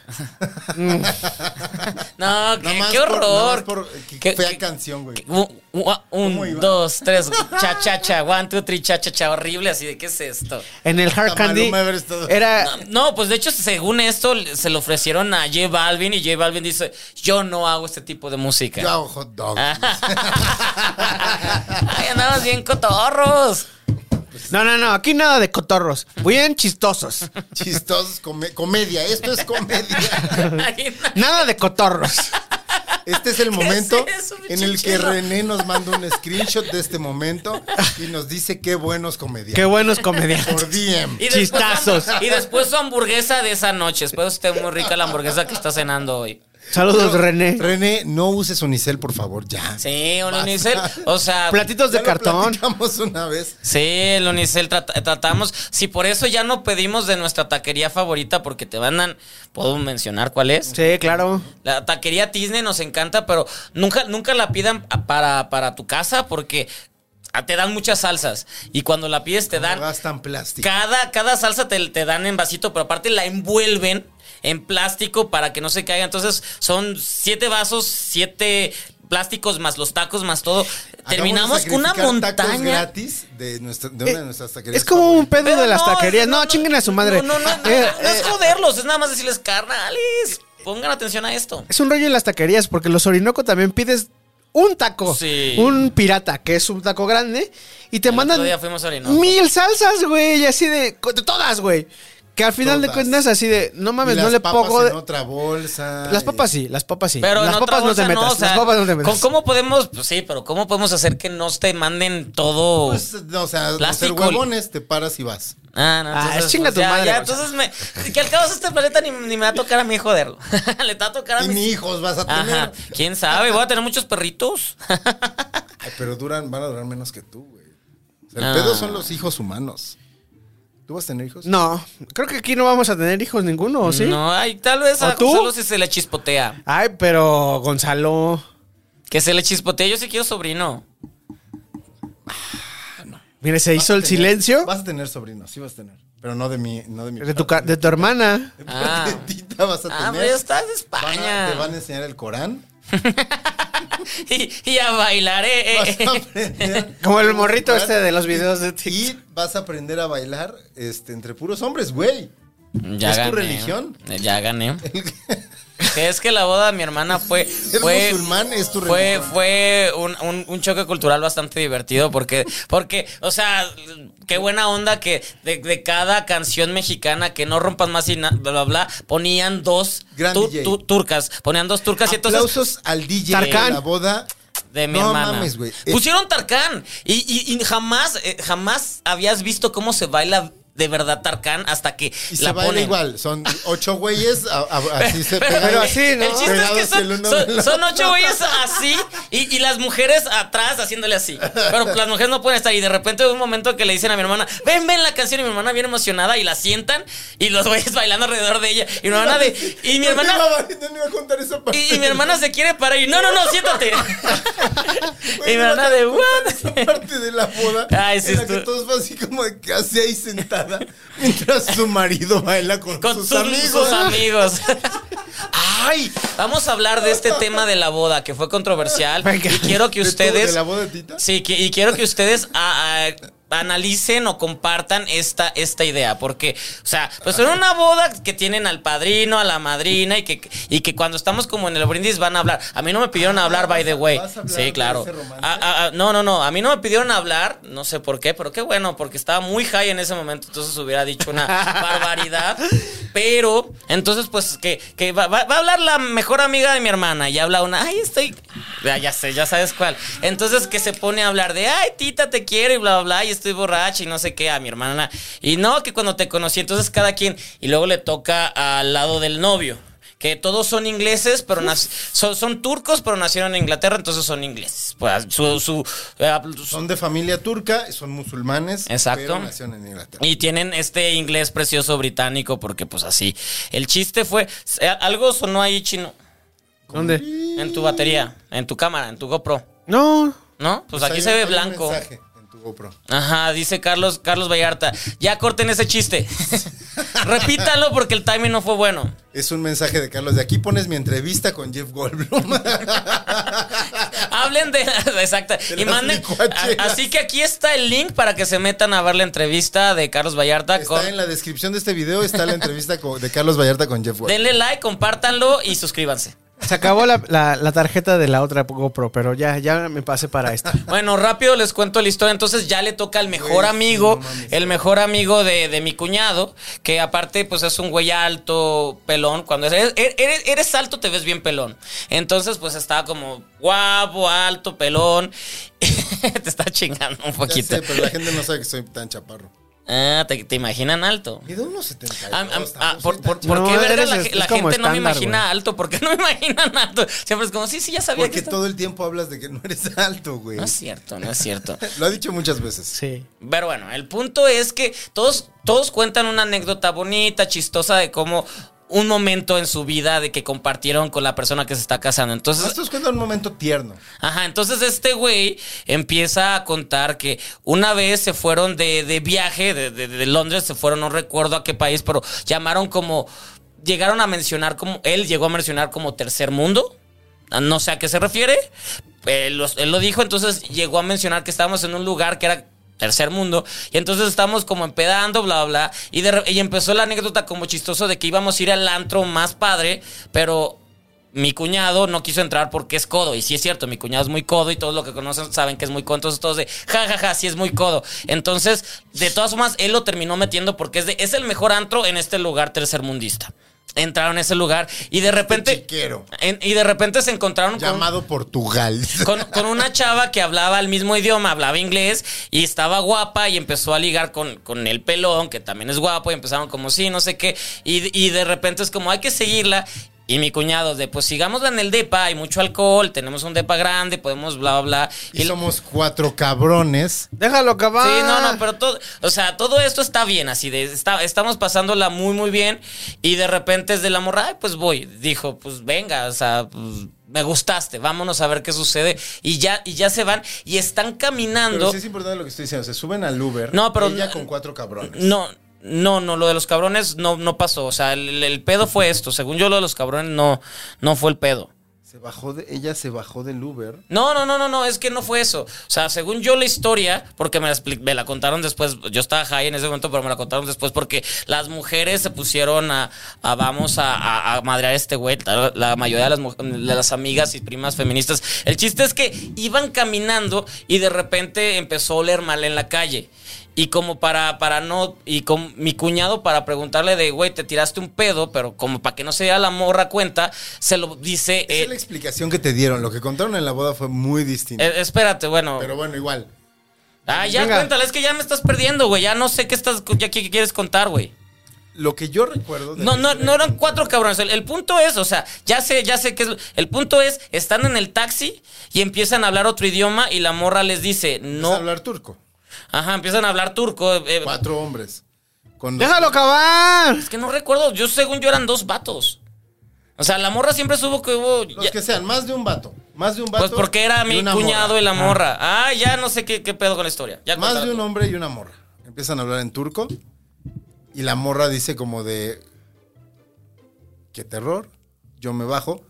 F: No,
E: Nada
F: qué,
E: más
F: qué
E: por- nada
F: horror.
E: más por- qué
F: Qué-
E: fea
F: qué-
E: canción, güey.
F: Un, un- un,
E: ¿Cómo iba?
F: dos, tres, cha, cha, cha, one, two, three, cha, cha, cha, horrible, así de, ¿qué es esto?
B: En el Hard
E: Hasta
B: Candy
E: Maluma haber estado-
B: era.
F: No, pues de hecho, según esto, se lo ofrecieron a J Balvin y J Balvin dice, yo no hago este tipo de música.
E: Yo hago hot dog.
F: Ay, andamos bien cotorros. pues.
B: No, no, no, aquí nada de cotorros. Bien chistosos.
E: Chistosos, come- comedia. Esto es comedia.
F: Ay, no.
B: Nada de cotorros.
E: Este es el momento
F: es eso, mi
E: en el que
F: chinchero?
E: René nos manda un screenshot de este momento y nos dice qué buenos comediantes.
B: Qué buenos comediantes.
E: Por DM.
F: Y
B: Chistazos.
F: Y después su hamburguesa de esa noche. Después usted muy rica la hamburguesa que está cenando hoy.
B: Saludos, René.
E: René, no uses unicel, por favor, ya.
F: Sí, un unicel. O sea,
B: Platitos de
E: Ya lo
B: cartón.
E: platicamos una vez.
F: sí, el unicel trata- tratamos. Si por eso ya no pedimos de nuestra taquería favorita, porque te mandan. ¿Puedo mencionar cuál es?
B: Sí, claro.
F: La taquería Disney nos encanta, pero nunca, nunca la pidan a- para, para tu casa porque ah, te dan muchas salsas. Y cuando la pides te dan...
E: Gastan plástico.
F: Cada, cada salsa te, te dan en vasito, pero aparte la envuelven en plástico para que no se caiga. Entonces son siete vasos, siete plásticos más los tacos más todo.
E: Acabamos de
F: Terminamos con una
E: sacrificar tacos
F: montaña.
E: gratis de, nuestra- de una de nuestras taquerías.
B: Eh, Es como un
E: favoritas.
B: pedo
F: Pero
B: de las
F: no,
B: taquerías. No, chinguen a su madre.
F: No, no, no, no,
B: Eh,
F: no es
B: eh,
F: joderlos, es nada más decirles, carnales, pongan atención a esto.
B: Es un rollo en las taquerías, porque los Orinoco también pides un taco.
F: Sí.
B: Un pirata, que es un taco grande. Y te
F: El
B: mandan
F: otro día fuimos a Orinoco.
B: mil salsas, güey. Y así de. co- de Todas, güey. Que al final de
E: Todas.
B: cuentas, así de. No
E: Y
B: mames,
E: las
B: no le
E: papas
B: pongo.
E: en otra bolsa.
B: Las
E: y-
B: papas sí, las papas sí.
F: Pero
B: las
F: en
B: papas
F: otra bolsa
B: no te metas.
F: o sea,
B: las papas no te metas.
F: ¿con- ¿Cómo podemos? pues sí, pero ¿cómo podemos hacer que no te manden todo?
E: Pues, no, o sea, los
F: Plástico.
E: huevones te paras y vas.
F: ah, no,
B: Ah, chinga tu
F: ya,
B: madre,
F: ya,
B: o sea.
F: entonces me, que al cabo este planeta ni, ni me va a tocar a mi hijo joderlo. Le va a tocar a
E: Y
F: mis
E: ni hijos vas a tener.
F: Ajá, quién sabe, voy a tener muchos perritos.
E: Ay, pero duran, van a durar menos que tú, güey. O sea, el
F: Ah.
E: pedo son los hijos humanos. ¿Tú vas a tener hijos?
B: No, creo que aquí no vamos a tener hijos ninguno, ¿o ¿sí?
F: No, ay, tal vez a
B: ¿O tú?
F: Gonzalo si se le chispotea.
B: Ay, pero Gonzalo.
F: Que se le chispotea, yo sí quiero sobrino.
B: Mire, se
E: Vas
B: hizo
E: a
B: el
E: tener-
B: silencio
E: Vas a tener sobrinos, sí vas a tener. Pero no de mi, no de mi
B: de tu, ca-
E: parte.
B: de tu hermana.
E: De
F: Ah.
E: parte de Tita vas a
F: Ah,
E: tener.
F: pero ya estás de
E: Van a-
F: España.
E: te van a enseñar el Corán.
F: y, y a bailar, eh, eh,
E: Vas a
F: eh.
E: aprender.
B: Como el morrito este de los videos de
E: Y
B: TikTok.
E: vas a aprender a bailar este, entre puros hombres, güey.
F: Ya
E: ¿Es tu
F: gané.
E: religión?
F: Ya gané. Que es que la boda de mi hermana fue. fue
E: musulmán es tu
F: fue,
E: religión.
F: fue un, un- un choque cultural bastante divertido porque, porque o sea, qué buena onda que de, de cada canción mexicana que no rompas más y na- bla, bla, bla, ponían dos
E: Gran
F: tu-
E: DJ.
F: tu- turcas. Ponían dos turcas y Ah, entonces
E: Aplausos al DJ
B: Tarkan.
E: de la boda.
F: de mi
E: No
F: hermana.
E: mames, güey. Eh,
F: Pusieron Tarkan y, y- y jamás, eh, jamás habías visto cómo se baila de verdad Tarkan hasta que
E: Y
F: la
E: se baila
F: ponen.
E: igual, son ocho güeyes, a- a- así se
F: Pero,
E: pegan.
B: Pero así, ¿no?
F: El chiste es que
E: Pegados el
F: son,
E: uno
F: son-
E: del
F: son
E: otro.
F: ocho güeyes así y, y las mujeres atrás haciéndole así. Pero las mujeres no pueden estar. Y de repente hay un momento que le dicen a mi hermana, ven, ven la canción. Y mi hermana bien emocionada y la sientan y los güeyes bailando alrededor de ella. Y mi hermana de. Y mi
E: ¿Por qué
F: hermana.
E: la- no iba a contar esa parte?
F: Y, y mi hermana se quiere parar y no, no, no, siéntate. y
E: Güey,
F: mi
E: iba a
F: hermana de,
E: contar esa
F: what?
E: parte de la boda.
F: Ay, sí,
E: en la que
F: estuvo-
E: todos van así como de que así ahí sentada, mientras su marido baila con,
F: Con
E: sus,
F: sus,
E: amigos.
F: sus amigos. Ay, vamos a hablar de este tema de la boda que fue controversial.
B: Venga.
F: Y quiero que
E: ¿De tu-
F: ustedes.
E: de la boda de Tita?
F: Sí, que- y quiero que ustedes a- a- analicen o compartan esta, esta idea, porque, o sea, pues en una boda que tienen al padrino, a la madrina, y que, y que cuando estamos como en el brindis van a hablar. A mí no me pidieron hablar, by the way.
E: ¿Vas a hablar de
F: Sí, claro.
E: ese romance?
F: Ah, ah, ah, no, no, no, a mí no me pidieron hablar, no sé por qué, pero qué bueno, porque estaba muy high en ese momento, entonces hubiera dicho una barbaridad. Pero, entonces, pues, que, que va, va- va a hablar la mejor amiga de mi hermana y habla una, ay, estoy, ya, ya sé, ya sabes cuál. Entonces, que se pone a hablar de, ay, tita, te quiero y bla, bla, bla, y estoy borracha y no sé qué, a mi hermana. Y no, que cuando te conocí, entonces cada quien, y luego le toca al lado del novio. Que todos son ingleses, pero nac- son, son turcos, pero nacieron en Inglaterra, entonces son ingleses. Pues, su, su, eh, su-
E: Son de familia turca, son musulmanes.
F: Exacto.
E: Pero nacieron en Inglaterra.
F: y tienen este inglés precioso británico, porque pues así. El chiste fue, eh, algo sonó ahí chino,
B: ¿Dónde?
F: en tu batería, en tu cámara, en tu GoPro,
B: No.
F: ¿no? Pues, aquí
E: hay
F: se
E: un-
F: ve
E: hay un
F: blanco.
E: mensaje en tu GoPro.
F: Ajá, dice Carlos, Carlos Vallarta, ya corten ese chiste. Repítalo porque el timing no fue bueno.
E: Es un mensaje de Carlos. De aquí pones mi entrevista con Jeff Goldblum.
F: Ah, Hablen de. Exacto.
E: De
F: Y
E: las
F: manden.
E: licuachelas.
F: a- así que aquí está el link para que se metan a ver la entrevista de Carlos Vallarta. con-
E: Está en la descripción de este video, está la entrevista co- de Carlos Vallarta con Jeff Goldblum.
F: denle like, compártanlo y suscríbanse.
B: Se acabó la, la- la tarjeta de la otra GoPro, pero ya, ya me pasé para esta.
F: Bueno, rápido les cuento la historia. Entonces ya le toca al mejor amigo, el mejor amigo de, de mi cuñado, que aparte pues es un güey alto, pelón. Cuando eres, eres- eres alto te ves bien pelón. Entonces pues estaba como guapo, alto, pelón. te está chingando un
E: Ya
F: poquito.
E: sé, pero la gente no sabe que soy tan chaparro.
F: Ah, te, te imaginan alto.
E: Y de unos
F: Ah,
E: 72.
F: ah, ah,
E: tampoco
F: por,
E: soy
F: por-
E: tan
F: por
B: No,
F: qué verga
B: eres
F: la,
B: es-
F: la
B: es como
F: gente no
B: estándar,
F: me imagina
B: güey.
F: alto? ¿Por qué no me imaginan alto? Siempre es como, sí, sí, ya sabía que
E: Porque
F: está-
E: todo el tiempo hablas de que no eres alto, güey.
F: No es cierto, no es cierto.
E: Lo ha dicho muchas veces.
B: Sí.
F: Pero bueno, el punto es que todos, todos cuentan una anécdota bonita, chistosa de cómo un momento en su vida de que compartieron con la persona que se está casando. Entonces,
E: Esto es cuenta un momento tierno.
F: Ajá, entonces este güey empieza a contar que una vez se fueron de, de viaje, de, de- de Londres, se fueron, no recuerdo a qué país, pero llamaron como, llegaron a mencionar como, él llegó a mencionar como tercer mundo, Ah, no sé a qué se refiere, Eh, los- él lo dijo, entonces llegó a mencionar que estábamos en un lugar que era tercer mundo. Y entonces estamos como empedando, bla, bla. Y, de re- y empezó la anécdota como chistoso de que íbamos a ir al antro más padre, pero mi cuñado no quiso entrar porque es codo. Y sí es cierto, mi cuñado es muy codo y todos los que conocen saben que es muy codo. Entonces todos de, ja, ja, ja, sí es muy codo. Entonces, de todas formas, él lo terminó metiendo porque es, de, es el mejor antro en este lugar tercermundista. Entraron a ese lugar y de repente...
E: chiquero.
F: en- y de repente se encontraron con-
E: Llamado Portugal.
F: con, con una chava que hablaba el mismo idioma, hablaba inglés y estaba guapa y empezó a ligar con, con el pelón, que también es guapo, y empezaron como sí, no sé qué, y, y de repente es como hay que seguirla. Y mi cuñado de, pues sigámosla en el depa, hay mucho alcohol, tenemos un depa grande, podemos bla, bla, bla.
E: Y
F: Y lo-
E: somos cuatro cabrones.
B: Déjalo acabar.
F: Sí, no, no, pero todo, o sea, todo esto está bien, así de, está, estamos pasándola muy, muy bien y de repente es de la morra, "Ay, pues voy, dijo, pues venga, o sea, pues, me gustaste, vámonos a ver qué sucede y ya, y ya se van y están
E: Pero
F: caminando.
E: sí es importante lo que estoy diciendo. Se suben al Uber.
F: No, pero-
E: Ella con cuatro cabrones.
F: No, no, no, lo de los cabrones no, no pasó, o sea, el, el pedo fue esto, según yo lo de los cabrones no, no fue el pedo.
E: Se bajó de, ella se bajó del Uber.
F: No, no, no, no, no, es que no fue eso. O sea, según yo la historia, porque me la, expli- me la contaron después, yo estaba high en ese momento, pero me la contaron después porque las mujeres se pusieron a, a vamos a, a, a madrear a este güey, la, la mayoría de las, mu- de las amigas y primas feministas. El chiste es que iban caminando y de repente empezó a oler mal en la calle. Y como para, para no, y con mi cuñado para preguntarle de, güey, te tiraste un pedo, pero como para que no se diera la morra cuenta, se lo dice...
E: Esa
F: eh,
E: es la explicación que te dieron. Lo que contaron en la boda fue muy distinto.
F: eh, espérate, bueno.
E: pero bueno, igual.
F: Ah, ya
B: Venga.
F: cuéntala, es que ya me estás perdiendo, güey. Ya no sé qué estás, ya qué, qué quieres contar, güey.
E: Lo que yo recuerdo. de
F: No,
E: la
F: no,
E: historia-
F: no eran cuatro cabrones. El, el punto es, o sea, ya sé, ya sé que es. El punto es, están en el taxi y empiezan a hablar otro idioma y la morra les dice,
E: Empieza a
F: no.
E: hablar turco.
F: Ajá, empiezan a hablar turco. eh,
E: Cuatro hombres. Con los-
B: Déjalo acabar.
F: es que no recuerdo, yo según yo eran dos vatos. O sea, la morra siempre supo que hubo.
E: Los
F: ya-
E: que sean, más de un vato. Más de un vato.
F: pues porque era
E: y
F: mi
E: una
F: cuñado
E: morra.
F: y la morra. Ah, ya no sé qué, qué pedo con la historia. Ya
E: Más
F: cuéntala
E: de un
F: tú.
E: hombre y una morra. Empiezan a hablar en turco. Y la morra dice como de. Qué terror. Yo me bajo.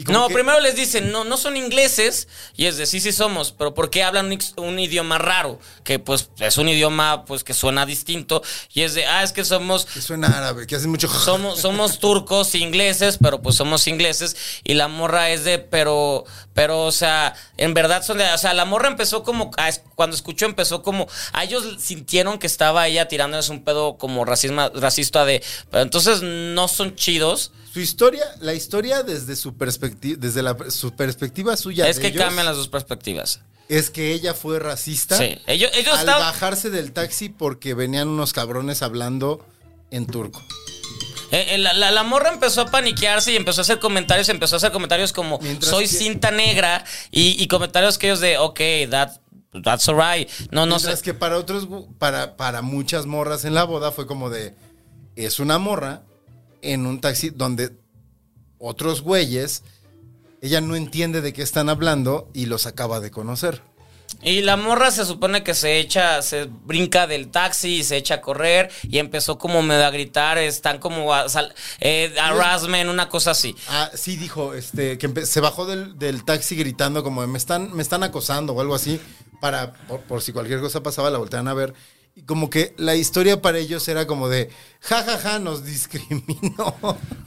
E: Y como
F: No,
E: que-
F: primero les dicen, no, no son ingleses, y es de sí, sí somos, pero ¿por qué hablan un, ix- un idioma raro? Que pues es un idioma pues que suena distinto, y es de, ah, es que somos,
E: Que suena árabe, que hacen mucho.
F: somos, somos turcos ingleses, pero pues somos ingleses, y la morra es de, pero, pero, o sea, en verdad son de, o sea, la morra empezó como, a es- cuando escuchó empezó como, a ellos sintieron que estaba ella tirándoles un pedo como racisma, racista de, pero entonces no son chidos.
E: Su historia, la historia desde su perspectiva, desde la, su perspectiva suya.
F: es
E: de
F: que
E: ellos,
F: cambian las dos perspectivas.
E: Es que ella fue racista.
F: Sí, ellos, ellos
E: al
F: estaban...
E: bajarse del taxi porque venían unos cabrones hablando en turco.
F: Eh, eh, la, la- la morra empezó a paniquearse y empezó a hacer comentarios, empezó a hacer comentarios como
E: Mientras
F: soy
E: que-
F: cinta negra y, y comentarios que ellos de, ok, that, that's alright. No, no sé.
E: Mientras que para otros, gu- para, para muchas morras en la boda fue como de, es una morra en un taxi donde otros güeyes, ella no entiende de qué están hablando y los acaba de conocer.
F: Y la morra se supone que se echa, se brinca del taxi y se echa a correr y empezó como medio a gritar, están como a, sal- eh, harassment, una cosa así.
E: Ah, sí, dijo, este, que empe- se bajó del, del taxi gritando como, me están, me están acosando o algo así, para, por, por si cualquier cosa pasaba, la voltean a ver. y como que la historia para ellos era como de, jajaja, ja, ja, nos discriminó.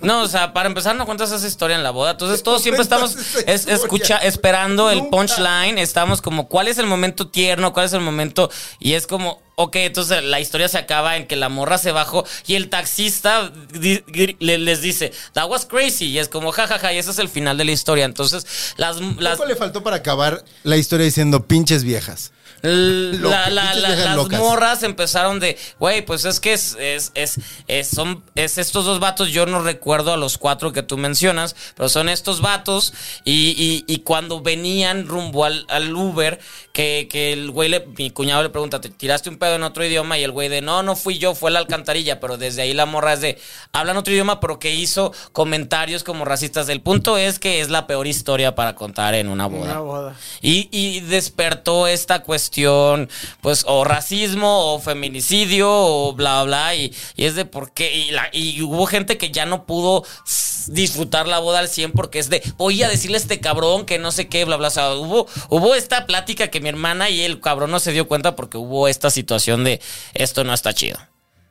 F: No, o sea, para empezar no cuentas esa historia en la boda. Entonces todos
E: No
F: siempre
E: cuentas
F: estamos
E: esa
F: es-
E: historia.
F: escucha, esperando el
E: Nunca.
F: punchline. Estamos como, ¿cuál es el momento tierno? ¿Cuál es el momento? Y es como, ok, entonces la historia se acaba en que la morra se bajó y el taxista di- gri- le- les dice, that was crazy. Y es como, jajaja, y ese es el final de la historia. Entonces, las... las
E: Poco le faltó para acabar la historia diciendo pinches viejas?
F: L-
E: Loco,
F: la- la-
E: pinches
F: la-
E: viejas
F: las
E: locas.
F: morras empezaron de, güey, pues es que es, es, es, es- son, es estos dos vatos, yo no recuerdo a los cuatro que tú mencionas, pero son estos vatos y, y- y cuando venían rumbo al, al Uber, que, que el güey, le, mi cuñado le pregunta, ¿te tiraste un pedo en otro idioma? Y el güey de, no, no fui yo, fue la alcantarilla, pero desde ahí la morra es de, hablan otro idioma, pero que hizo comentarios como racistas. El punto es que es la peor historia para contar en una boda.
B: Una boda.
F: Y, y despertó esta cuestión, pues, o racismo, o feminicidio, o bla, bla, y, y es de por qué, y, la- y hubo gente que ya no pudo s- disfrutar la boda al 100 porque es de, voy a decirle a este cabrón que no sé qué, bla, bla, o sea, hubo, hubo esta plática que mi hermana y el cabrón no se dio cuenta porque hubo esta situación de, esto no está chido.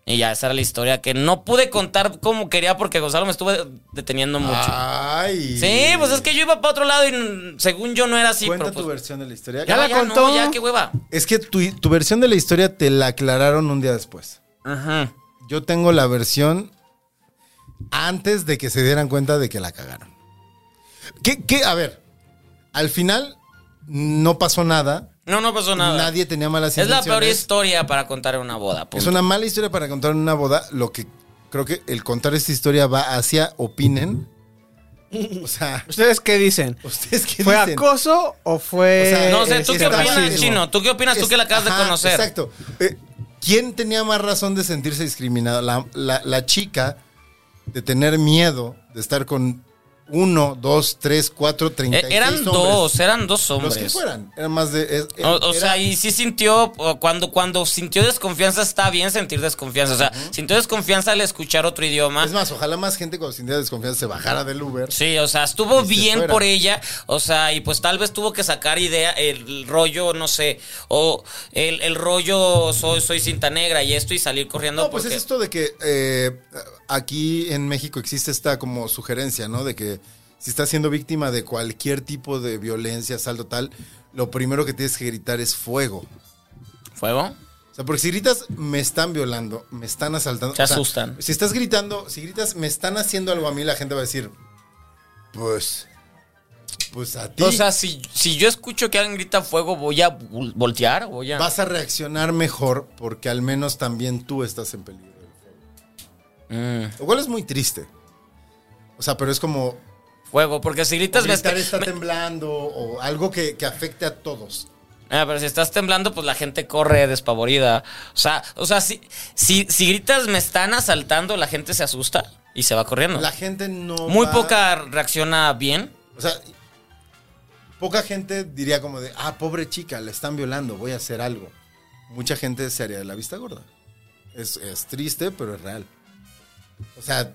F: Y ya, esa era la historia que no pude contar como quería porque Gonzalo me estuvo deteniendo mucho.
E: Ay.
F: Sí, pues es que yo iba para otro lado y mm, según yo no era así.
E: Cuenta
F: pero, pues,
E: tu versión de la historia.
F: ya,
B: la
F: ya,
B: contó.
F: no, ya, qué hueva.
E: Es que tu, tu versión de la historia te la aclararon un día después.
F: Ajá.
E: Yo tengo la versión antes de que se dieran cuenta de que la cagaron. ¿Qué, qué? A ver, al final no pasó nada.
F: No, no pasó nada.
E: Nadie tenía malas
F: es la
E: intenciones.
F: peor historia para contar en una boda.
E: Es
F: punto.
E: una mala historia para contar en una boda. Lo que creo que el contar esta historia va hacia opinen. O sea,
B: ¿Ustedes qué dicen?
E: ¿ustedes qué
B: ¿Fue
E: dicen?
B: acoso o fue.?
E: O sea,
F: No sé, ¿tú
B: este,
F: qué opinas,
B: racismo?
F: Chino? ¿Tú qué opinas? Tú que la acabas de
E: Ajá,
F: conocer.
E: Exacto. Eh, ¿Quién tenía más razón de sentirse discriminada? La, la- la chica de tener miedo de estar con uno, dos, tres, cuatro, treinta y
F: Eh, eran
E: seis hombres.
F: dos, eran dos hombres.
E: Los que fueran. eh, Eran más de. es-
F: O, o
E: era-
F: sea, y sí sintió, o cuando, cuando sintió desconfianza, está bien sentir desconfianza. O sea, sintió desconfianza al escuchar otro idioma.
E: Es más, ojalá más gente cuando sintiera desconfianza se bajara del Uber.
F: Sí, o sea, estuvo
E: Y se
F: bien
E: fuera.
F: por ella, o sea, y pues tal vez tuvo que sacar idea, el rollo, no sé, o el, el rollo soy, soy cinta negra y esto y salir corriendo.
E: No, pues
F: porque-
E: es esto de que eh, aquí en México existe esta como sugerencia, ¿no? De que si estás siendo víctima de cualquier tipo de violencia, asalto tal, lo primero que tienes que gritar es fuego.
F: ¿Fuego?
E: O sea, porque si gritas, me están violando, me están asaltando.
F: Te
E: o sea,
F: asustan.
E: Si estás gritando, si gritas, me están haciendo algo a mí, la gente va a decir, pues, pues a ti.
F: O sea, si, si yo escucho que alguien grita fuego, voy a vol- voltear, voy a...
E: vas a reaccionar mejor porque al menos también tú estás en peligro. del fuego.
F: Mm,
E: Lo cual es muy triste. O sea, pero es como,
F: fuego, porque si gritas... me
E: gritar
F: está-
E: está
F: me-
E: temblando o algo que, que afecte a todos.
F: Ah, pero si estás temblando, pues la gente corre despavorida. O sea, o sea si, si, si gritas me están asaltando, la gente se asusta y se va corriendo.
E: La gente no.
F: Muy
E: va-
F: poca reacciona bien.
E: O sea, poca gente diría como de, ah, pobre chica, la están violando, voy a hacer algo. Mucha gente se haría de la vista gorda. Es, es triste, pero es real. O sea,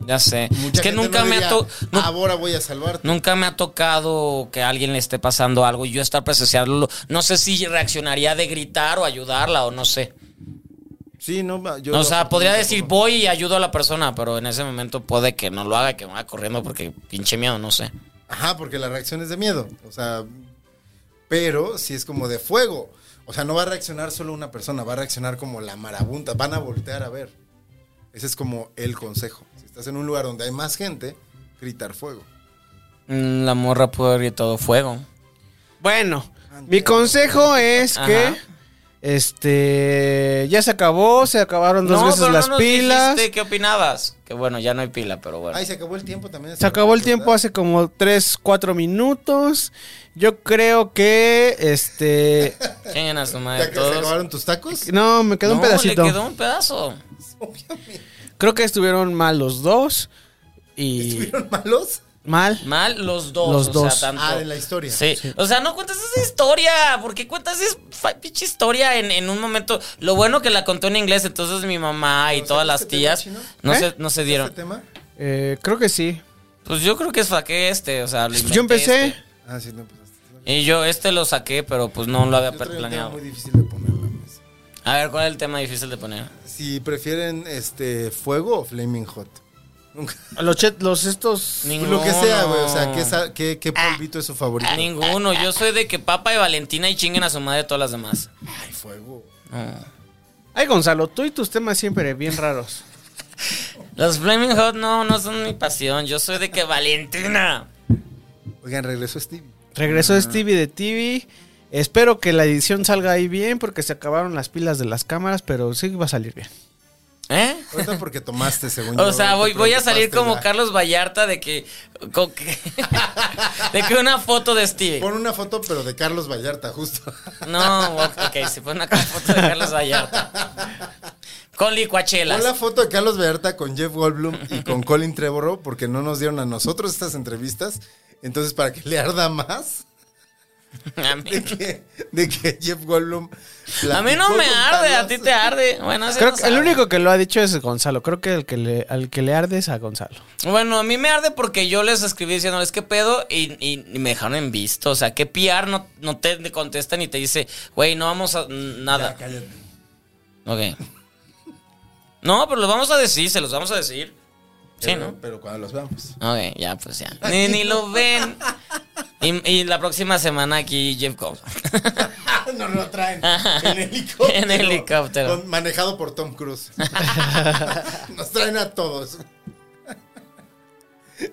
F: Ya sé.
E: mucha
F: es que
E: gente
F: nunca
E: no
F: me
E: diría, "Ah,
F: ha to- nu-
E: ahora voy a salvarte.
F: nunca me ha tocado que a alguien le esté pasando algo y yo estar presenciándolo. No sé si reaccionaría de gritar o ayudarla o no sé.
E: Sí, no, ma- yo
F: o sea,
E: tampoco-
F: podría decir voy y ayudo a la persona, pero en ese momento puede que no lo haga, que me vaya corriendo porque pinche miedo, no sé.
E: Ajá, porque la reacción es de miedo. O sea, pero si es como de fuego. O sea, no va a reaccionar solo una persona, va a reaccionar como la marabunta. Van a voltear a ver. Ese es como el consejo. Si estás en un lugar donde hay más gente, gritar fuego.
F: Mm, La morra pudo haber gritado fuego.
B: Bueno, mi consejo es
F: Ajá.
B: que. Este. Ya se acabó, se acabaron dos veces las
F: nos
B: pilas.
F: dijiste ¿Qué opinabas? Que bueno, ya no hay pila, pero bueno.
E: Ay, se acabó el tiempo también.
B: Se acabó el tiempo hace como 3, 4 minutos. Yo creo que. Este.
F: Chinguen a su madre
E: ¿Ya que se
F: todos.
E: acabaron tus tacos?
B: No, me quedó un
F: No,
B: pedacito.
F: Le quedó un pedazo.
B: Creo que estuvieron mal los dos. Y.
E: ¿Estuvieron malos?
B: Mal.
F: Mal los dos.
B: Los
F: o
B: dos.
F: Sea, tanto.
E: Ah, de la historia.
F: Sí. O sea, no cuentas esa historia. ¿Por qué cuentas esa fa- pinche historia en, en un momento? Lo bueno que la contó en inglés, entonces mi mamá y
E: ¿No
F: todas
E: sabes
F: las
E: este
F: tías
E: tema, chino?
F: no,
B: ¿Eh?
F: se, no se
E: ¿Este
F: dieron.
E: tema?
B: Eh, creo que sí.
F: Pues yo creo que saqué este. O sea,
E: Pues
F: lo inventé
B: Yo empecé.
F: este.
E: Ah, sí, no empezaste.
F: Y yo este lo saqué, pero pues no lo había
E: Yo traía un tema
F: planeado.
E: muy difícil de ponerlo.
F: A ver, ¿cuál es el tema difícil de poner?
E: Si prefieren este fuego o flaming hot. Nunca-
B: Los, chet- los estos.
F: Ninguno.
E: Pues
F: Ah,
E: Lo que sea, güey. O sea, ¿qué, sa- qué, qué polvito es su favorito?
F: Ninguno. Yo soy de que papa y Valentina y chinguen a su madre todas las demás.
E: Ay, fuego.
B: Ay, Gonzalo, tú y tus temas siempre bien raros.
F: Los Flaming Hot no, no son mi pasión. Yo soy de que Valentina.
E: Oigan, regresó Stevie.
B: Regresó Stevie de TV. Espero que la edición salga ahí bien porque se acabaron las pilas de las cámaras, pero sí va a salir bien.
F: ¿Eh?
E: Ahorita porque tomaste, según yo.
F: O sea, voy,
E: te
F: voy a salir
E: preocupaste
F: como
E: ya.
F: Carlos Vallarta de que, con que- De que una foto de Stevie.
E: Pon una foto, pero de Carlos Vallarta, justo.
F: No, ok, se pone acá foto de Carlos Vallarta. Con licuachelas.
E: Pon la foto de Carlos Vallarta con Jeff Goldblum y con Colin Trevorrow, porque no nos dieron a nosotros estas entrevistas. Entonces, para que le arda más
F: A mí,
E: de que, de que Jeff Goldblum.
F: a mí no
E: platicó
F: me
E: con
F: arde, a
E: Carlos.
F: ti te arde. Bueno, ese
B: Creo
F: no
B: que el
F: sabe.
B: único que lo ha dicho es Gonzalo. Creo que el que le, al que le arde es a Gonzalo.
F: Bueno, a mí me arde porque yo les escribí diciéndoles qué pedo y, y- y me dejaron en visto. O sea, que PR no, no te contesta ni te dice, güey, no vamos a nada.
E: Ya, cállate.
F: ok. No, pero los vamos a decir, se los vamos a decir. Sí,
E: Pero-
F: ¿no?
E: Pero cuando los veamos.
F: Ok, ya, pues ya. Ni, ni lo ven. Y, y la próxima semana aquí Jeff Cobb.
E: no lo traen.
F: Ajá.
E: En helicóptero.
F: En helicóptero.
E: Con- manejado por Tom Cruise. Nos traen a todos.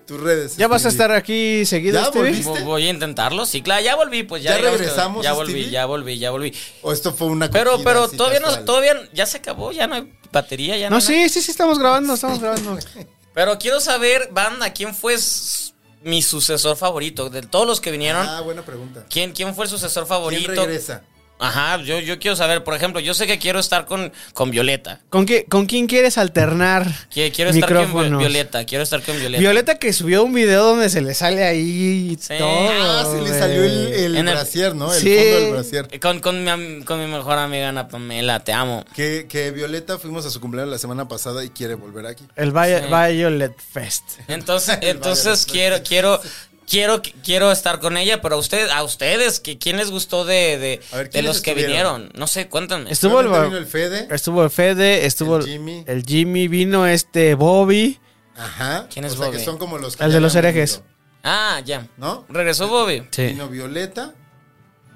E: Tus redes.
B: ¿Ya vas a
E: Stevie.
B: estar aquí seguido,
E: Ya
B: Stevie?
E: volviste.
F: Vo- Voy a intentarlo, sí, claro, ya volví, pues ya.
E: ¿Ya
F: digamos que-
E: regresamos,
F: Ya volví,
E: Stevie?
F: ya volví, ya volví.
E: O esto fue una
F: Pero,
E: cogida
F: pero
E: así
F: todavía no,
E: casual?
F: todavía ya se acabó, ya no hay batería, ya no.
B: No,
F: hay nada.
B: sí, sí, sí, estamos grabando, estamos grabando.
F: Pero quiero saber, banda, quién fue s- mi sucesor favorito. De todos los que vinieron,
E: Ah, buena pregunta.
F: ¿quién, quién fue el sucesor
E: ¿Quién
F: favorito?
E: regresa?
F: Ajá, yo, yo quiero saber, por ejemplo, yo sé que quiero estar con, con Violeta.
B: ¿Con, qué, ¿Con quién quieres alternar?
F: Que quiero estar con Vi-
B: micrófonos?
F: Violeta, quiero estar con Violeta.
B: Violeta que subió un video donde se le sale ahí
F: Sí.
B: todo.
E: Ah, sí, le
B: güey.
E: salió el, el
F: En el-
E: brasier, ¿no? El
B: Sí.
E: fondo del brasier.
F: Con, con, mi, am- con mi mejor amiga Ana Pamela, te amo.
E: Que, que Violeta fuimos a su cumpleaños la semana pasada y quiere volver aquí.
B: El Vi-
F: Sí.
B: Violet Fest.
F: Entonces,
E: El
F: entonces
E: Valorant.
F: quiero, quiero, quiero, quiero estar con ella, pero a ustedes, a ustedes, que quién les gustó de, de,
E: A ver,
F: de
E: ¿quiénes
F: los que
E: estuvieron?
F: vinieron. No sé, cuéntame.
B: Estuvo el,
E: Solamente vino el Fede.
B: estuvo el Fede, estuvo
E: El
B: el
E: Jimmy.
B: Jimmy. vino este Bobby.
E: Ajá.
F: ¿Quién es
E: o sea,
F: Bobby?
E: que son como los que
B: El
E: ya
B: de los
E: habíamos
B: herejes.
E: ido.
F: Ah, ya.
E: ¿No?
F: Regresó Bobby.
E: Vino Violeta.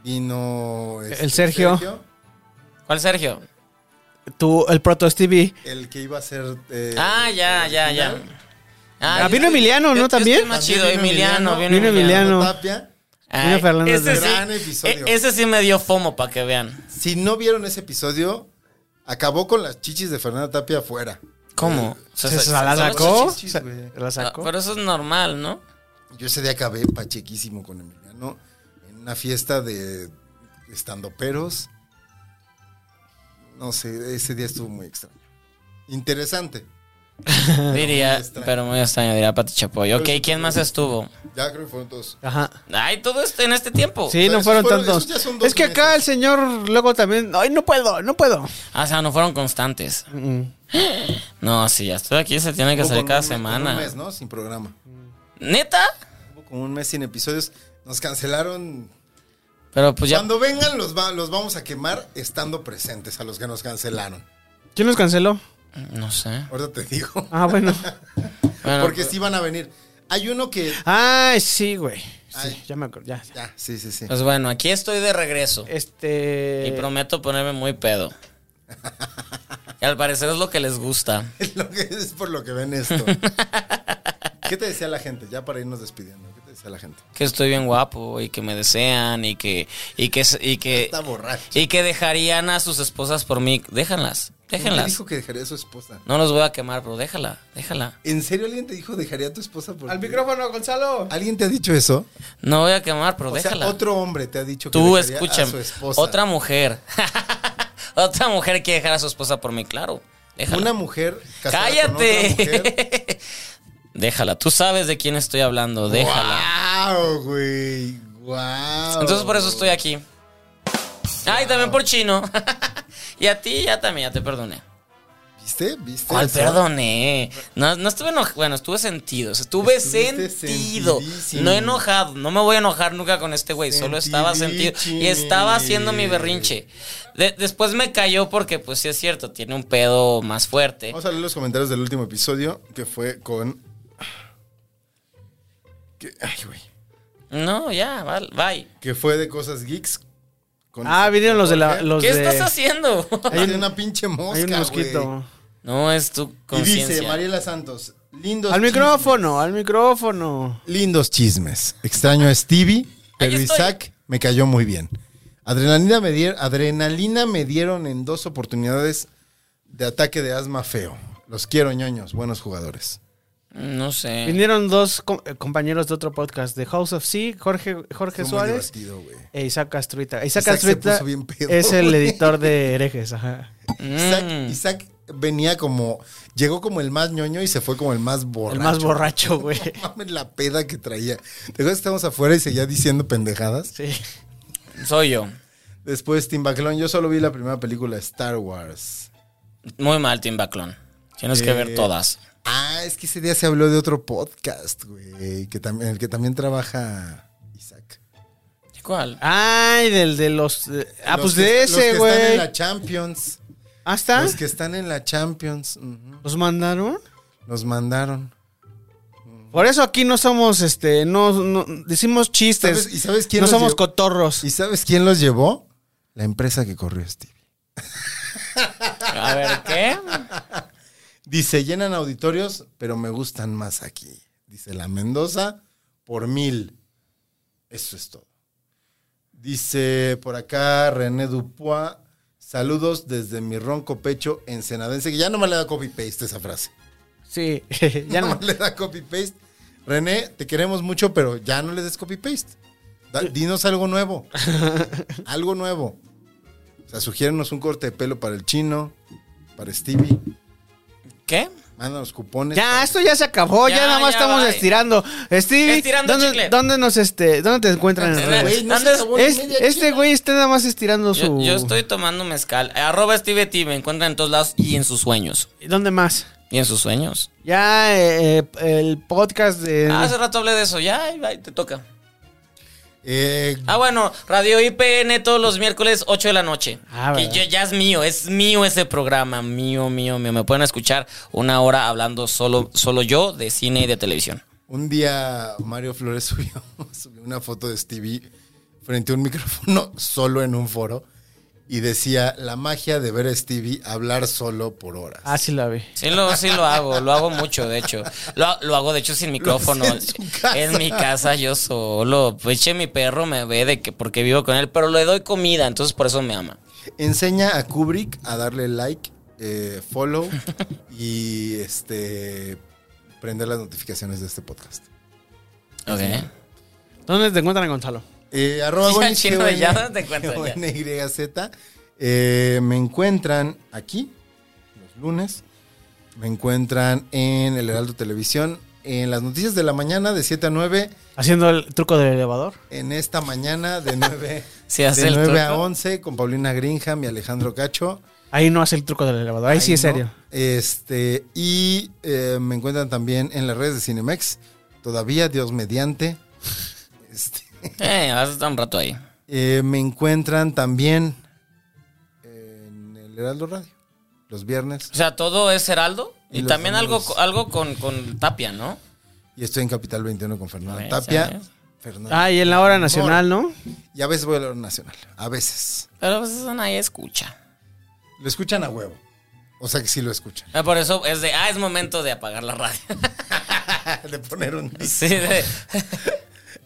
E: Vino. este,
B: El Sergio.
F: ¿Cuál Sergio?
B: Tú, el proto Stevie.
E: El que iba a ser. eh,
F: Ah, ya,
E: el
F: ya, ya.
E: original.
F: Ah,
B: Ah,
F: yo
B: vino
F: estoy-
B: Emiliano,
F: yo-
B: ¿no?
F: yo estoy
B: También.
F: más
E: También
F: chido,
E: vino
F: Emiliano,
E: Emiliano.
F: vino
B: Vino
F: Emiliano.
B: Emiliano.
E: Fernando
B: no.
E: Tapia.
F: Ay,
B: Vino Fernández
F: ese,
B: del
F: sí,
E: Gran episodio.
F: e- ese sí me dio fomo para que vean.
E: Si no vieron ese episodio, acabó con las chichis de Fernanda Tapia afuera.
F: ¿Cómo? O sea,
B: Se,
F: se-
B: se la
F: se- se-
B: sacó.
E: chichis,
B: se-
E: güey.
B: la
F: Ah,
B: sacó.
F: Pero eso es normal, ¿no?
E: Yo ese día acabé pachequísimo con Emiliano en una fiesta de estandoperos. No sé, ese día estuvo muy extraño. Interesante.
F: Diría,
E: extraño. Pues, eh,
F: pero muy extraño, diría Pati Chapoy. Ok,
E: Pero-
F: ¿quién más estuvo?
E: Ya creo que fueron todos.
B: Ajá.
F: Ay, todo esto en este tiempo.
B: Sí, no
E: Oh, esos
B: fueron
E: fueron-
B: tantos.
E: esos ya son dos
B: Es que acá
E: meses.
B: el señor luego también. Ay, no puedo, no puedo.
F: Ah, o sea, no fueron constantes.
B: Mm.
F: No, sí, ya estoy aquí, se tiene que
E: Hubo
F: salir
E: como
F: cada
E: un mes- como
F: semana.
E: Un mes, ¿no? Sin programa.
F: ¿Neta?
E: Hubo como un mes sin episodios. Nos cancelaron.
F: Pero pues ya.
E: Cuando vengan los, va- los vamos a quemar estando presentes a los que nos cancelaron.
B: ¿Quién nos canceló?
F: No sé.
E: Ahorita te digo.
B: Ah, bueno.
F: Bueno,
E: Porque
F: pues,
E: sí van a venir. Hay uno que...
B: Ay, sí, güey. Sí,
E: Ay.
B: ya me acuerdo. Ya. ya.
E: Ya, sí, sí, sí.
F: pues bueno, aquí estoy de regreso.
B: Este.
E: Eh.
F: Y prometo ponerme muy pedo. Y al parecer es lo que les gusta.
E: Es lo que- es por lo que ven esto. ¿Qué te decía la gente? Ya para irnos despidiendo. ¿Qué te decía la gente?
F: Que estoy bien guapo y que me desean y que. Y que. Y que,
E: Está borracho.
F: y que dejarían a sus esposas por mí. Déjanlas.
E: ¿Quién te
F: Déjenlas.
E: dijo que dejaría a su esposa?
F: No los voy a quemar, pero déjala. Déjala.
E: ¿En serio alguien te dijo dejaría a tu esposa por
B: Al
E: ti?
B: micrófono, Gonzalo.
E: ¿Alguien te ha dicho eso?
F: No voy a quemar, pero
E: O sea,
F: Pues déjala.
E: otro hombre te ha dicho que
F: Tú
E: dejaría a
F: escúchame.
E: su esposa.
F: Otra mujer. otra mujer quiere dejar a su esposa por mí, claro. Déjala.
E: Una mujer casada
F: Cállate.
E: con otra mujer.
F: déjala. Tú sabes de quién estoy hablando. Déjala.
E: ¡Wow, güey! ¡Wow!
F: Entonces por eso estoy aquí. Ay, también por chino. y a ti ya también, ya te perdoné.
E: ¿Viste? ¿Viste?
F: ¿Cuál
E: eso?
F: perdoné? No, no estuve enojado. Bueno, estuve sentido. o sea, Estuve
E: Estuviste
F: sentido.
E: sentidísimo.
F: No enojado. No me voy a enojar nunca con este güey. Solo estaba sentido. Y estaba haciendo mi
E: Sentidichis.
F: berrinche. De- después me cayó porque, pues sí es cierto, tiene un pedo más fuerte.
E: Vamos a leer los comentarios del último episodio que fue con. que- Ay, güey.
F: No, ya, vale, bye.
E: Que fue de cosas geeks. con-
B: Ah, vinieron los de la. Los
F: ¿Qué
B: de-
F: estás haciendo?
E: Hay una pinche mosca.
B: Hay un mosquito.
E: güey.
F: no es tu
E: Y dice
F: conciencia.
E: Mariela Santos. Lindos
B: Al
E: chismes.
B: micrófono, al micrófono.
E: Lindos chismes. Extraño a Stevie, pero
F: estoy.
E: Isaac me cayó muy bien. Adrenalina me, dier- adrenalina me dieron en dos oportunidades de ataque de asma feo. Los quiero, ñoños. Buenos jugadores.
F: No sé.
B: Vinieron dos com- eh, compañeros de otro podcast, de House of Sea, Jorge, Jorge
E: Estuvo muy
B: Suárez
E: divertido, güey.
B: e Isaac Castruita. Isaac,
E: Isaac se
B: Castruita
E: puso bien pedo,
B: es el
E: güey.
B: editor de herejes, ajá.
E: Isaac,
F: Mm.
E: Isaac venía como. Llegó como el más ñoño y se fue como el más borracho.
B: El más borracho, güey.
E: No mames, la peda que traía. ¿Te acuerdas que estábamos afuera y seguía diciendo pendejadas?
B: Sí.
F: Soy yo.
E: Después, Tim Baclón, yo solo vi la primera película Star Wars.
F: Muy mal, Tim Baclón. Tienes que ver
E: Eh,
F: todas.
E: Ah, es que ese día se habló de otro podcast, güey, que también, el que también trabaja Isaac.
F: ¿Cuál?
B: Ay, del de los. de- ah,
E: Los
B: pues
E: que-
B: de
E: Los
B: ese,
E: que están en
B: güey.
E: la Champions.
B: Ah, está.
E: Los que están en la Champions. ujú,
B: ¿Los mandaron?
E: Nos mandaron.
B: Por eso aquí no somos, este, no, no- decimos chistes.
E: ¿Sabes- y sabes quién
B: No
E: los
B: somos
E: llevó?
B: cotorros.
E: ¿Y sabes quién los llevó? La empresa que corrió Stevie.
F: A ver, ¿qué?
E: Dice, llenan auditorios, pero me gustan más aquí. Dice, la Mendoza por mil. Eso es todo. Dice, por acá, René Dupois, saludos desde mi ronco pecho ensenadense, que ya no me le da copy-paste esa frase.
B: Sí, ya no.
E: me le da copy-paste. René, te queremos mucho, pero ya no le des copy-paste. Da- Dinos algo nuevo. algo nuevo. O sea, sugiérenos un corte de pelo para el chino, para Stevie.
F: ¿Qué?
E: Mándanos cupones.
B: Ya, esto ya se acabó, ya,
F: Ya,
B: nada más
F: ya,
B: estamos
F: bye.
B: estirando. Stevie,
F: Estirando
B: ¿dónde,
F: chicle.
B: ¿dónde nos este, dónde te encuentran en
F: Estirando
B: redes?
E: Güey, no se
F: Antes-
E: acabó ni
B: Es-
E: media
B: este
E: chela.
B: güey está nada más estirando
F: Yo,
B: su.
F: yo estoy tomando mezcal. Eh, Arroba Steve T, me encuentran en todos lados y en sus sueños.
B: ¿Dónde más?
F: Y en sus sueños.
B: Ya eh, eh, el podcast de.
F: Ah, hace rato hablé de eso. Ya, ahí va, ahí te toca.
E: Eh,
F: Ah, bueno, Radio IPN todos los miércoles, 8 de la noche.
B: Ah,
F: que
B: ¿verdad?
F: yo- ya es mío, es mío ese programa. Mío, mío, mío. Me pueden escuchar una hora hablando solo, solo yo de cine y de televisión.
E: un día Mario Flores subió, subió una foto de Stevie frente a un micrófono solo en un foro y decía la magia de ver a Stevie hablar solo por horas.
B: Ah, sí la vi.
F: Sí lo, sí lo hago, lo hago mucho, de hecho. Lo, ha- lo hago, de hecho, sin micrófono.
E: en su casa.
F: En mi casa yo solo. Pues, che, mi perro me ve de que porque vivo con él, pero le doy comida, entonces por eso me ama.
E: Enseña a Kubrick a darle like, eh, follow y este prender las notificaciones de este podcast.
F: Ok.
B: ¿Dónde te encuentran, Gonzalo?
E: Eh, arroba
F: Ya,
E: Gonis,
F: chino,
E: G-O-N-
F: ya no te cuento, ya.
E: E G-O-N-Y-Z. Eh, me encuentran aquí, los lunes. Me encuentran en el Heraldo Televisión, en las noticias de la mañana de 7 a 9,
B: Haciendo el truco del elevador.
E: en esta mañana de 9,
F: Se hace
E: de
F: el
E: 9 a
F: truco.
E: 11 con Paulina Grinham y Alejandro Cacho.
B: Ahí no hace el truco del elevador. Ahí, sí
E: Ahí
B: es
E: no.
B: serio.
E: Este, y eh, me encuentran también en las redes de Cinemex, todavía Dios mediante. Este,
F: Eh, vas a estar un rato ahí.
E: Eh, me encuentran también en el Heraldo Radio, los viernes.
F: O sea, todo es Heraldo
E: Y
F: y,
E: los
F: también algo,
E: domingos.
F: co- algo con, con Tapia, ¿no?
E: Y estoy en Capital 21 con Fernando
F: Bueno,
E: Tapia.
F: ¿sabes?
E: Fernando.
B: Ah, y en la hora nacional, ¿no?
E: Y a veces voy a la hora nacional, a veces.
F: Pero pues eso nadie escucha.
E: Lo escuchan a huevo. O sea que sí lo escuchan.
F: Ah, Por eso es de, ah, es momento de apagar la radio.
E: De poner un disco.
F: sí, de,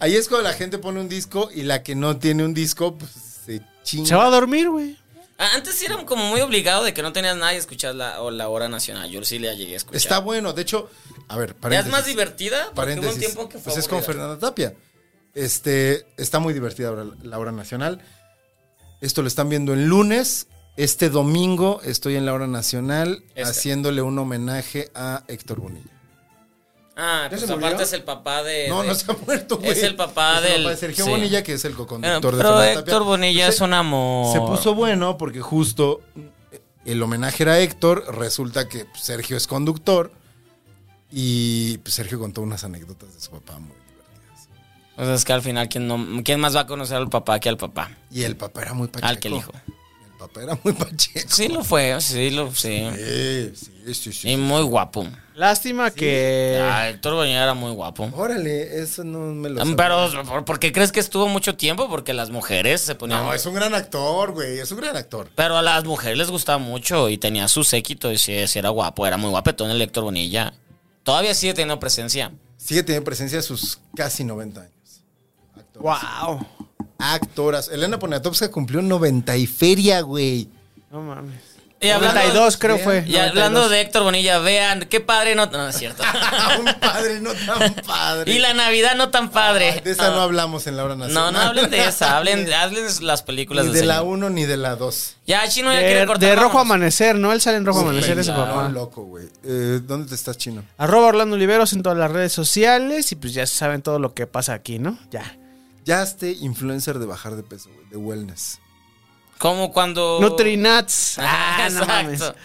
E: Ahí es cuando la gente pone un disco y la que no tiene un disco, pues se chinga.
B: Se va a dormir, güey.
F: Ah, Antes sí era como muy obligado de que no tenías nadie a escuchar la, o la hora nacional. Yo sí la llegué a escuchar.
E: Está bueno. De hecho, a ver,
F: ya es
E: paréntesis.
F: más divertida porque hubo un
E: paréntesis.
F: tiempo que fue
E: pues es con
F: aburrida.
E: Fernanda Tapia. Este, está muy divertida ahora la hora nacional. Esto lo están viendo en lunes. Este domingo estoy en la hora nacional
F: Este.
E: haciéndole un homenaje a Héctor Bonilla.
F: Ah,
G: ¿Ya
F: pues
G: se murió?
F: aparte es el papá de.
E: no,
F: de-
E: no se ha muerto, güey.
F: Eh, es el papá
E: el
F: del-
E: de Sergio
F: sí.
E: Bonilla, que es el
F: Bueno,
E: coconductor de
F: pero
E: Fernanda
F: Héctor
E: Tapia.
F: Bonilla
E: Se-
F: es un amor.
E: Se puso bueno porque justo eh, El homenaje era a Héctor, resulta que pues, Sergio es conductor y pues, Sergio contó unas anécdotas de su papá muy divertidas.
F: O sea, Pues es que al final, ¿quién, no, ¿quién más va a conocer al papá que al papá?
E: Y el papá era muy pacheco.
F: Al que el hijo.
E: El papá era muy pacheco.
F: Sí lo fue, sí lo, sí.
E: Sí, sí, sí, sí.
F: Y muy guapo.
B: Lástima
E: Eh.
B: que.
F: Ah, Héctor Goñera era muy guapo. Em,
E: Órale, eso no me lo sabía.
F: Pero, ¿por- ¿por qué crees que estuvo mucho tiempo? Porque las mujeres se ponían...
E: No, es un gran actor, güey, es un gran actor.
F: Pero a las mujeres les gustaba mucho y tenía su séquito y si, era guapo, era muy guapetón el Héctor Bonilla. Todavía sigue teniendo presencia.
E: Sigue teniendo presencia a sus casi 90 años. Actor.
B: ¡Wow!
E: Actoras. Elena Poniatowska cumplió 90 y feria, güey.
B: No mames.
F: Y hablando,
B: 92 creo fue.
F: y hablando de Héctor Bonilla, vean, qué padre no... No, no es cierto.
E: un padre no tan padre.
F: y la Navidad no tan
E: Ay,
F: padre.
E: de esa no
F: Ah.
E: hablamos en la hora
F: No,
E: nacional.
F: no hablen de esa, hablen, de- hablen de las películas
E: ni
F: del
E: de la
F: señor.
E: 1 ni de la 2.
F: Ya, chino, ya quiere
B: De,
F: cortar.
B: de Rojo
F: vámonos.
B: Amanecer, ¿no? Él sale en Rojo Amanecer, ese
F: claro.
B: papá.
E: loco, güey. Eh, ¿Dónde te estás, chino?
B: Arroba Orlando Oliveros en todas las redes sociales y pues ya saben todo lo que pasa aquí, ¿no? Ya.
E: Ya esté influencer de bajar de peso, güey, de wellness.
F: Como cuando...
B: Nutrinats.
F: Ah,
B: Ah, no mames.
F: exacto.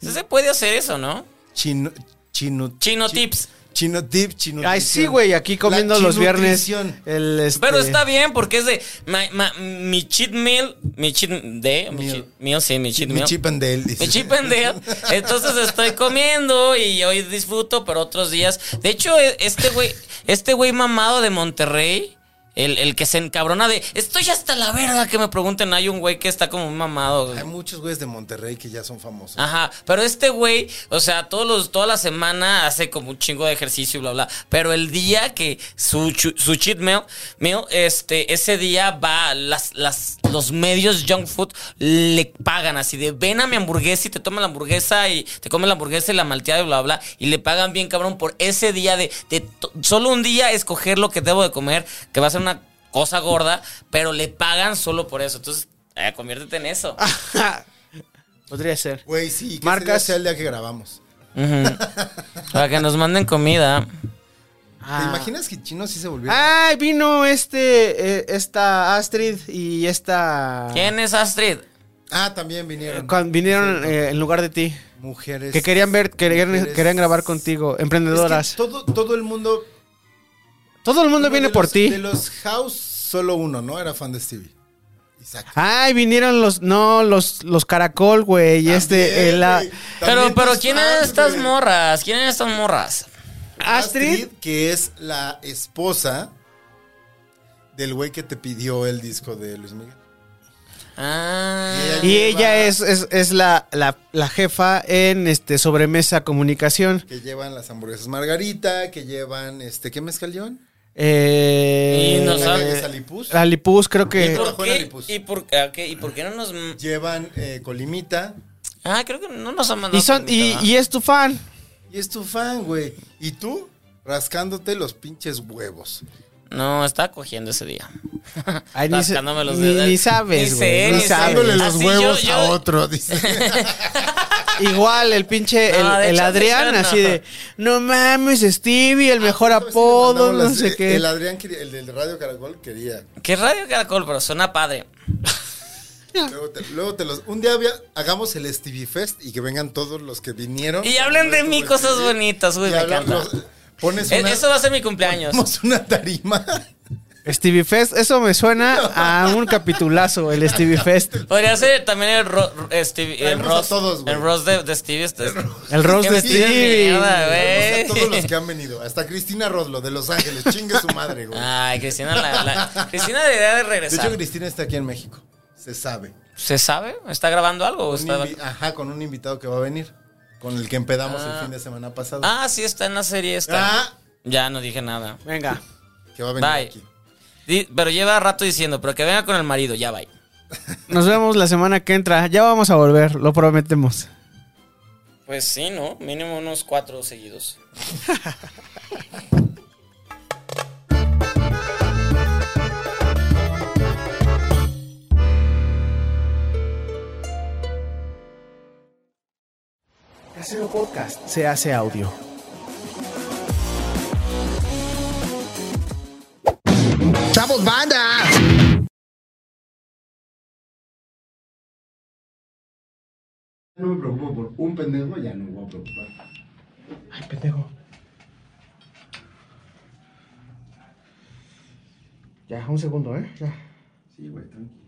F: Sí se puede hacer eso, ¿no?
E: Chino, chino,
F: Chino
E: chi-
F: tips.
E: Chino tip, chino.
B: Ay, sí, güey, aquí comiendo los viernes. El, este,
F: Pero está bien porque es de ma- ma- mi cheat meal, mi cheat day, mi
E: Meal.
F: cheat meal, sí, mi cheat
E: Mi
F: meal.
E: chip and Dale, dice.
F: Mi chip and dale. Entonces estoy comiendo y hoy disfruto, pero otros días. De hecho, e- este güey, este güey mamado de Monterrey, el, el que se encabrona de estoy hasta la verga que me pregunten, hay un güey que está como un mamado.
E: Hay muchos güeyes de Monterrey que ya son famosos.
F: Ajá, pero este güey, o sea, todos los, toda la semana hace como un chingo de ejercicio y bla, bla. Pero el día que su, chu- su cheat meal, meal, este, ese día va, las, las, los medios junk food le pagan así de ven a mi hamburguesa y te toma la hamburguesa y te come la hamburguesa y la malteada y bla, bla. Y le pagan bien, cabrón, por ese día de, de to- solo un día escoger lo que debo de comer, que va a ser una cosa gorda, pero le pagan solo por eso. Entonces, eh, conviértete en eso.
B: Podría ser.
E: Güey, sí. Que
B: Marcas.
E: Marcas. sea el día que grabamos.
F: Ujú. Para que nos manden comida.
E: ¿Te
B: Ah.
E: imaginas que Chino sí se volvió?
B: Ay, vino este, eh, esta Astrid y esta...
F: ¿Quién es Astrid?
E: Ah, también vinieron.
B: Cuando vinieron eh, en lugar de ti.
E: Mujeres.
B: Que querían ver, querían,
E: mujeres-
B: querían grabar contigo.
E: Es que
B: Emprendedoras.
E: todo, todo el mundo.
B: Todo el mundo viene
E: de
B: por
E: los- De
B: ti.
E: los House, solo uno, ¿no? Era fan de Stevie. Isaac.
B: Ay, vinieron los, no, los, los caracol, güey. Y este,
E: También,
B: el, la-
E: güey.
F: Pero,
E: También
F: pero
E: tus
F: ¿quién
E: fans,
F: es estas
E: güey.
F: morras? ¿Quién es estas morras?
B: Astrid.
E: que es la esposa del güey que te pidió el disco de Luis Miguel.
F: Ah.
B: Y
E: lleva-
B: ella es, es, es la, la, la jefa en este sobremesa comunicación.
E: Que llevan las hamburguesas Margarita, que llevan este. ¿Qué mezcal llevan?
B: Eh,
F: Y nos
E: La
F: sabe.
E: de Salipus.
B: La Lipus, creo
F: ¿Y
B: que.
E: Hola,
F: por,
E: Juana
F: qué,
E: Lipus.
F: ¿Y, por, ah, ok, ¿Y por qué no nos.?
E: Llevan eh, Colimita.
F: Ah, creo que no nos han mandado.
B: Y, son, y,
F: comida.
B: y es tu fan.
E: Y es tu fan, güey. ¿Y tú? Rascándote los pinches huevos.
F: No, estaba cogiendo ese día.
B: Ay, ni se-
F: Rascándome los
B: ni-
F: dedos.
B: ni sabes,
F: Ni
B: güey,
F: sé,
B: ni
F: ni sé.
B: sabes. Dándole
F: Así yo- yo-
E: otro, dice.
B: Igual el pinche, el,
F: No, Ah, de
B: el
F: hecho,
B: Adrián,
F: no.
B: así de. No mames, Stevie, el mejor
E: ¿Sabes si le mandamos
B: apodo, no
E: las-
B: sé qué.
E: El Adrián, quería- el del Radio Caracol, quería.
F: ¿Qué radio caracol? Pero suena padre.
E: Luego te, luego te los. Un día había- hagamos el Stevie Fest y que vengan todos los que vinieron.
F: Y hablen de mí
E: Estuvo
F: cosas
E: Stevie.
F: bonitas, güey,
E: Y
F: me
E: hablan
F: encanta.
E: los- Pones
F: E-
E: una,
F: Eso va a ser mi cumpleaños.
E: ponemos una tarima.
B: Stevie Fest, eso me suena a un capitulazo, el Stevie Fest.
F: Podría ser también el, ro- eh, Stevie- el
E: Traemos a
F: Ross.
E: todos, güey.
F: el Ross de, de Stevie. este-
B: El roast
F: Qué
B: de
F: mentira, mierda,
B: Stevie.
E: Ponemos a
F: güey.
E: todos los que han venido. Hasta Cristina Roslo de Los Ángeles. Chingue su madre, güey.
F: Ay, Cristina, la, la- Cristina debería de
E: de
F: regresar.
E: hecho, Cristina está aquí en México. Se sabe.
F: ¿Se sabe? ¿Está grabando algo?
E: Un
F: o Pues está-
E: invi- Ajá, con un invitado que va a venir. Con el que empedamos el
F: Ah.
E: fin de semana pasado.
F: Ah, sí, está en la serie esta.
E: Ah,
F: Ya no dije nada.
B: Venga.
E: que va a venir
F: Bye.
E: aquí.
F: Di- pero lleva rato diciendo, pero que venga con el marido, ya bye.
B: Nos vemos la semana que entra. Ya vamos a volver, lo prometemos.
F: Pues sí, ¿no? Mínimo unos cuatro seguidos.
B: Casero Podcast se hace audio.
E: ¡Chavos, banda!
G: pendejo, ya no me voy a preocupar.
B: Ay, pendejo. Ya, un segundo, ¿eh? Ya.
G: Sí, güey, tranquilo.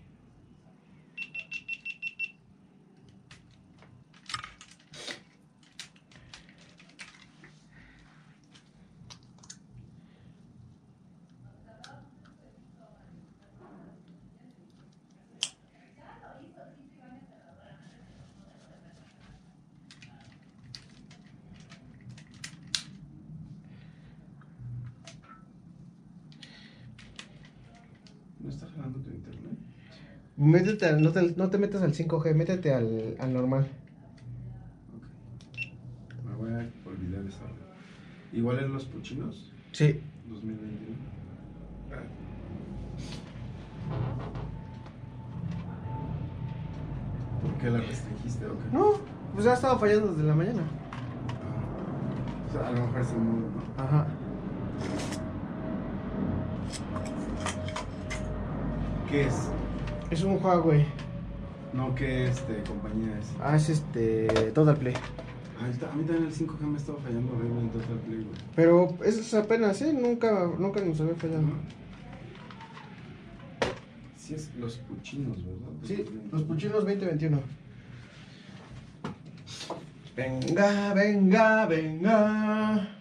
G: ¿No está jalando tu internet?
B: Métete al- no, te, no te metas al 5G, métete al, al normal.
G: Ok. Me voy a olvidar esa hora. Igual en los puchinos,
B: Sí.
G: 2021. Ah. ¿Por qué la restringiste o qué?
B: No, pues ya estaba fallando desde la mañana.
G: Ah. O sea, a lo mejor es el mundo, ¿no?
B: Ajá.
G: ¿Qué es?
B: Es un Huawei.
G: No, ¿qué este, compañía es?
B: Ah, es este. Total Play.
G: Ah, ahorita- a mí también el 5G me estaba fallando horrible en Total Play, güey.
B: Pero eso es apenas, ¿eh? Nunca, nunca nos había fallado.
G: Sí, es los puchinos, ¿verdad?
B: Sí, los puchinos 2021. Venga, venga, venga.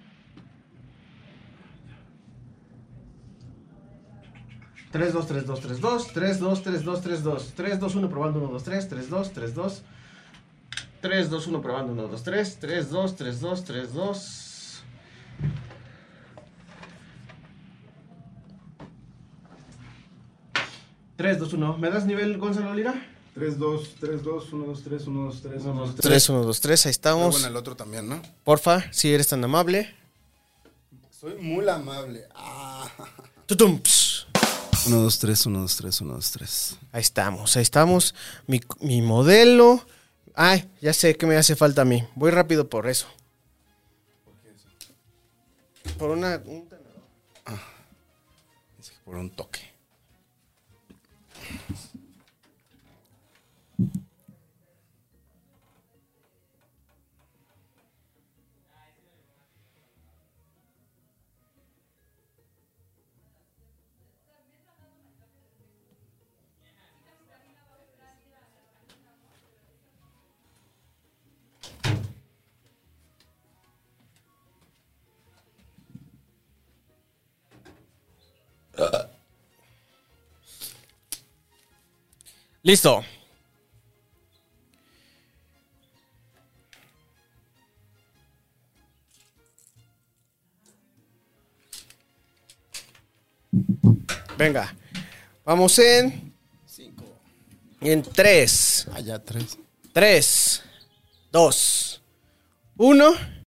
B: Tres, dos, tres, dos, tres, dos, tres, dos, tres, dos, tres, dos, tres, dos, uno, probando, uno, dos, tres, tres, dos, tres, dos, tres, dos, uno, probando, uno, dos, tres, tres, dos, tres, dos, tres, dos. Tres, dos, uno. ¿Me das nivel, Gonzalo Lira?
G: 3, 2, 3, 2, 1, 2, 3, 1, 2, 3, 1, 2, 3.
E: 3, 1, 2, 3, ahí
G: Bueno,
E: estamos.
G: el otro también, ¿no?
E: Porfa, si eres tan amable.
G: Soy muy amable. Ah.
E: Tutum, ps.
G: 1, 2, 3, 1, 2, 3, 1, 2, 3.
E: Ahí estamos, ahí estamos. Mi, mi modelo. Ay, ya sé que me hace falta a mí. Voy rápido por eso. Por una. un-
G: Es que por un toque.
E: Listo. Venga. Vamos en.
G: 5.
E: En 3,
G: Ah, Allá 3.
E: 3, 2, 1.